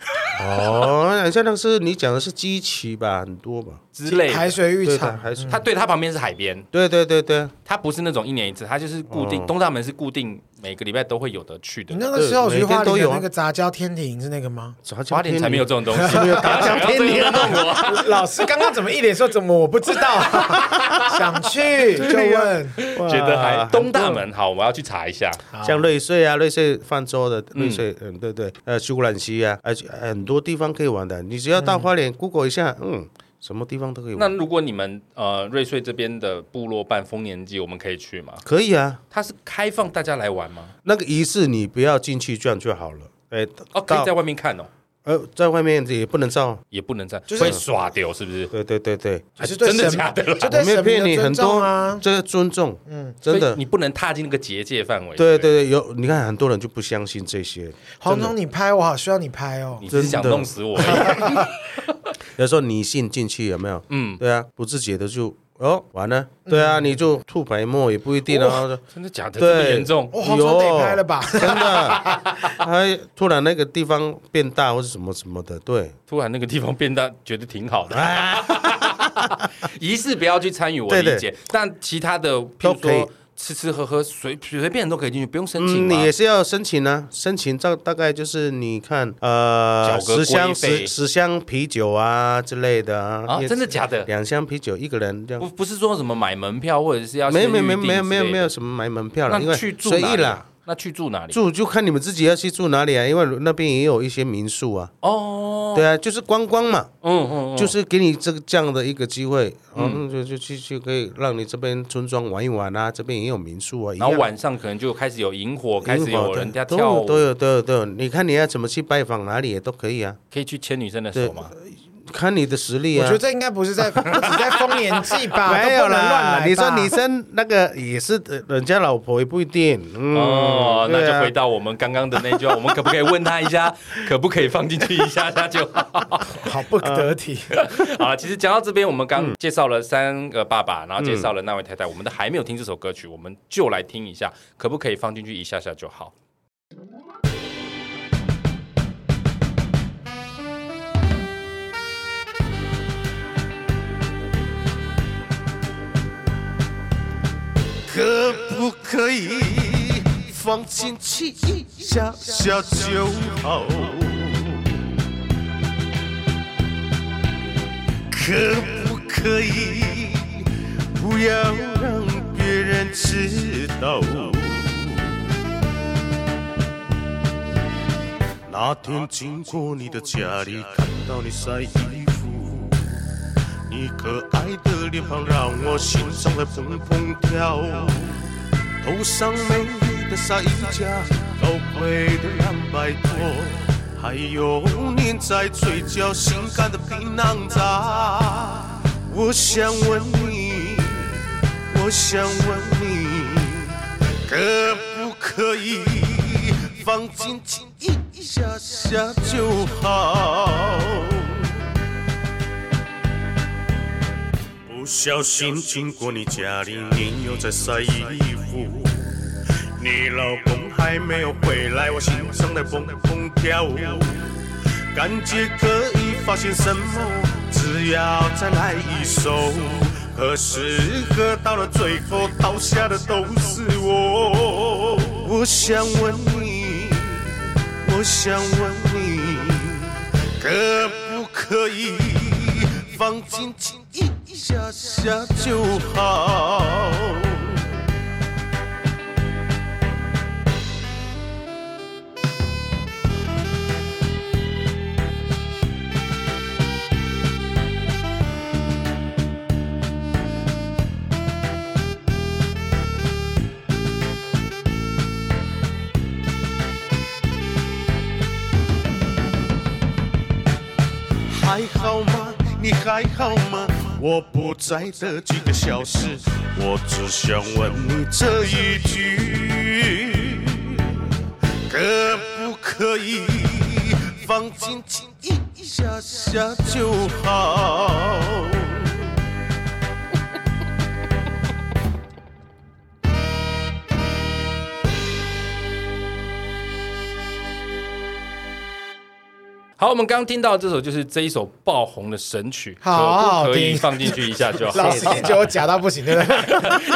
[SPEAKER 3] 哦，好像那个是你讲的是基奇吧，很多吧，
[SPEAKER 1] 之类
[SPEAKER 2] 海
[SPEAKER 1] 的。
[SPEAKER 2] 水浴
[SPEAKER 3] 对
[SPEAKER 2] 场
[SPEAKER 3] 的，，还是
[SPEAKER 1] 它对它旁边是海边，
[SPEAKER 3] 对对对对，
[SPEAKER 1] 它不是那种一年一次，它就是固定、东大门是固定每个礼拜都会有的去
[SPEAKER 2] 你
[SPEAKER 1] 的。
[SPEAKER 2] 那个时候
[SPEAKER 3] 对
[SPEAKER 2] 去花
[SPEAKER 3] 每天都
[SPEAKER 2] 莲
[SPEAKER 3] 有
[SPEAKER 2] 的
[SPEAKER 3] 啊？
[SPEAKER 2] 那个杂交天体营是那个吗
[SPEAKER 3] 杂交
[SPEAKER 1] 花莲才
[SPEAKER 3] 天
[SPEAKER 1] 没
[SPEAKER 3] 女
[SPEAKER 1] 有这种东西，
[SPEAKER 3] 没有杂
[SPEAKER 2] 哎
[SPEAKER 3] 交
[SPEAKER 1] (laughs) 不要
[SPEAKER 3] 天女
[SPEAKER 1] 想要这个弄我。
[SPEAKER 2] 老师刚刚怎么一脸说怎么我不知
[SPEAKER 3] (laughs)
[SPEAKER 2] 道，想去就问。
[SPEAKER 1] 觉得还东大门好，我要去查一下。
[SPEAKER 3] 像瑞穗啊，瑞穗泛舟的瑞穗，嗯，对对，呃，苏兰溪啊，而且很多地方可以玩的。你只要到花莲 Google 一下，嗯，什么地方都可以
[SPEAKER 1] 那
[SPEAKER 3] 玩。
[SPEAKER 1] 如果你们呃瑞穗这边的部落办丰年祭，我们可以去吗？
[SPEAKER 3] 可以啊，
[SPEAKER 1] 它是开放大家来玩吗？
[SPEAKER 3] 那个仪式你不要进去，这样就好了。哎，
[SPEAKER 1] 哦，可
[SPEAKER 3] 到
[SPEAKER 1] 以在外面看哦，
[SPEAKER 3] 呃，在外面也不能照。
[SPEAKER 1] 也不能在，
[SPEAKER 2] 就是
[SPEAKER 1] 会耍丢是不是？
[SPEAKER 3] 对对对对，
[SPEAKER 1] 还是
[SPEAKER 2] 对
[SPEAKER 1] 真的
[SPEAKER 2] 神
[SPEAKER 1] 假的啦？
[SPEAKER 2] 就
[SPEAKER 3] 我
[SPEAKER 2] 对
[SPEAKER 3] 没有
[SPEAKER 2] 神
[SPEAKER 3] 骗
[SPEAKER 2] 明
[SPEAKER 3] 你，
[SPEAKER 2] 的
[SPEAKER 3] 很
[SPEAKER 2] 尊
[SPEAKER 3] 多
[SPEAKER 2] 重啊。
[SPEAKER 3] 这个尊重，嗯，真
[SPEAKER 1] 所以
[SPEAKER 3] 的
[SPEAKER 1] 你。不能踏进那个结界范围。
[SPEAKER 3] 对
[SPEAKER 1] 不对，
[SPEAKER 3] 对对，有你看很多人就不相信这些，
[SPEAKER 2] 黄总，你拍我好需要你拍哦。
[SPEAKER 1] 你是想弄死
[SPEAKER 3] (laughs)
[SPEAKER 1] 我而已？
[SPEAKER 3] 有时候你信进去有没有？
[SPEAKER 1] 嗯，
[SPEAKER 3] 对啊，不自觉的就哦完了，对啊，你就吐白沫也不一定啊。
[SPEAKER 1] 真的假的？这
[SPEAKER 3] 对
[SPEAKER 1] 么严重？
[SPEAKER 2] 哦，黄总
[SPEAKER 3] 有
[SPEAKER 2] 得拍了吧？
[SPEAKER 3] (laughs) 真的，哎，突然那个地方变大或是什么什么的，对，
[SPEAKER 1] 突然那个地方变大，觉得挺好的。 (laughs) 仪式不要去参与，我
[SPEAKER 3] 啊对
[SPEAKER 1] 理
[SPEAKER 3] 对
[SPEAKER 1] 解。但其他的，譬
[SPEAKER 3] 都
[SPEAKER 1] 如
[SPEAKER 3] 可以
[SPEAKER 1] 说吃吃喝喝，随随便都可以进去，不用申请
[SPEAKER 3] 嗯，
[SPEAKER 1] 吗。
[SPEAKER 3] 你也是要申请啊，申请大大概就是你看，呃，
[SPEAKER 1] 缴个
[SPEAKER 3] 十箱
[SPEAKER 1] 规费
[SPEAKER 3] 十十箱啤酒啊之类的啊，
[SPEAKER 1] 啊，
[SPEAKER 3] 也
[SPEAKER 1] 真的假的？
[SPEAKER 3] 两箱啤酒一个人这
[SPEAKER 1] 不
[SPEAKER 3] 样，
[SPEAKER 1] 不是说什么买门票或者是要
[SPEAKER 3] 没有没
[SPEAKER 1] 先
[SPEAKER 3] 有没有
[SPEAKER 1] 预定
[SPEAKER 3] 没有
[SPEAKER 1] 之类的
[SPEAKER 3] 没有没有什么买门票了，因
[SPEAKER 1] 那
[SPEAKER 3] 为
[SPEAKER 1] 去住
[SPEAKER 3] 随
[SPEAKER 1] 哪
[SPEAKER 3] 意
[SPEAKER 1] 里
[SPEAKER 3] 啦
[SPEAKER 1] 啊。？那去住哪里？
[SPEAKER 3] 住就看你们自己要去住哪里啊，因为那边也有一些民宿啊，
[SPEAKER 1] 哦，
[SPEAKER 3] 对啊，就是观光嘛，
[SPEAKER 1] 嗯嗯，嗯
[SPEAKER 3] 就是给你这个这样的一个机会，嗯，就就去去可以让你这边村庄玩一玩啊，这边也有民宿啊，一
[SPEAKER 1] 然后
[SPEAKER 3] 样
[SPEAKER 1] 晚上可能就开始有萤火，开始
[SPEAKER 3] 英国
[SPEAKER 1] 有
[SPEAKER 3] 的
[SPEAKER 1] 人家
[SPEAKER 3] 都
[SPEAKER 1] 跳
[SPEAKER 3] 有都
[SPEAKER 1] 舞，
[SPEAKER 3] 有都有都有，你看你要怎么去拜访哪里也都可以啊，
[SPEAKER 1] 可以去牵女生的手吗？
[SPEAKER 3] 看你的实力
[SPEAKER 2] 我
[SPEAKER 3] 啊
[SPEAKER 2] 觉得。这应该不是在不止在丰年祭吧？
[SPEAKER 3] (laughs) 没
[SPEAKER 2] 都
[SPEAKER 3] 有
[SPEAKER 2] 不能乱
[SPEAKER 3] 啦，
[SPEAKER 2] 来
[SPEAKER 3] 你说
[SPEAKER 2] 吧
[SPEAKER 3] 女生那个也是呃人家老婆也不一定，嗯，
[SPEAKER 1] 哦，那
[SPEAKER 3] 对
[SPEAKER 1] 就
[SPEAKER 3] 啊
[SPEAKER 1] 回到我们刚刚的那句话，我们可不可以问他一下，可不可以放进去一下下就好？ (laughs)
[SPEAKER 2] 好不得
[SPEAKER 3] 呃
[SPEAKER 2] 体。
[SPEAKER 1] 好了，其实讲到这边，我们刚介绍了三个爸爸，然后介绍了那位太太，我们都还没有听这首歌曲，我们就来听一下，可不可以放进去一下下就好？
[SPEAKER 4] 可不可以放进去，下下就好。可不可以不要让别人知道？那天经过你的家里，看到你晒衣服，你可爱的脸庞让我心上在砰砰跳。头上美丽的纱衣架，高贵的蓝白拖，还有粘在嘴角性感的皮囊渣。我想问你，我想问你，可不可以放进去一下下就好？不小心经过你家里，你又在晒衣服。你老公还没有回来，我心上在蹦蹦跳。感觉可以发现什么，只要再来一首。可是喝到了最后，倒下的都是我。我想问你，我想问你，可不可以放进去一下下就好？还好吗？你还好吗？我不在的几个小时，我只想问你这一句，可不可以放进去一下下就好？
[SPEAKER 1] 好，我们刚听到这首就是这一首爆红的神曲，
[SPEAKER 2] 好好
[SPEAKER 1] 可不可以
[SPEAKER 2] 听
[SPEAKER 1] 放进去一下就好
[SPEAKER 2] 老，师就我假到不行，对不
[SPEAKER 3] (laughs)
[SPEAKER 2] 对？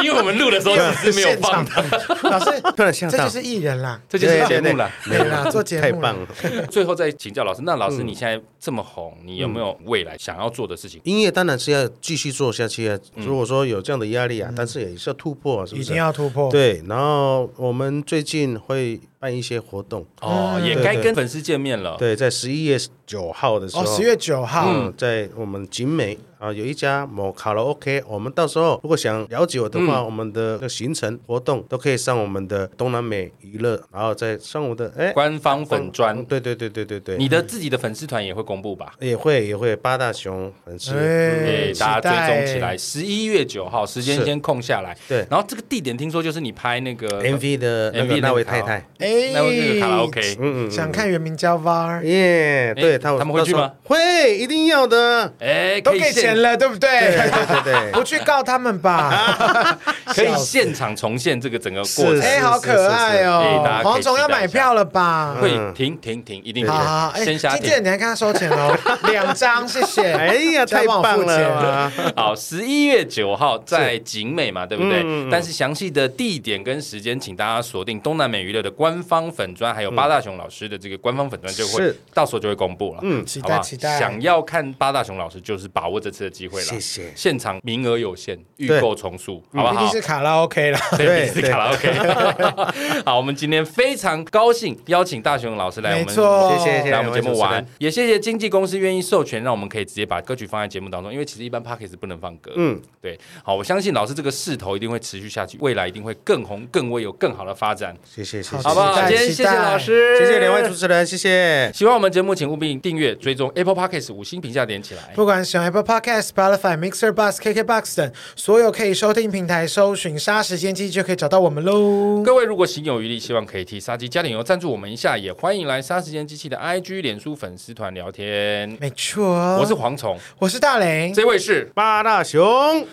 [SPEAKER 1] (laughs) 因为我们录的时候只是没有
[SPEAKER 2] 现
[SPEAKER 1] 放
[SPEAKER 2] 场
[SPEAKER 1] 的，
[SPEAKER 2] 老师
[SPEAKER 3] 突然吓
[SPEAKER 2] 这
[SPEAKER 3] 到
[SPEAKER 2] 啊就是艺人啦，
[SPEAKER 1] (laughs) 这就是节目了。
[SPEAKER 2] 对啦，做节目
[SPEAKER 3] 太
[SPEAKER 2] 啦
[SPEAKER 3] 棒了！
[SPEAKER 1] 最后再请教老师，那老师你现在这么红，你有没有未来想要做的事情？
[SPEAKER 3] 音乐当然是要继续做下去啊。
[SPEAKER 2] 嗯
[SPEAKER 3] 如果说有这样的压力啊，但是也是要突破啊，是不
[SPEAKER 2] 一
[SPEAKER 3] 是？
[SPEAKER 2] 定要突破。
[SPEAKER 3] 对。然后我们最近会办一些活动，
[SPEAKER 1] 哦，也
[SPEAKER 3] 嗯对
[SPEAKER 1] 该
[SPEAKER 3] 对
[SPEAKER 1] 跟粉丝见面了。
[SPEAKER 3] 对，在十一月九号的时候，
[SPEAKER 2] 哦，十月九号，
[SPEAKER 3] 嗯，在我们景美啊有一家某卡拉 OK，我们到时候如果想了解我的
[SPEAKER 2] 嗯
[SPEAKER 3] 话，我们的行程活动都可以上我们的东南美娱乐，然后再上我的哎
[SPEAKER 1] 官方粉砖，
[SPEAKER 3] 对对对对对对，
[SPEAKER 1] 你的自己的粉丝团也会公布吧？
[SPEAKER 3] 也会也会八大熊粉丝，嗯
[SPEAKER 1] 哎
[SPEAKER 2] 哎，，
[SPEAKER 1] 大家追踪起来。
[SPEAKER 2] 期
[SPEAKER 1] 十一月九号，时间
[SPEAKER 3] 是
[SPEAKER 1] 先空下来。
[SPEAKER 3] 对
[SPEAKER 1] 然后这个地点听说就是你拍那个
[SPEAKER 3] MV 的那
[SPEAKER 1] MV
[SPEAKER 3] 个
[SPEAKER 1] 那
[SPEAKER 3] 那
[SPEAKER 1] 个
[SPEAKER 3] 位
[SPEAKER 1] 卡哦
[SPEAKER 3] 太
[SPEAKER 1] 拉
[SPEAKER 3] 太，
[SPEAKER 2] 待
[SPEAKER 1] 那个那个卡拉
[SPEAKER 2] 哎
[SPEAKER 1] OK，
[SPEAKER 3] 嗯嗯，
[SPEAKER 2] 想看原名叫 VAR，
[SPEAKER 3] 耶，
[SPEAKER 1] 哎
[SPEAKER 3] 对他
[SPEAKER 1] 他们会去吗？
[SPEAKER 3] 到时候会，一定要的。
[SPEAKER 1] 哎，
[SPEAKER 2] 都
[SPEAKER 1] 可以
[SPEAKER 2] 给
[SPEAKER 1] 现
[SPEAKER 2] 钱，了，对不对
[SPEAKER 3] 对？对对
[SPEAKER 2] (laughs) 不去告他们
[SPEAKER 3] (laughs)
[SPEAKER 2] 吧，
[SPEAKER 1] 可以
[SPEAKER 2] 笑死
[SPEAKER 1] 现场重现这个整个过
[SPEAKER 3] 是
[SPEAKER 1] 程。
[SPEAKER 2] 哎，好可爱
[SPEAKER 1] 是是是哎大
[SPEAKER 2] 哦
[SPEAKER 1] 家！可以
[SPEAKER 2] 黄总要买票了吧？
[SPEAKER 3] 嗯
[SPEAKER 1] 会停停停，一定
[SPEAKER 2] 好好，好
[SPEAKER 1] 会
[SPEAKER 2] 哎，
[SPEAKER 1] 先下
[SPEAKER 2] 经纪
[SPEAKER 1] 停
[SPEAKER 2] 人，。你还跟他收钱哦， (laughs) 两张，谢谢。
[SPEAKER 3] 哎呀，
[SPEAKER 2] 这样
[SPEAKER 3] 太
[SPEAKER 2] 帮我
[SPEAKER 3] 棒
[SPEAKER 2] 付
[SPEAKER 3] 了
[SPEAKER 2] 钱
[SPEAKER 3] 啊！
[SPEAKER 1] 好，十一月九号在景美嘛，对不对？
[SPEAKER 3] 嗯嗯嗯
[SPEAKER 1] 但是详细的地点跟时间，请大家锁定东南美娱乐的官方粉砖，还有八大熊老师的这个官方粉砖，就会
[SPEAKER 3] 是
[SPEAKER 1] 到时候就会公布了。嗯，
[SPEAKER 2] 期待期待
[SPEAKER 1] 想要看八大熊老师，就是把握这次的机会了。
[SPEAKER 3] 谢谢
[SPEAKER 1] 现场名额有限，预
[SPEAKER 3] 对
[SPEAKER 1] 购重塑，好不
[SPEAKER 2] 嗯毕
[SPEAKER 1] (laughs)
[SPEAKER 2] 竟
[SPEAKER 1] 好？
[SPEAKER 2] 是卡拉 OK 啦。
[SPEAKER 1] 对，
[SPEAKER 3] 对
[SPEAKER 1] 是卡拉 OK。好，我 (laughs) 们今天非常高兴邀请大熊老师来我
[SPEAKER 2] 没
[SPEAKER 1] 们
[SPEAKER 2] 错，
[SPEAKER 3] 谢谢谢谢
[SPEAKER 1] 来我们节目
[SPEAKER 3] 两位
[SPEAKER 1] 玩
[SPEAKER 3] 主持，
[SPEAKER 1] 也谢谢经纪公司愿意授权，让我们可以直接把歌曲放在节目当中，因为其实一般 p a c k a g e 不能放歌。嗯，对。好，我相信老师这个势头一定会持续下去，未来一定会更红、更威，有更好的发展，
[SPEAKER 3] 谢谢谢谢，
[SPEAKER 1] 好不好
[SPEAKER 2] 期？待
[SPEAKER 1] 今天谢
[SPEAKER 2] 期
[SPEAKER 1] 谢
[SPEAKER 2] 待
[SPEAKER 1] 老师，
[SPEAKER 3] 谢谢两位主。持人，谢谢。
[SPEAKER 1] 喜欢我们节目，请务必订阅、追踪 Apple p a c k a g e 五星评价点起来。
[SPEAKER 2] 不管使用 Apple Podcast、Spotify、Mixer、Bus、KKBox 等所有可以收听平台，搜寻“杀时间机”就可以找到我们喽。
[SPEAKER 1] 各位如果行有余力，希望可以替杀鸡加点油赞助我们一下，也欢迎来杀时间机器的 IG、脸书粉丝团聊天。
[SPEAKER 2] 没错，哦
[SPEAKER 1] 我是蝗虫，
[SPEAKER 2] 我是大雷，
[SPEAKER 1] 这位是，
[SPEAKER 3] 八大熊，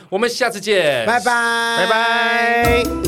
[SPEAKER 1] 我们下次见，
[SPEAKER 2] 拜拜，
[SPEAKER 3] 拜。拜。